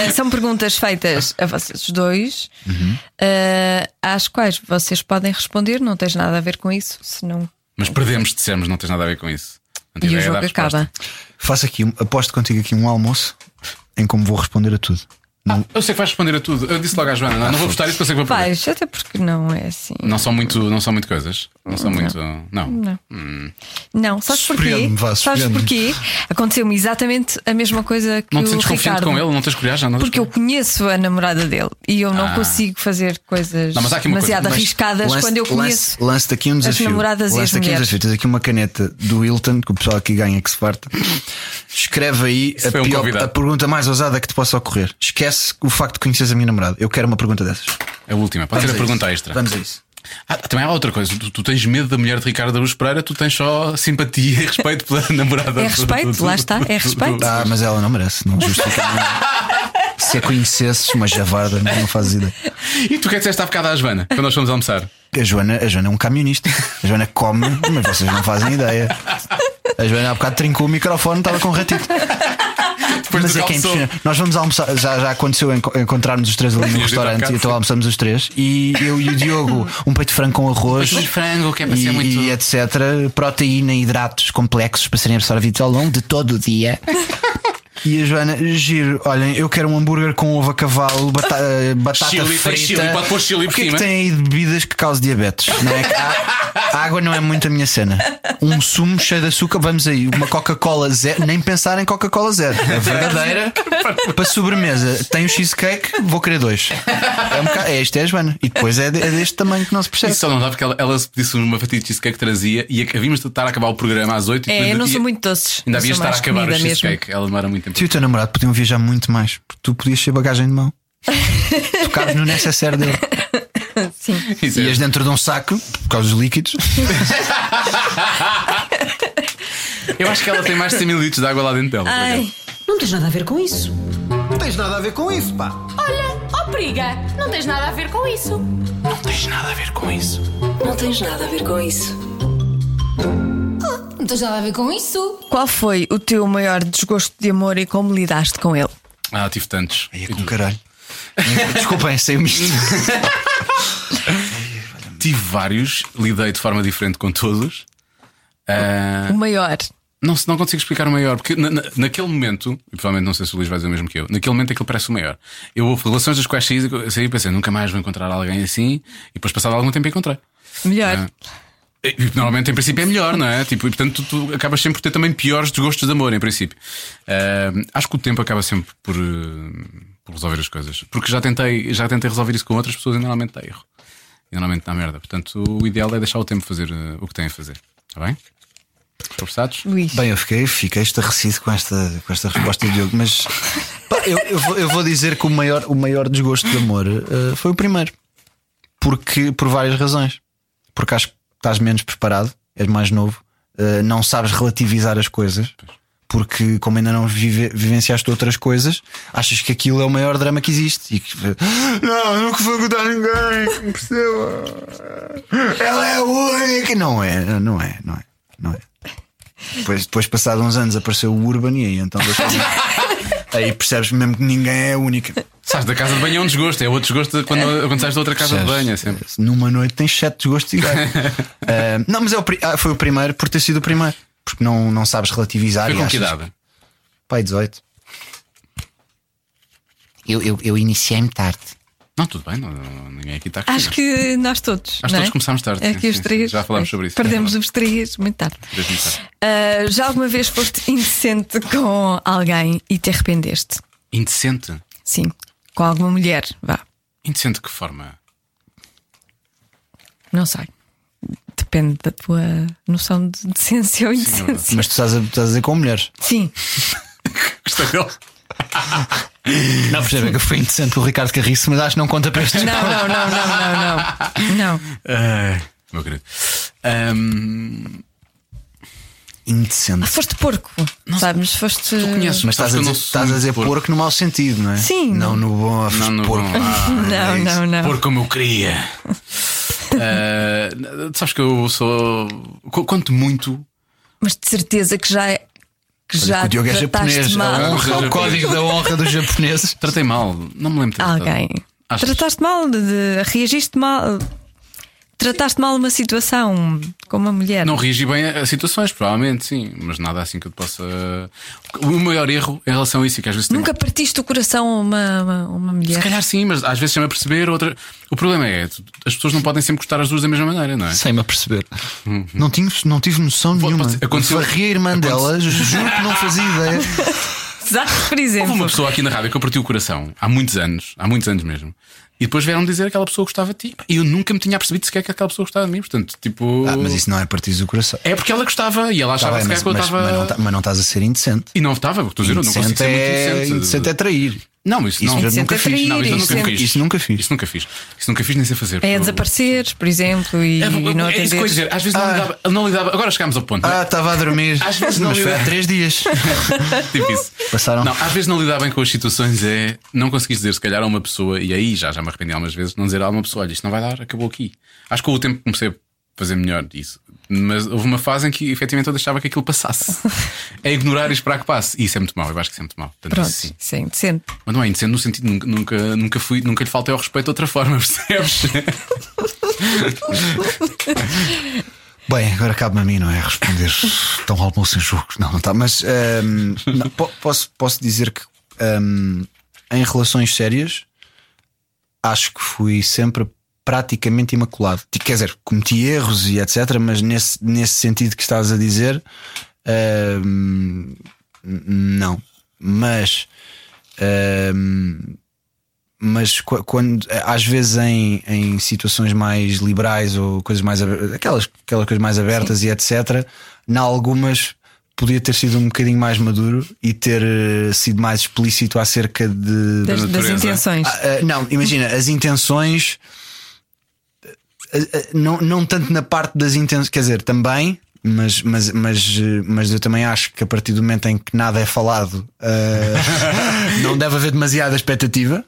S3: Eh, São perguntas feitas a vocês dois,
S2: Uhum.
S3: eh, às quais vocês podem responder. Não tens nada a ver com isso, se não.
S2: Mas perdemos, dissemos, não tens nada a ver com isso. Não tive
S3: E o
S2: ideia da
S3: jogo
S2: resposta.
S3: acaba.
S4: Faço aqui, um- aposto contigo aqui um almoço em como vou responder a tudo.
S2: Eu sei que vais responder a tudo. Eu disse logo à Joana, não, não vou
S4: Ah,
S2: votar isso, que eu sei que vou perder.
S3: Vais, até porque não é assim.
S2: Não são muito, não são muito coisas. Não são muito. Não.
S3: Não. Não, sabes porquê?
S4: Surpreende-me, vá,
S3: Sabes
S4: surpreende-me. porquê?
S3: porquê? Aconteceu-me exatamente a mesma coisa que
S2: Não
S3: o
S2: te sentes confiante
S3: Ricardo.
S2: com ele? Não tens coragem? Não tens
S3: Porque eu conheço a namorada dele e eu não
S2: Ah.
S3: consigo fazer coisas
S2: Não, mas há aqui uma
S3: demasiado
S2: coisa. Mas
S3: arriscadas
S4: Lance-
S3: quando eu conheço.
S4: lance, lance daqui um
S3: as
S4: desafio.
S3: namoradas e
S4: lance
S3: as
S4: daqui um
S3: mulheres.
S4: desafio. Tens aqui uma caneta do Hilton, que o pessoal aqui ganha que se parte. Escreve aí a,
S2: foi um
S4: pior-
S2: convidado.
S4: a pergunta mais ousada que te possa ocorrer. Esquece o facto de conheceres a minha namorada. Eu quero uma pergunta dessas.
S2: É A última. Pode ser a
S4: Vamos isso.
S2: pergunta extra.
S4: Vamos a isso.
S2: Ah, também há outra coisa. Tu, tu tens medo da mulher de Ricardo Aruz Pereira, tu tens só simpatia e respeito pela (laughs) namorada.
S3: É respeito, lá está, é respeito.
S4: Ah, mas ela não merece, não justifica. nenhum. Se a conhecesses, uma javarda, não fazes ideia.
S2: E tu que disseste há bocado à Joana, quando nós fomos almoçar?
S4: A Joana, a Joana é um camionista. A Joana come, mas vocês não fazem ideia. A Joana há bocado trincou o microfone, estava com um ratito.
S2: Depois
S4: Mas
S2: do
S4: é que é
S2: calção.
S4: impressionante. Nós vamos almoçar. Já, já aconteceu enco- encontrarmos os três ali no
S2: Tinhas dito há
S4: restaurante.
S2: bocado,
S4: e Então
S2: sim.
S4: almoçamos os três. E eu e
S2: (laughs)
S4: o Diogo, um peito de frango com arroz.
S5: Peito de frango, que é para
S4: e,
S5: ser muito-
S4: e etc. Proteína, hidratos complexos para serem absorvidos ao longo de todo
S2: (laughs)
S4: o dia. E a Joana, giro, olhem, eu quero um hambúrguer com ovo a cavalo, bata- eh, batata
S2: Chili, tem
S4: frita.
S2: chili, pode pôr chili
S4: o
S2: por
S4: que é que
S2: cima.
S4: tem aí de bebidas que causam diabetes? Não é? Que há- A água não é muito a minha cena. Um sumo cheio de açúcar, vamos aí. Uma Coca-Cola zero. Nem pensar em Coca-Cola zero. A verdadeira. para sobremesa. Tem o cheesecake, vou querer dois. É um bocado, é, este é a Joana. E depois é, de- é deste tamanho que não se percebe.
S2: Isso só não dá porque ela, ela se pedisse uma fatia de cheesecake que trazia e havíamos de estar a acabar o programa às 8 e tu
S3: É, eu
S2: ainda
S3: não
S2: ia-
S3: sou muito doce.
S2: Ainda
S3: Eu
S2: havias de
S3: sou
S2: estar a
S3: mais
S2: acabar o
S3: comida mesmo.
S2: cheesecake. Ela demora muito tempo.
S4: Tu e o teu namorado podiam viajar muito mais. Porque tu podias ser bagagem de mão. Tocares no necessário dele.
S2: Isso é-
S4: Ias dentro de um saco, por causa dos líquidos.
S2: Eu acho que ela tem mais de 100 mil litros de água lá dentro dela. por acaso.
S3: Ai,
S1: Não tens nada a ver com isso.
S4: Não tens nada a ver com isso, pá.
S8: Olha, oh periga, não tens nada a ver com isso.
S1: Não tens nada a ver com isso.
S8: Não tens nada a ver com isso.
S3: qual foi o teu maior desgosto de amor e como lidaste com ele?
S2: Ah, tive tantos.
S4: Aí é com caralho. Desculpem, saiu-me isto.
S2: Tive vários, lidei de forma diferente com todos. Ah,
S3: O maior.
S2: não, se- não consigo explicar o maior, porque na- na- naquele momento, e provavelmente não sei se o Luís vai dizer o mesmo que eu, naquele momento é que ele parece o maior. Eu houve relações das quais saí, saí e pensei, nunca mais vou encontrar alguém assim, e depois passado algum tempo encontrei.
S3: Melhor.
S2: Ah. E, Normalmente, em princípio, é melhor, não é? Tipo, e portanto, tu, tu acabas sempre por ter também piores desgostos de amor, em princípio. Ah, acho que o tempo acaba sempre por, eh, por resolver as coisas. Porque já tentei, já tentei resolver isso com outras pessoas e normalmente dá erro. E normalmente dá merda. Portanto, o ideal é deixar o tempo fazer eh, o que tem a fazer. Está bem? Conversados?
S3: Luís.
S4: Bem, eu fiquei, fiquei estarrecido com esta, com esta resposta do Diogo, mas pá, eu, eu vou, eu vou dizer que o maior, o maior desgosto de amor eh, foi o primeiro. Porque, por várias razões. Porque acho que estás menos preparado, és mais novo, eh, não sabes relativizar as coisas. Porque, como ainda não vive- vivenciaste outras coisas, achas que aquilo é o maior drama que existe. E que, não, nunca vou contar a ninguém, perceba. Ela é a única. Não é, não é, não é, não é. Depois, depois passado uns anos, apareceu o Urban e aí então.
S3: (laughs)
S4: aí percebes mesmo que ninguém é a única.
S2: Sabes, da casa de banho é um desgosto, é outro desgosto de quando, quando sais da outra casa de banho, é sempre.
S4: Numa noite tens sete
S2: (laughs)
S4: desgostos iguais. Ah, não, mas é o pri- ah, foi o primeiro por ter sido o primeiro. Porque não, não sabes relativizar
S2: Foi
S4: e
S2: com que
S4: achas- é
S2: idade?
S4: Pai, 18.
S5: Eu, eu, eu iniciei-me tarde.
S2: Não, tudo bem, não- não- ninguém aqui tá está a
S3: Acho
S2: questionar.
S3: que nós todos.
S2: Acho que
S3: não é?
S2: todos começámos tarde,
S3: É
S2: sim,
S3: que os
S2: sim,
S3: três.
S2: sim. Já falámos sobre isso.
S3: Perdemos
S2: É
S3: os três muito tarde.
S2: Desde muito tarde.
S3: Ah, já alguma vez foste indecente com alguém e te arrependeste?
S2: Indecente.
S3: Sim. Com alguma mulher? Vá.
S2: Indecente de que forma?
S3: Não sei. Depende da tua noção de decência ou
S2: é verdade.
S3: indecência.
S4: Mas tu estás a, estás a dizer com mulheres.
S3: Sim.
S2: Gostei dele.
S4: Não percebe que foi indecente com o Ricardo Carriço, mas acho que não conta para estes.
S3: Não, não, não, não, não, não. Não.
S2: Ai, É, meu querido. Ahm,
S4: Indecente.
S3: Foste porco, sabes? Foste.
S2: tu conheces,
S4: Mas
S2: sabes
S4: estás
S2: que
S4: a
S2: eu
S4: dizer,
S2: não sou
S4: estás a dizer
S2: muito
S4: porco. no mau sentido, não é?
S3: Sim.
S4: Não no bom, ah,
S2: Não no
S4: porco.
S2: bom. Ah,
S4: é
S3: Não,
S4: isso.
S3: não, não.
S2: Por como eu queria. Ah, tu sabes que eu sou. co- Conto muito.
S3: Mas de certeza que já é. Que já
S4: o Diogo é
S3: trataste
S4: japonês, é
S3: mal
S4: um honra, é o
S2: japonês.
S4: código da honra dos japoneses.
S2: Tratei mal, não me lembro de ter tratado.
S3: alguém.
S2: Achas?
S3: Trataste mal, de- de- reagiste mal. Trataste mal uma situação com uma mulher.
S2: Não reagi bem a a situações, provavelmente, sim, mas nada assim que eu te possa. O maior erro em relação a isso é que às vezes tem-
S3: Nunca partiste o coração a uma, uma, uma
S2: Se
S3: mulher.
S2: calhar sim, mas às vezes chama a perceber outra. O problema é, tu- as pessoas não podem sempre gostar as duas da mesma maneira, não é?
S4: Sem-me a perceber. Não, tive, não tive noção nenhuma.
S2: pode ser- aconteceu-
S4: Varri a irmã
S2: aconte-
S4: dela, juro que não fazia ideia.
S3: Exato, por
S2: Houve uma
S3: exemplo.
S2: pessoa aqui na rádio que eu parti o coração há muitos anos, há muitos anos mesmo. E depois vieram dizer que aquela pessoa gostava de ti. E eu nunca me tinha percebido sequer que aquela pessoa gostava de mim. Portanto, tipo.
S4: (laughs) Ah, mas isso não é partir do coração.
S2: É porque ela gostava e ela
S4: Tá
S2: achava
S4: bem,
S2: sequer
S4: mas,
S2: que eu
S4: mas- mas não,
S2: estava.
S4: tá- mas não estás a ser indecente.
S2: E não estava, estou a dizer, eu não consigo
S4: Indecente
S2: ser
S4: é,
S2: muito
S4: indecente é trair.
S2: Não, isso,
S4: Isso
S2: não.
S4: eu Indecente
S3: nunca é fiz. trair,
S2: Não, isso eu nunca
S3: indecente-
S2: fiz.
S4: isso nunca fiz.
S2: Isso nunca fiz. Isso nunca fiz nem sei fazer.
S3: É
S2: Eu-
S3: desapareceres, por exemplo, e,
S2: É,
S3: e não
S2: é isso que eu ia
S3: atender.
S2: dizer. Às vezes não, lidava, não lidava. Agora chegámos ao ponto. não é?
S4: Ah, estava a dormir.
S2: Às vezes não
S4: mas foi
S2: liga.
S4: há três dias. Ah.
S2: Tipo isso.
S4: Passaram.
S2: Não, às vezes não lidar bem com as situações é não conseguir dizer, se calhar, a uma pessoa, e aí já, já me arrependi algumas vezes, não dizer a uma pessoa, olha, isto não vai dar, acabou aqui. Acho que com o tempo comecei a fazer melhor disso. Mas houve uma fase em que efetivamente eu deixava que aquilo passasse. É ignorar e esperar que passe. E isso é muito mau, eu acho que isso é muito mau. Portanto,
S3: Pronto,
S2: isso sim.
S3: isso é indecente.
S2: Mas não é indecente no sentido, nunca, nunca, nunca fui, nunca lhe faltei ao respeito de outra forma, (laughs) percebes?
S4: Bem, agora cabe-me a mim, não é? Responder (laughs) tão almoço em jogo. Não, não está. Mas ahm, não, po- posso, posso dizer que ehm, ahm, em relações sérias acho que fui sempre praticamente imaculado. Ti- Quer dizer, cometi erros e etc., mas nesse, nesse sentido que estás a dizer, ahm, n- não. Mas. ahm, mas qu- quando às vezes em, em situações mais liberais ou coisas mais abe- aquelas, aquelas coisas mais abertas e etc, na algumas podia ter sido um bocadinho mais maduro e ter eh, sido mais explícito acerca de
S3: das, das
S2: natureza.
S3: intenções.
S4: ah, ah, não, imagina, as intenções. ah, ah, Não, não tanto na parte das intenções, quer dizer, também, mas, mas, mas, eh, mas eu também acho que a partir do momento em que nada é falado, ah, (laughs) não deve haver demasiada expectativa.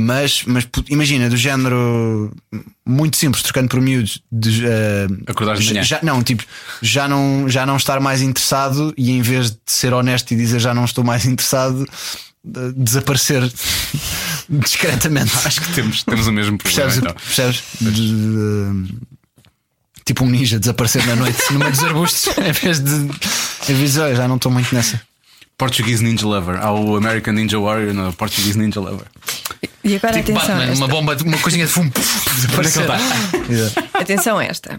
S4: Mas, mas pu- imagina, do género muito simples, trocando por miúdos, de, ah,
S2: Acordares de
S4: já-
S2: manhã.
S4: já- não, tipo, já não, já não estar mais interessado e em vez de ser honesto e dizer já não estou mais (laughs) interessado, de- desaparecer (laughs) discretamente.
S2: Acho que temos, temos o mesmo problema.
S4: Percebes?
S2: Então.
S4: Percebes? De- de- tipo um ninja desaparecer na noite (laughs) no meio dos arbustos em vez de. Em vez de, "Olha, já não estou muito nessa.
S2: Portuguese Ninja Lover. Há o American Ninja Warrior, não, Portuguese Ninja Lover.
S3: E agora
S6: Tipo
S3: atenção. a
S6: Batman,
S3: esta.
S6: uma bomba, de- uma coisinha de
S4: (laughs)
S6: fumo.
S2: Onde é que ele está?
S3: Atenção a esta.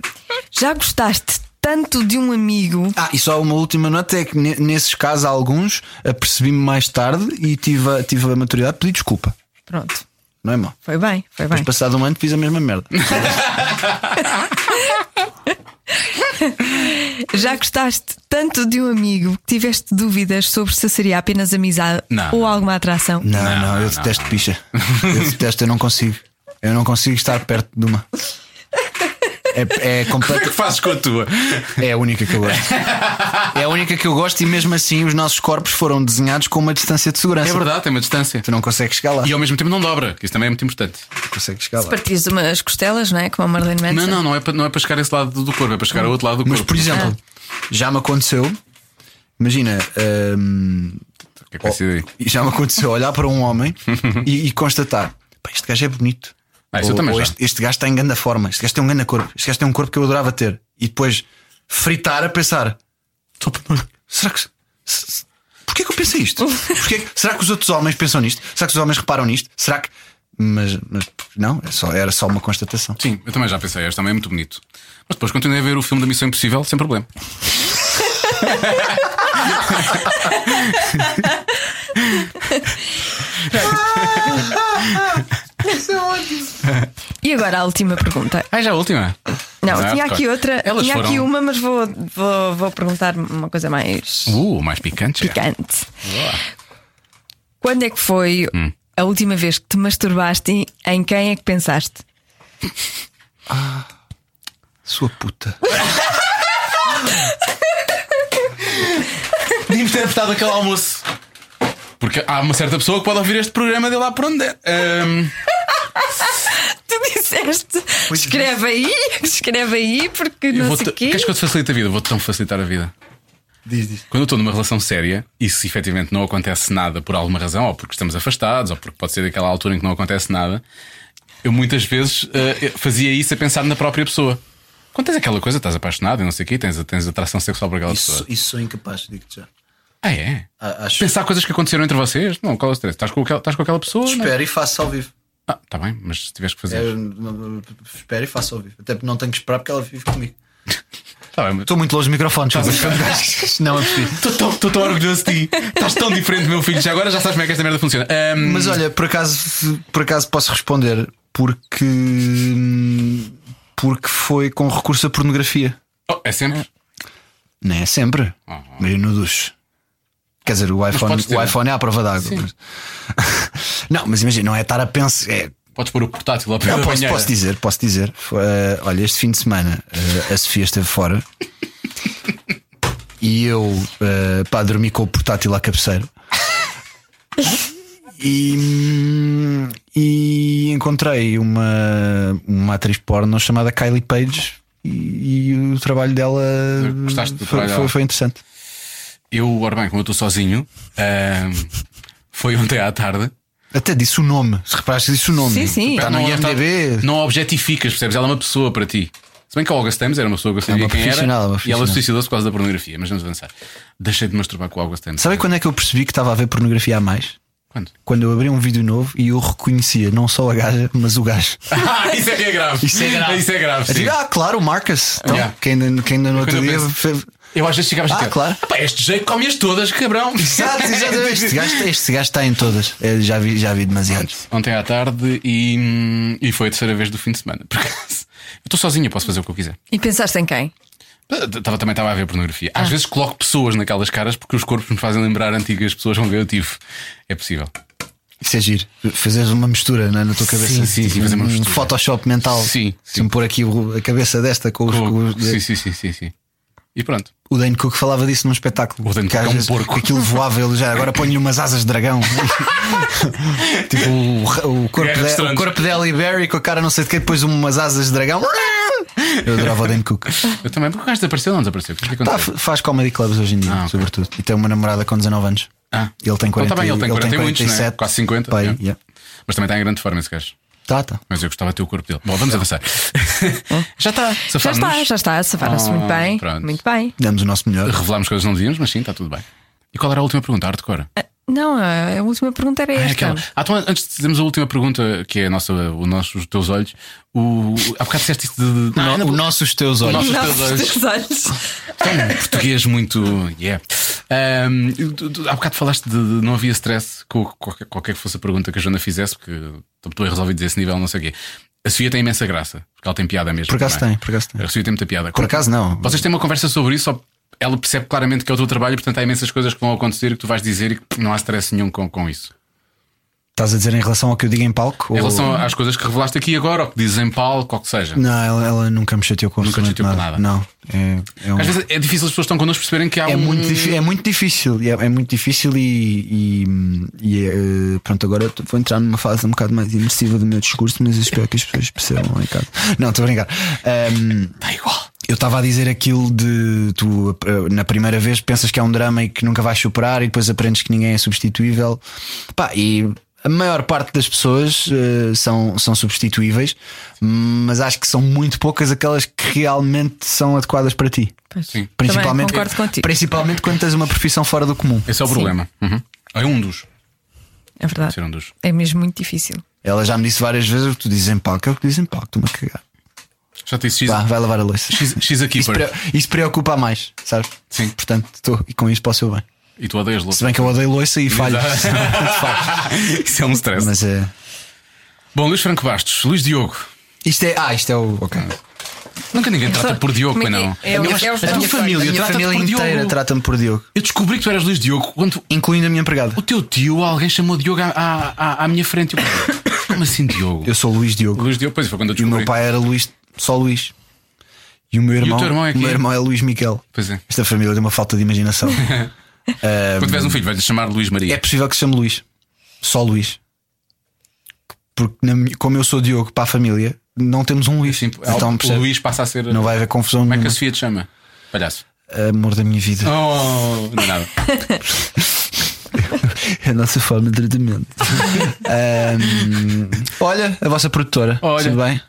S3: Já gostaste tanto de um amigo.
S4: Ah, e só uma última nota é que ne- nesses casos, alguns apercebi-me mais tarde e tive a, tive a maturidade de pedir desculpa.
S3: Pronto,
S4: Não é mal.
S3: foi bem, foi
S4: Mas
S3: bem.
S4: passado um ano fiz a mesma (laughs) merda.
S3: Já gostaste tanto de um amigo que tiveste dúvidas sobre se seria apenas amizade
S2: Não.
S3: ou alguma atração?
S4: Não, não,
S2: Não, não,
S4: eu detesto picha. Eu detesto, eu não consigo. Eu não consigo estar perto de uma. É, é
S2: (laughs) Como é
S4: completo.
S2: que fazes com a tua?
S4: É a única que eu gosto. É a única que eu gosto e mesmo assim os nossos corpos foram desenhados com uma distância de segurança.
S2: É verdade, tem uma distância.
S4: Tu não consegues chegar lá.
S2: E ao mesmo tempo não dobra, que isso também é muito importante.
S4: não consegues chegar lá.
S3: Partires umas costelas, não é? Como a Marlene
S2: Não,
S3: Manson.
S2: não, não é para, não é para chegar a esse lado do corpo, é para chegar ao outro lado do corpo.
S4: Mas por exemplo, já me aconteceu. Imagina, hum,
S2: O que é que vai ser daí?
S4: e já me aconteceu olhar para
S2: (laughs)
S4: um homem e, e constatar: "Pá, este gajo é bonito.
S2: Ah, isso eu
S4: ou,
S2: também
S4: ou
S2: já.
S4: este, este gajo está em grande forma, este gajo tem um grande corpo, este gajo tem um corpo que eu adorava ter. E depois fritar a pensar: "Tô- será que. se- se- Porquê que eu pensei isto? Porquê que- será que os outros homens pensam nisto? Será que os homens reparam nisto? Será que. Mas, mas não, é só, era só uma constatação.
S2: Sim, eu também já pensei, este também é muito bonito. Mas depois continuei a ver o filme da Missão Impossível sem problema.
S3: E agora a última pergunta.
S2: Ah, já a última.
S3: Não,
S2: Ah,
S3: tinha
S2: ok.
S3: aqui outra,
S2: Elas
S3: tinha aqui
S2: foram-
S3: uma, mas vou, vou, vou perguntar uma coisa mais
S2: Uh, mais picante. já.
S3: picante. Quando é que foi
S2: Hum.
S3: a última vez que te masturbaste e em quem é que pensaste? (laughs)
S4: Sua puta.
S2: Podíamos ter apertado aquele almoço. Porque há uma certa pessoa que pode ouvir este programa de lá por onde é. Ahm,
S3: Tu disseste, escreve aí, escreve aí, porque
S2: eu
S3: não
S2: vou-te-
S3: sei o quê.
S2: Queres que eu te facilite a vida? Vou-te tão facilitar a vida. Diz, diz. Quando eu estou numa relação séria e se efetivamente não acontece nada por alguma razão, ou porque estamos afastados, ou porque pode ser daquela altura em que não acontece nada, eu muitas vezes eh, eu fazia isso a pensar na própria pessoa. Quando tens aquela coisa, estás apaixonado e não sei o quê, tens, tens atração sexual por aquela
S4: Isso,
S2: pessoa.
S4: isso sou incapaz, digo-te já.
S2: Ah, é?
S4: A- acho-
S2: Pensar coisas que aconteceram entre vocês? Não, qual é o stress? Estás com aquela, estás com aquela pessoa? não é?
S4: Espero e faço ao vivo.
S2: Ah, tá bem, mas se tiveres que
S4: É,
S2: fazer.
S4: não- espero e faço ao vivo. Até porque não tenho que esperar porque ela vive comigo. Tá.
S2: Tá bem, mas-
S4: Estou muito longe do microfone, (laughs) Não é possível.
S2: Estou tão, tô tão orgulhoso de ti. Estás tão diferente, meu filho. Já agora já sabes como é que esta merda funciona. Ahm,
S4: Mas olha, por acaso, por acaso posso responder porque. Porque foi com recurso à pornografia.
S2: oh, é sempre.
S4: Nem é sempre. Mas no duche. Quer dizer, o iPhone,
S2: Uhum. podes ter,
S4: o iPhone é à prova d'água. mas- Não, mas (laughs) imagina, não é estar a pensar. é-
S2: Podes pôr o portátil lá para
S4: Não,
S2: a
S4: posso,
S2: banheira.
S4: posso dizer, posso dizer. Foi, eh, olha, este fim de semana eh, a Sofia esteve fora e eu eh, pá, dormi com o portátil à cabeceira. E, hum, e encontrei uma, uma atriz porno chamada Kylie Page e, e o trabalho dela
S2: Gostaste do
S4: foi-
S2: trabalho
S4: foi,
S2: dela?
S4: foi interessante.
S2: Eu, ora bem, como eu estou sozinho, ahm, foi ontem à tarde.
S4: Até disse o nome, se reparaste, disse o nome.
S3: Sim, sim.
S4: Está no
S2: Não,
S4: IMDB.
S2: tá- Não objetificas, percebes? Ela é uma pessoa para ti. Se bem que a Olga Stamos era uma pessoa que eu sabia
S4: uma
S2: quem era.
S4: profissional, uma
S2: e ela
S4: profissional.
S2: suicidou-se por causa da pornografia, mas vamos avançar. Deixei de masturbar com a Olga Stamos.
S4: Sabe quando é que eu percebi que estava a ver pornografia a mais?
S2: Quando? (laughs)
S4: Quando eu abri um vídeo novo e eu reconhecia não só a gaja, mas o gajo.
S2: Ah, isso é que é grave.
S6: Isso é grave.
S2: (laughs) Isso é grave.
S4: Eu
S2: sim.
S4: digo, ah, claro, o Marcus. Então,
S2: Yeah.
S4: quem, ainda, quem ainda no outro
S2: Quando eu
S4: dia.
S2: penso-
S4: fez-
S2: Eu às vezes chegavas
S4: Ah, claro.
S2: Pá, este jeito comias todas, cabrão. (laughs)
S4: Exato, exatamente. Este gajo, este gajo está em todas. Eu já vi, já vi demasiados.
S2: Ontem à tarde e, hum, e foi a terceira vez do fim de semana. Por acaso. Eu estou sozinho, posso fazer o que eu quiser.
S3: E pensaste em quem?
S2: Tava, também estava a ver pornografia.
S3: Ah.
S2: Às vezes coloco pessoas naquelas caras porque os corpos me fazem lembrar antigas pessoas com quem eu tive. É possível.
S4: Isso é giro. Fazeres uma mistura não é, na tua cabeça.
S2: Sim, sim, sim,
S4: Tipo,
S2: fazer uma
S4: um
S2: mistura.
S4: Photoshop mental.
S2: Sim,
S4: Se me pôr aqui o- a cabeça desta com os. com os-
S2: Sim, sim, sim, sim, sim. E pronto.
S4: O Dane Cook falava disso num espetáculo.
S2: O Dane
S4: Que
S2: Cook
S4: às
S2: é um
S4: vezes
S2: porco.
S4: Aquilo voava, ele já agora põe-lhe umas asas de
S2: (laughs)
S4: dragão. tipo o, ra- o corpo,
S2: Guerra dos
S4: de, o
S2: Tronos.
S4: corpo de Halle Berry com a cara não sei de quê, depois umas asas de dragão. Eu adorava o Dane Cook.
S2: Eu também. Porque o gajo desapareceu ou não desapareceu? O que é que
S4: Tá,
S2: aconteceu?
S4: f- faz comedy clubs hoje em dia,
S2: Ah, ok.
S4: sobretudo. E tem uma namorada com 19 anos.
S2: Ah.
S4: Ele tem 40
S2: Então tá bem, ele tem 40 e muitos, né? Quase 50,
S4: Pai,
S2: é.
S4: yeah.
S2: Mas também está em grande forma esse gajo.
S4: Tá, tá.
S2: Mas eu gostava de ter o corpo dele. Bom, vamos avançar. (laughs) já tá. está.
S3: Já tá, está, já está, safaram-se muito
S2: Ah,
S3: bem.
S2: pronto.
S3: Muito bem.
S4: Damos o nosso melhor.
S2: Revelámos coisas que não devíamos, mas sim, está tudo bem. E qual era a última pergunta? Hardcore?
S3: Não, a a última pergunta era
S2: Ah, é
S3: Ah, esta.
S2: aquela. Ah, então, antes de dizermos a última pergunta, que é a nossa, o nosso, os teus olhos, o, o- há bocado disseste isso de. Ah, de-
S6: O no- o nosso, Ah, os teus olhos.
S2: Nossos teus
S3: Não,
S2: olhos.
S3: teus olhos.
S2: Tem um português muito. Yeah. Ahm, tu- tu- há bocado falaste de, de não havia stress com qualquer, qualquer que fosse a pergunta que a Joana fizesse, porque tu resolvi dizer esse nível, não sei o quê. A Sofia tem imensa graça, porque ela tem piada mesmo.
S4: Por acaso
S2: não é?
S4: tem, por acaso tem.
S2: A Sofia tem muita piada.
S4: Por acaso não.
S2: Vocês têm uma conversa sobre isso, ou ela percebe claramente que é o teu trabalho, e, portanto há imensas coisas que vão acontecer e que tu vais dizer e que não há stress nenhum com, com isso.
S4: Estás a dizer em relação ao que eu digo em palco?
S2: Em
S4: Ou-
S2: relação às coisas que revelaste aqui agora, ou que dizem em palco, ou que seja.
S4: Não, ela, ela nunca me chateou com
S2: Nunca te chateou
S4: absolutamente
S2: com
S4: nada. Não. É, é um-
S2: Às vezes é difícil as pessoas que estão connosco perceberem que há
S4: É
S2: um.
S4: muito, difí- é muito difícil, é, é muito difícil e, e- e, eh, pronto, agora eu vou entrar numa fase um bocado mais imersiva do meu discurso, mas eu espero que as pessoas percebam lá em casa. Não, estou a brincar. Está igual. Eu estava a dizer aquilo de tu eh, na primeira vez pensas que é um drama e que nunca vais superar e depois aprendes que ninguém é substituível. Pá, e a maior parte das pessoas eh, são, são substituíveis, mas acho que são muito poucas aquelas que realmente são adequadas para ti.
S2: Sim.
S4: Principalmente,
S3: concordo contigo.
S4: principalmente quando tens uma profissão fora do comum.
S2: Esse é o problema. Uhum. É um dos.
S3: É verdade.
S2: Ser um dos.
S3: É mesmo muito difícil.
S4: Ela já me disse várias vezes: tu dizes em palco, é o que dizem palco, tu me a cagar.
S2: Já te disse X,
S4: Vá, vai lavar a louça.
S2: X, X a
S4: Isso,
S2: Keeper.
S4: pre- isso preocupa mais, sabes?
S2: Sim.
S4: Portanto, estou e com isso para o seu bem.
S2: E tu odeias louco.
S4: Se bem que eu odeio louça e falho. (laughs)
S2: (laughs) Isso é um stress.
S4: Mas é.
S2: Bom, Luís Franco Bastos, Luís Diogo.
S4: Isto é. Ah, isto é o. Ok.
S2: Nunca ninguém trata por Diogo,
S3: Como
S2: pois
S3: é que
S2: não.
S3: é? É o- é o-
S4: A minha família, a minha
S2: trata-te
S4: família
S2: por Diogo.
S4: inteira trata-me por Diogo,
S2: Eu descobri que tu eras Luís Diogo quando
S4: incluindo a minha empregada.
S2: o teu tio, alguém chamou Diogo à, à, à- à minha frente. Eu, como assim, Diogo?
S4: Eu sou o Luís Diogo.
S2: Luís Diogo, pois foi quando eu
S4: E o
S2: descobri.
S4: meu pai era Luís, só Luís. E o meu irmão,
S2: teu irmão é
S4: o meu
S2: quem?
S4: irmão é Luís Miquel.
S2: Pois é.
S4: Esta família tem uma falta de (laughs) imaginação.
S2: Quando tiveres um filho, vais-lhe chamar Luís Maria.
S4: É possível que se chame Luís. Só Luís. Porque, na minha- como eu sou Diogo para a família, não temos um Luís.
S2: Sim,
S4: então,
S2: é o
S4: percebe?
S2: Luís passa a ser.
S4: Não vai haver confusão
S2: Como é que a
S4: nenhuma.
S2: Sofia te chama? Palhaço.
S4: Amor da minha vida.
S2: Oh, não é nada.
S4: É a nossa forma de tratamento. (laughs) Ahm, olha, a vossa produtora.
S2: Olha.
S4: Tudo bem?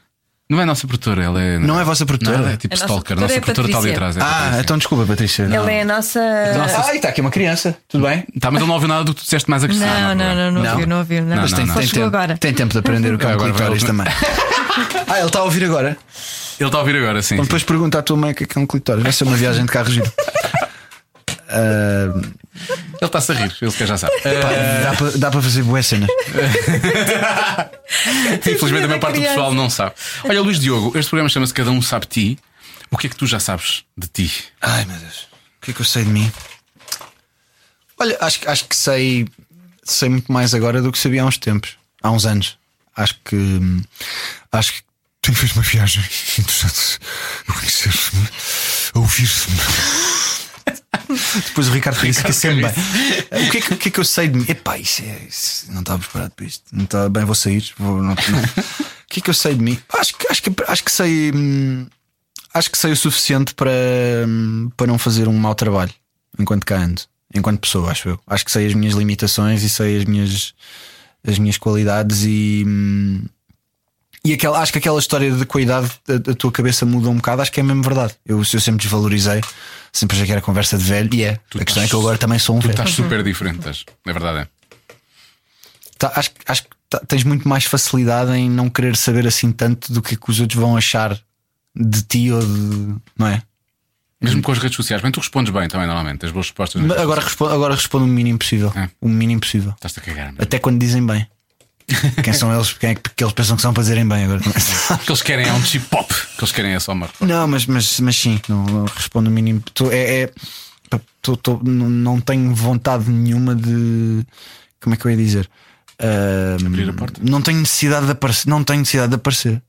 S2: Não é a nossa produtora, ela é.
S4: Não é a vossa produtora?
S2: Nada, é tipo
S3: A nossa
S2: stalker. A
S3: produtora
S2: nossa
S3: é
S2: produtora está ali
S3: Patrícia.
S2: atrás. é
S4: Ah,
S2: Patrícia.
S4: então desculpa, Patrícia. Não.
S3: Ela é a nossa.
S4: Ai, está aqui uma criança. Tudo bem?
S2: Tá, mas ele não ouviu nada do que tu disseste mais agressivo.
S3: Não, não, não, não ouviu, não ouviu. Não,
S2: Ah, Não,
S3: Mas
S2: não,
S3: tem-
S2: não.
S3: só
S4: Tem
S3: chegou
S4: tempo,
S3: agora.
S4: tem tempo
S2: (laughs)
S4: de aprender o que é um
S2: Agora vai
S4: clitóris
S2: ele.
S4: também. ah, ele está a ouvir agora.
S2: Ele está a ouvir agora, sim.
S4: Então
S2: sim.
S4: depois pergunta à tua mãe o que é que é um clitóris. Vai ser uma viagem de carro (laughs) giro. Ahm,
S2: Ele está-se a rir, ele sequer já
S4: (laughs)
S2: sabe. Eh,
S4: Pá, dá para fazer boas cenas.
S2: Infelizmente a maior
S3: da
S4: é
S2: parte do
S3: criança.
S2: pessoal não sabe. Olha, Luís Diogo, este programa chama-se Cada Um Sabe Ti. O que é que tu já sabes de ti?
S4: Ai meu Deus, o que é que eu sei de mim? Olha, acho, que- acho que sei, sei muito mais agora do que sabia há uns tempos, há uns anos. Acho que hum, acho que
S7: Tenho feito uma viagem interessante. é? Eu conhecer-me, a ouvir-me.
S4: depois o Ricardo Carriço fica sempre
S2: Ricardo
S4: bem. O que, é que, o que é que eu sei de mim? Epá, isso é. isso- não estava preparado para isto. Não estava bem, vou sair. vou- não- não. O que é que eu sei de mim? Acho que, acho que, acho que sei. hum, Acho que sei o suficiente para, hum, para não fazer um mau trabalho enquanto cá ando, enquanto pessoa, acho eu. Acho que sei as minhas limitações e sei as minhas, as minhas qualidades e. hum, e aquela, acho que aquela história de qualidade a, a tua cabeça muda um bocado, acho que é mesmo verdade. Eu, eu sempre desvalorizei, sempre achei que era conversa de velho, e é. A questão é que eu agora também sou um
S2: Tu
S4: velho.
S2: estás super diferente, estás. Na verdade é.
S4: (laughs) tá- acho, que- acho que tá- tens muito mais facilidade em não querer saber assim tanto do que, é que os outros vão achar de ti ou de. Não é?
S2: Mesmo com as redes sociais, bem, tu respondes bem também, normalmente, as boas respostas.
S4: Mas Agora respondo, agora respondo o mínimo possível.
S2: É.
S4: O mínimo possível.
S2: Estás-te a cagar, meu.
S4: Até quando dizem bem. Quem são eles? Quem é que, que eles pensam que são para dizerem bem agora?
S2: O que eles querem é um chip pop. O que eles querem é só uma.
S4: Não, mas, mas, mas sim, não, não respondo o mínimo. Tô- é, é- pá, tô- tô- não, não tenho vontade nenhuma de. Como é que eu ia dizer? Ahm,
S2: Abrir a porta?
S4: Não tenho necessidade de aparecer. Não tenho necessidade de aparecer.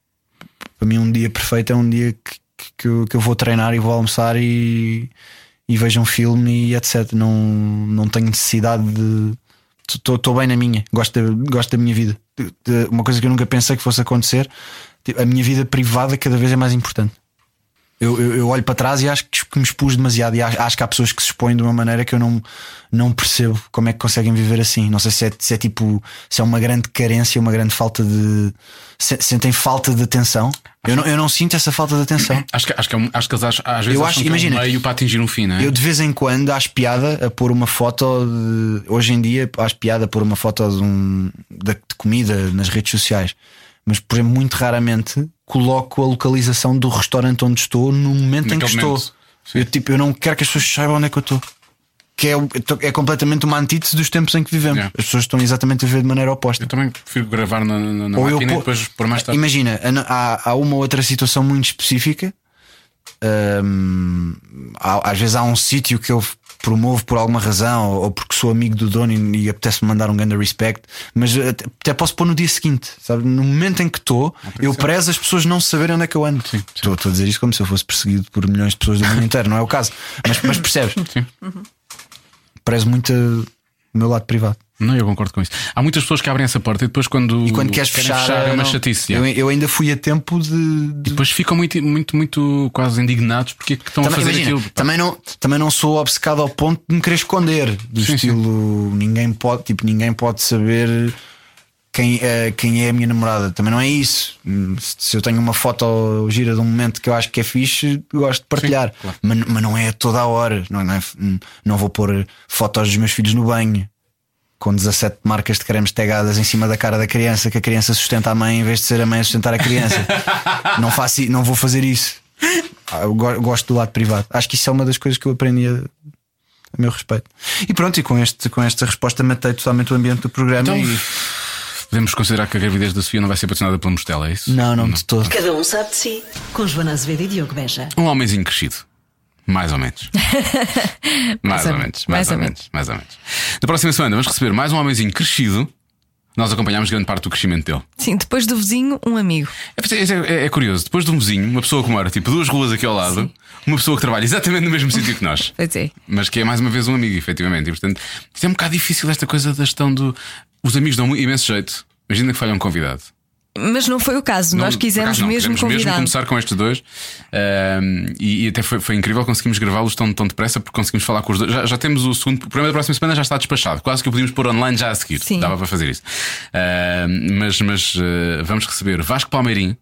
S4: Para mim, um dia perfeito é um dia que, que- que, eu, que eu vou treinar e vou almoçar e, e vejo um filme e etc. Não, não tenho necessidade de. Estou bem na minha, gosto da, gosto da minha vida. De- de- uma coisa que eu nunca pensei que fosse acontecer, tipo, a minha vida privada cada vez é mais importante. Eu, eu- eu olho para trás e acho que que me expus demasiado. E a- acho que há pessoas que se expõem de uma maneira que eu não, não percebo como é que conseguem viver assim. Não sei se é, se é tipo, se é uma grande carência, uma grande falta de. se- sentem falta de atenção. Eu não, eu não sinto essa falta de atenção.
S2: Acho que, acho que, é um- acho que eles acham- às vezes
S4: Eu
S2: acham
S4: acho-
S2: que é um
S4: imagina.
S2: meio para atingir um fim, não é?
S4: Eu de vez em quando acho piada a pôr uma foto de- hoje em dia acho piada a pôr uma foto de, um, de, de comida nas redes sociais, mas por exemplo, muito raramente coloco a localização do restaurante onde estou no momento em que
S2: Naquele
S4: estou.
S2: momento. Sim.
S4: Eu, tipo, eu não quero que as pessoas saibam onde é que eu estou. Que é, o- eu tô- é completamente uma antítese dos tempos em que vivemos.
S2: Yeah.
S4: As pessoas estão exatamente a viver de maneira oposta.
S2: Eu também prefiro gravar na, na, na
S4: Ou eu
S2: máquina e
S4: pô-
S2: depois por mais tarde.
S4: Imagina, há- há, há uma outra situação muito específica. Hum, há- às vezes há um sítio que eu promovo por alguma razão, ou porque sou amigo do dono e, e apetece-me mandar um grande respect, mas eh, até, até posso pôr no dia seguinte, sabe? No momento em que estou, eu prezo as pessoas não saberem onde é que eu ando. Estou estou a dizer isto como se eu fosse perseguido por milhões de pessoas do mundo inteiro, não é o caso, mas, mas percebes?
S2: Sim.
S4: Prezo muito uh, o meu lado privado.
S2: Não, eu concordo com isso. Há muitas pessoas que abrem essa porta e depois quando.
S4: E quando queres
S2: querem é
S4: fechar,
S2: uma
S4: não.
S2: chatice.
S4: eu,
S2: yeah.
S4: eu ainda fui a tempo de- de
S2: Depois ficam muito, muito, muito quase indignados porque é que estão a fazer
S4: imagina,
S2: aquilo.
S4: Também não, também não sou obcecado ao ponto de me querer esconder. Do
S2: Sim,
S4: estilo, ninguém pode, tipo, ninguém pode saber quem, é- quem é a minha namorada. Também não é isso. Hum, Se, se eu tenho uma foto gira de um momento que eu acho que é fixe, eu gosto de partilhar. mas, mas não é a toda a hora. Não, não, é- não vou pôr fotos dos meus filhos no banho. Com 17 marcas de cremes tagadas em cima da cara da criança, que a criança sustenta a mãe em vez de ser a mãe a sustentar
S2: (laughs)
S4: a criança. não, faço, i- não vou fazer isso. Ah, Eu go- gosto do lado privado. Acho que isso é uma das coisas que eu aprendi a, a meu respeito. E pronto, e com, este, com esta resposta matei totalmente o ambiente do programa.
S2: Então-
S4: e-
S2: Podemos considerar que a gravidez da Sofia não vai ser patrocinada pela Mostela, é isso?
S4: Não, não, de todo.
S1: Cada um sabe de si. Com Joana Azevedo e Diogo Beja.
S2: Um homenzinho crescido. Mais ou (laughs) menos. mais, ou menos. Mais ou menos. Mais ou menos. Na próxima semana vamos receber mais um homenzinho crescido. Nós acompanhámos grande parte do crescimento dele.
S3: Sim, depois do vizinho, um amigo.
S2: É, é- é curioso. Depois de um vizinho, uma pessoa que mora tipo duas ruas aqui ao lado, uma pessoa que trabalha exatamente no mesmo sítio que nós.
S3: Pois é.
S2: Mas que é mais uma vez um amigo, efetivamente. E portanto, isto é um bocado difícil esta coisa da gestão do. Os amigos dão imenso jeito. Imagina que falha um convidado.
S3: Mas não foi o caso,
S2: Não,
S3: nós
S2: por
S3: quisemos
S2: acaso não,
S3: mesmo
S2: quisemos mesmo
S3: convidar.
S2: começar com estes dois Ahm, e, e até foi, foi incrível, conseguimos gravá-los tão, tão depressa porque conseguimos falar com os dois. Já, já temos o segundo, o programa da próxima semana já está despachado, quase que o podíamos pôr online já a seguir,
S3: Sim.
S2: dava para fazer isso. Ahm, mas mas ah, vamos receber Vasco Palmeirim.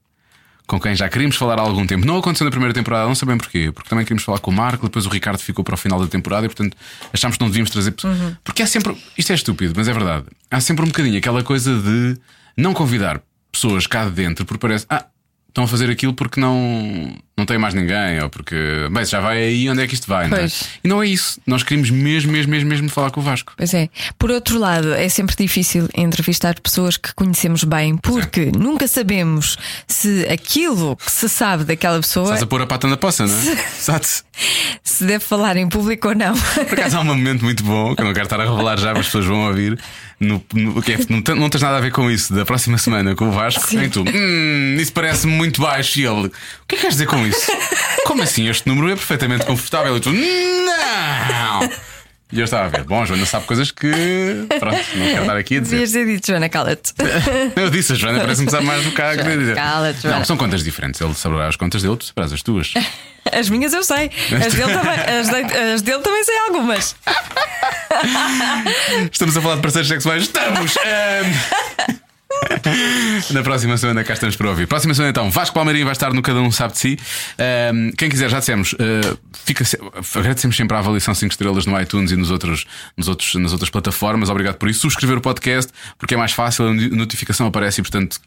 S2: Com quem já queríamos falar há algum tempo. Não aconteceu na primeira temporada, não sabemos porquê. Porque também queríamos falar com o Marco, depois o Ricardo ficou para o final da temporada e, portanto, achámos que não devíamos trazer. pessoas. Porque há sempre. Isto é estúpido, mas é verdade. Há sempre um bocadinho aquela coisa de não convidar pessoas cá de dentro porque parece. Ah, estão a fazer aquilo porque não, não tem mais ninguém, ou porque. Bem, se já vai aí, onde é que isto vai, não é?
S3: Pois.
S2: E não é isso. Nós queríamos mesmo, mesmo, mesmo, mesmo falar com o Vasco.
S3: Pois é. Por outro lado, é sempre difícil entrevistar pessoas que conhecemos bem,
S2: é.
S3: porque nunca sabemos se aquilo que se sabe daquela pessoa
S2: Estás a pôr a pata na poça, não é? Exato.
S3: se deve falar em público
S2: (laughs)
S3: ou não.
S2: Por acaso há um momento muito bom que eu não quero estar a revelar já, mas as pessoas vão ouvir. No, no- que é, não, tem- não tens nada a ver com isso da próxima semana com o Vasco, nem tu. Hum, isso parece-me muito baixo. E ele, o que é que queres dizer com isso? Como assim? Este número é perfeitamente confortável. E tu, não! E eu estava a ver, bom, a Joana sabe coisas que. Pronto, não quero estar aqui a dizer.
S3: Devias ter dito, Joana, cala-te.
S2: Eu disse, a Joana parece-me sabe mais do que há a querer dizer.
S3: Cala-te, Joana.
S2: Não, são contas diferentes. Ele saberá as contas dele, tu saberás as tuas.
S3: As minhas eu sei. As dele também, as de- as dele também sei algumas. (laughs)
S2: Estamos a falar de parceiros sexuais? Estamos! Ahm. Na próxima semana cá estamos para ouvir. Próxima semana então, Vasco Palmeirinho vai estar no Cada Um Sabe de Si. Ahm, quem quiser, já dissemos, ah, fica se- agradecemos sempre a avaliação 5 estrelas no iTunes e nos outros, nos outros, nas outras plataformas. Obrigado por isso. Subscrever o podcast, porque é mais fácil, a notificação aparece e, portanto,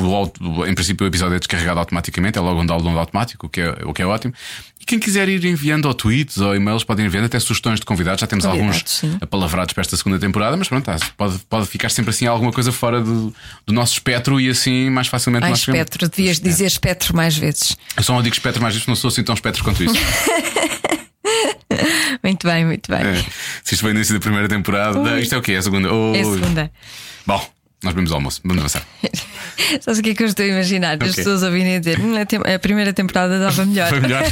S2: o auto- em princípio o episódio é descarregado automaticamente, é logo um download automático, o que é, o que é ótimo. E quem quiser ir enviando ou tweets ou e-mails, podem ir enviando até sugestões de convidados. Já temos alguns
S3: Convidados, sim.
S2: apalavrados para esta segunda temporada, mas pronto, tá, pode, pode ficar sempre assim alguma coisa fora do, do nosso espectro e assim mais facilmente
S3: Ah,
S2: nós chegamos.
S3: espectro, devias dizer espectro mais vezes.
S2: Eu só não digo espectro mais isto, não sou assim tão espectro quanto (laughs) isso.
S3: Muito bem, muito bem.
S2: É. Se isto foi o início da primeira temporada, não, isto é o quê? É a segunda? Ui.
S3: É a segunda.
S2: Bom, nós vemos almoço, vamos (laughs) avançar.
S3: Sabes o que é que eu estou a imaginar? As
S2: Ok.
S3: é pessoas ouvirem a dizer "Hum, a tem- a primeira temporada dava melhor.
S2: Foi melhor.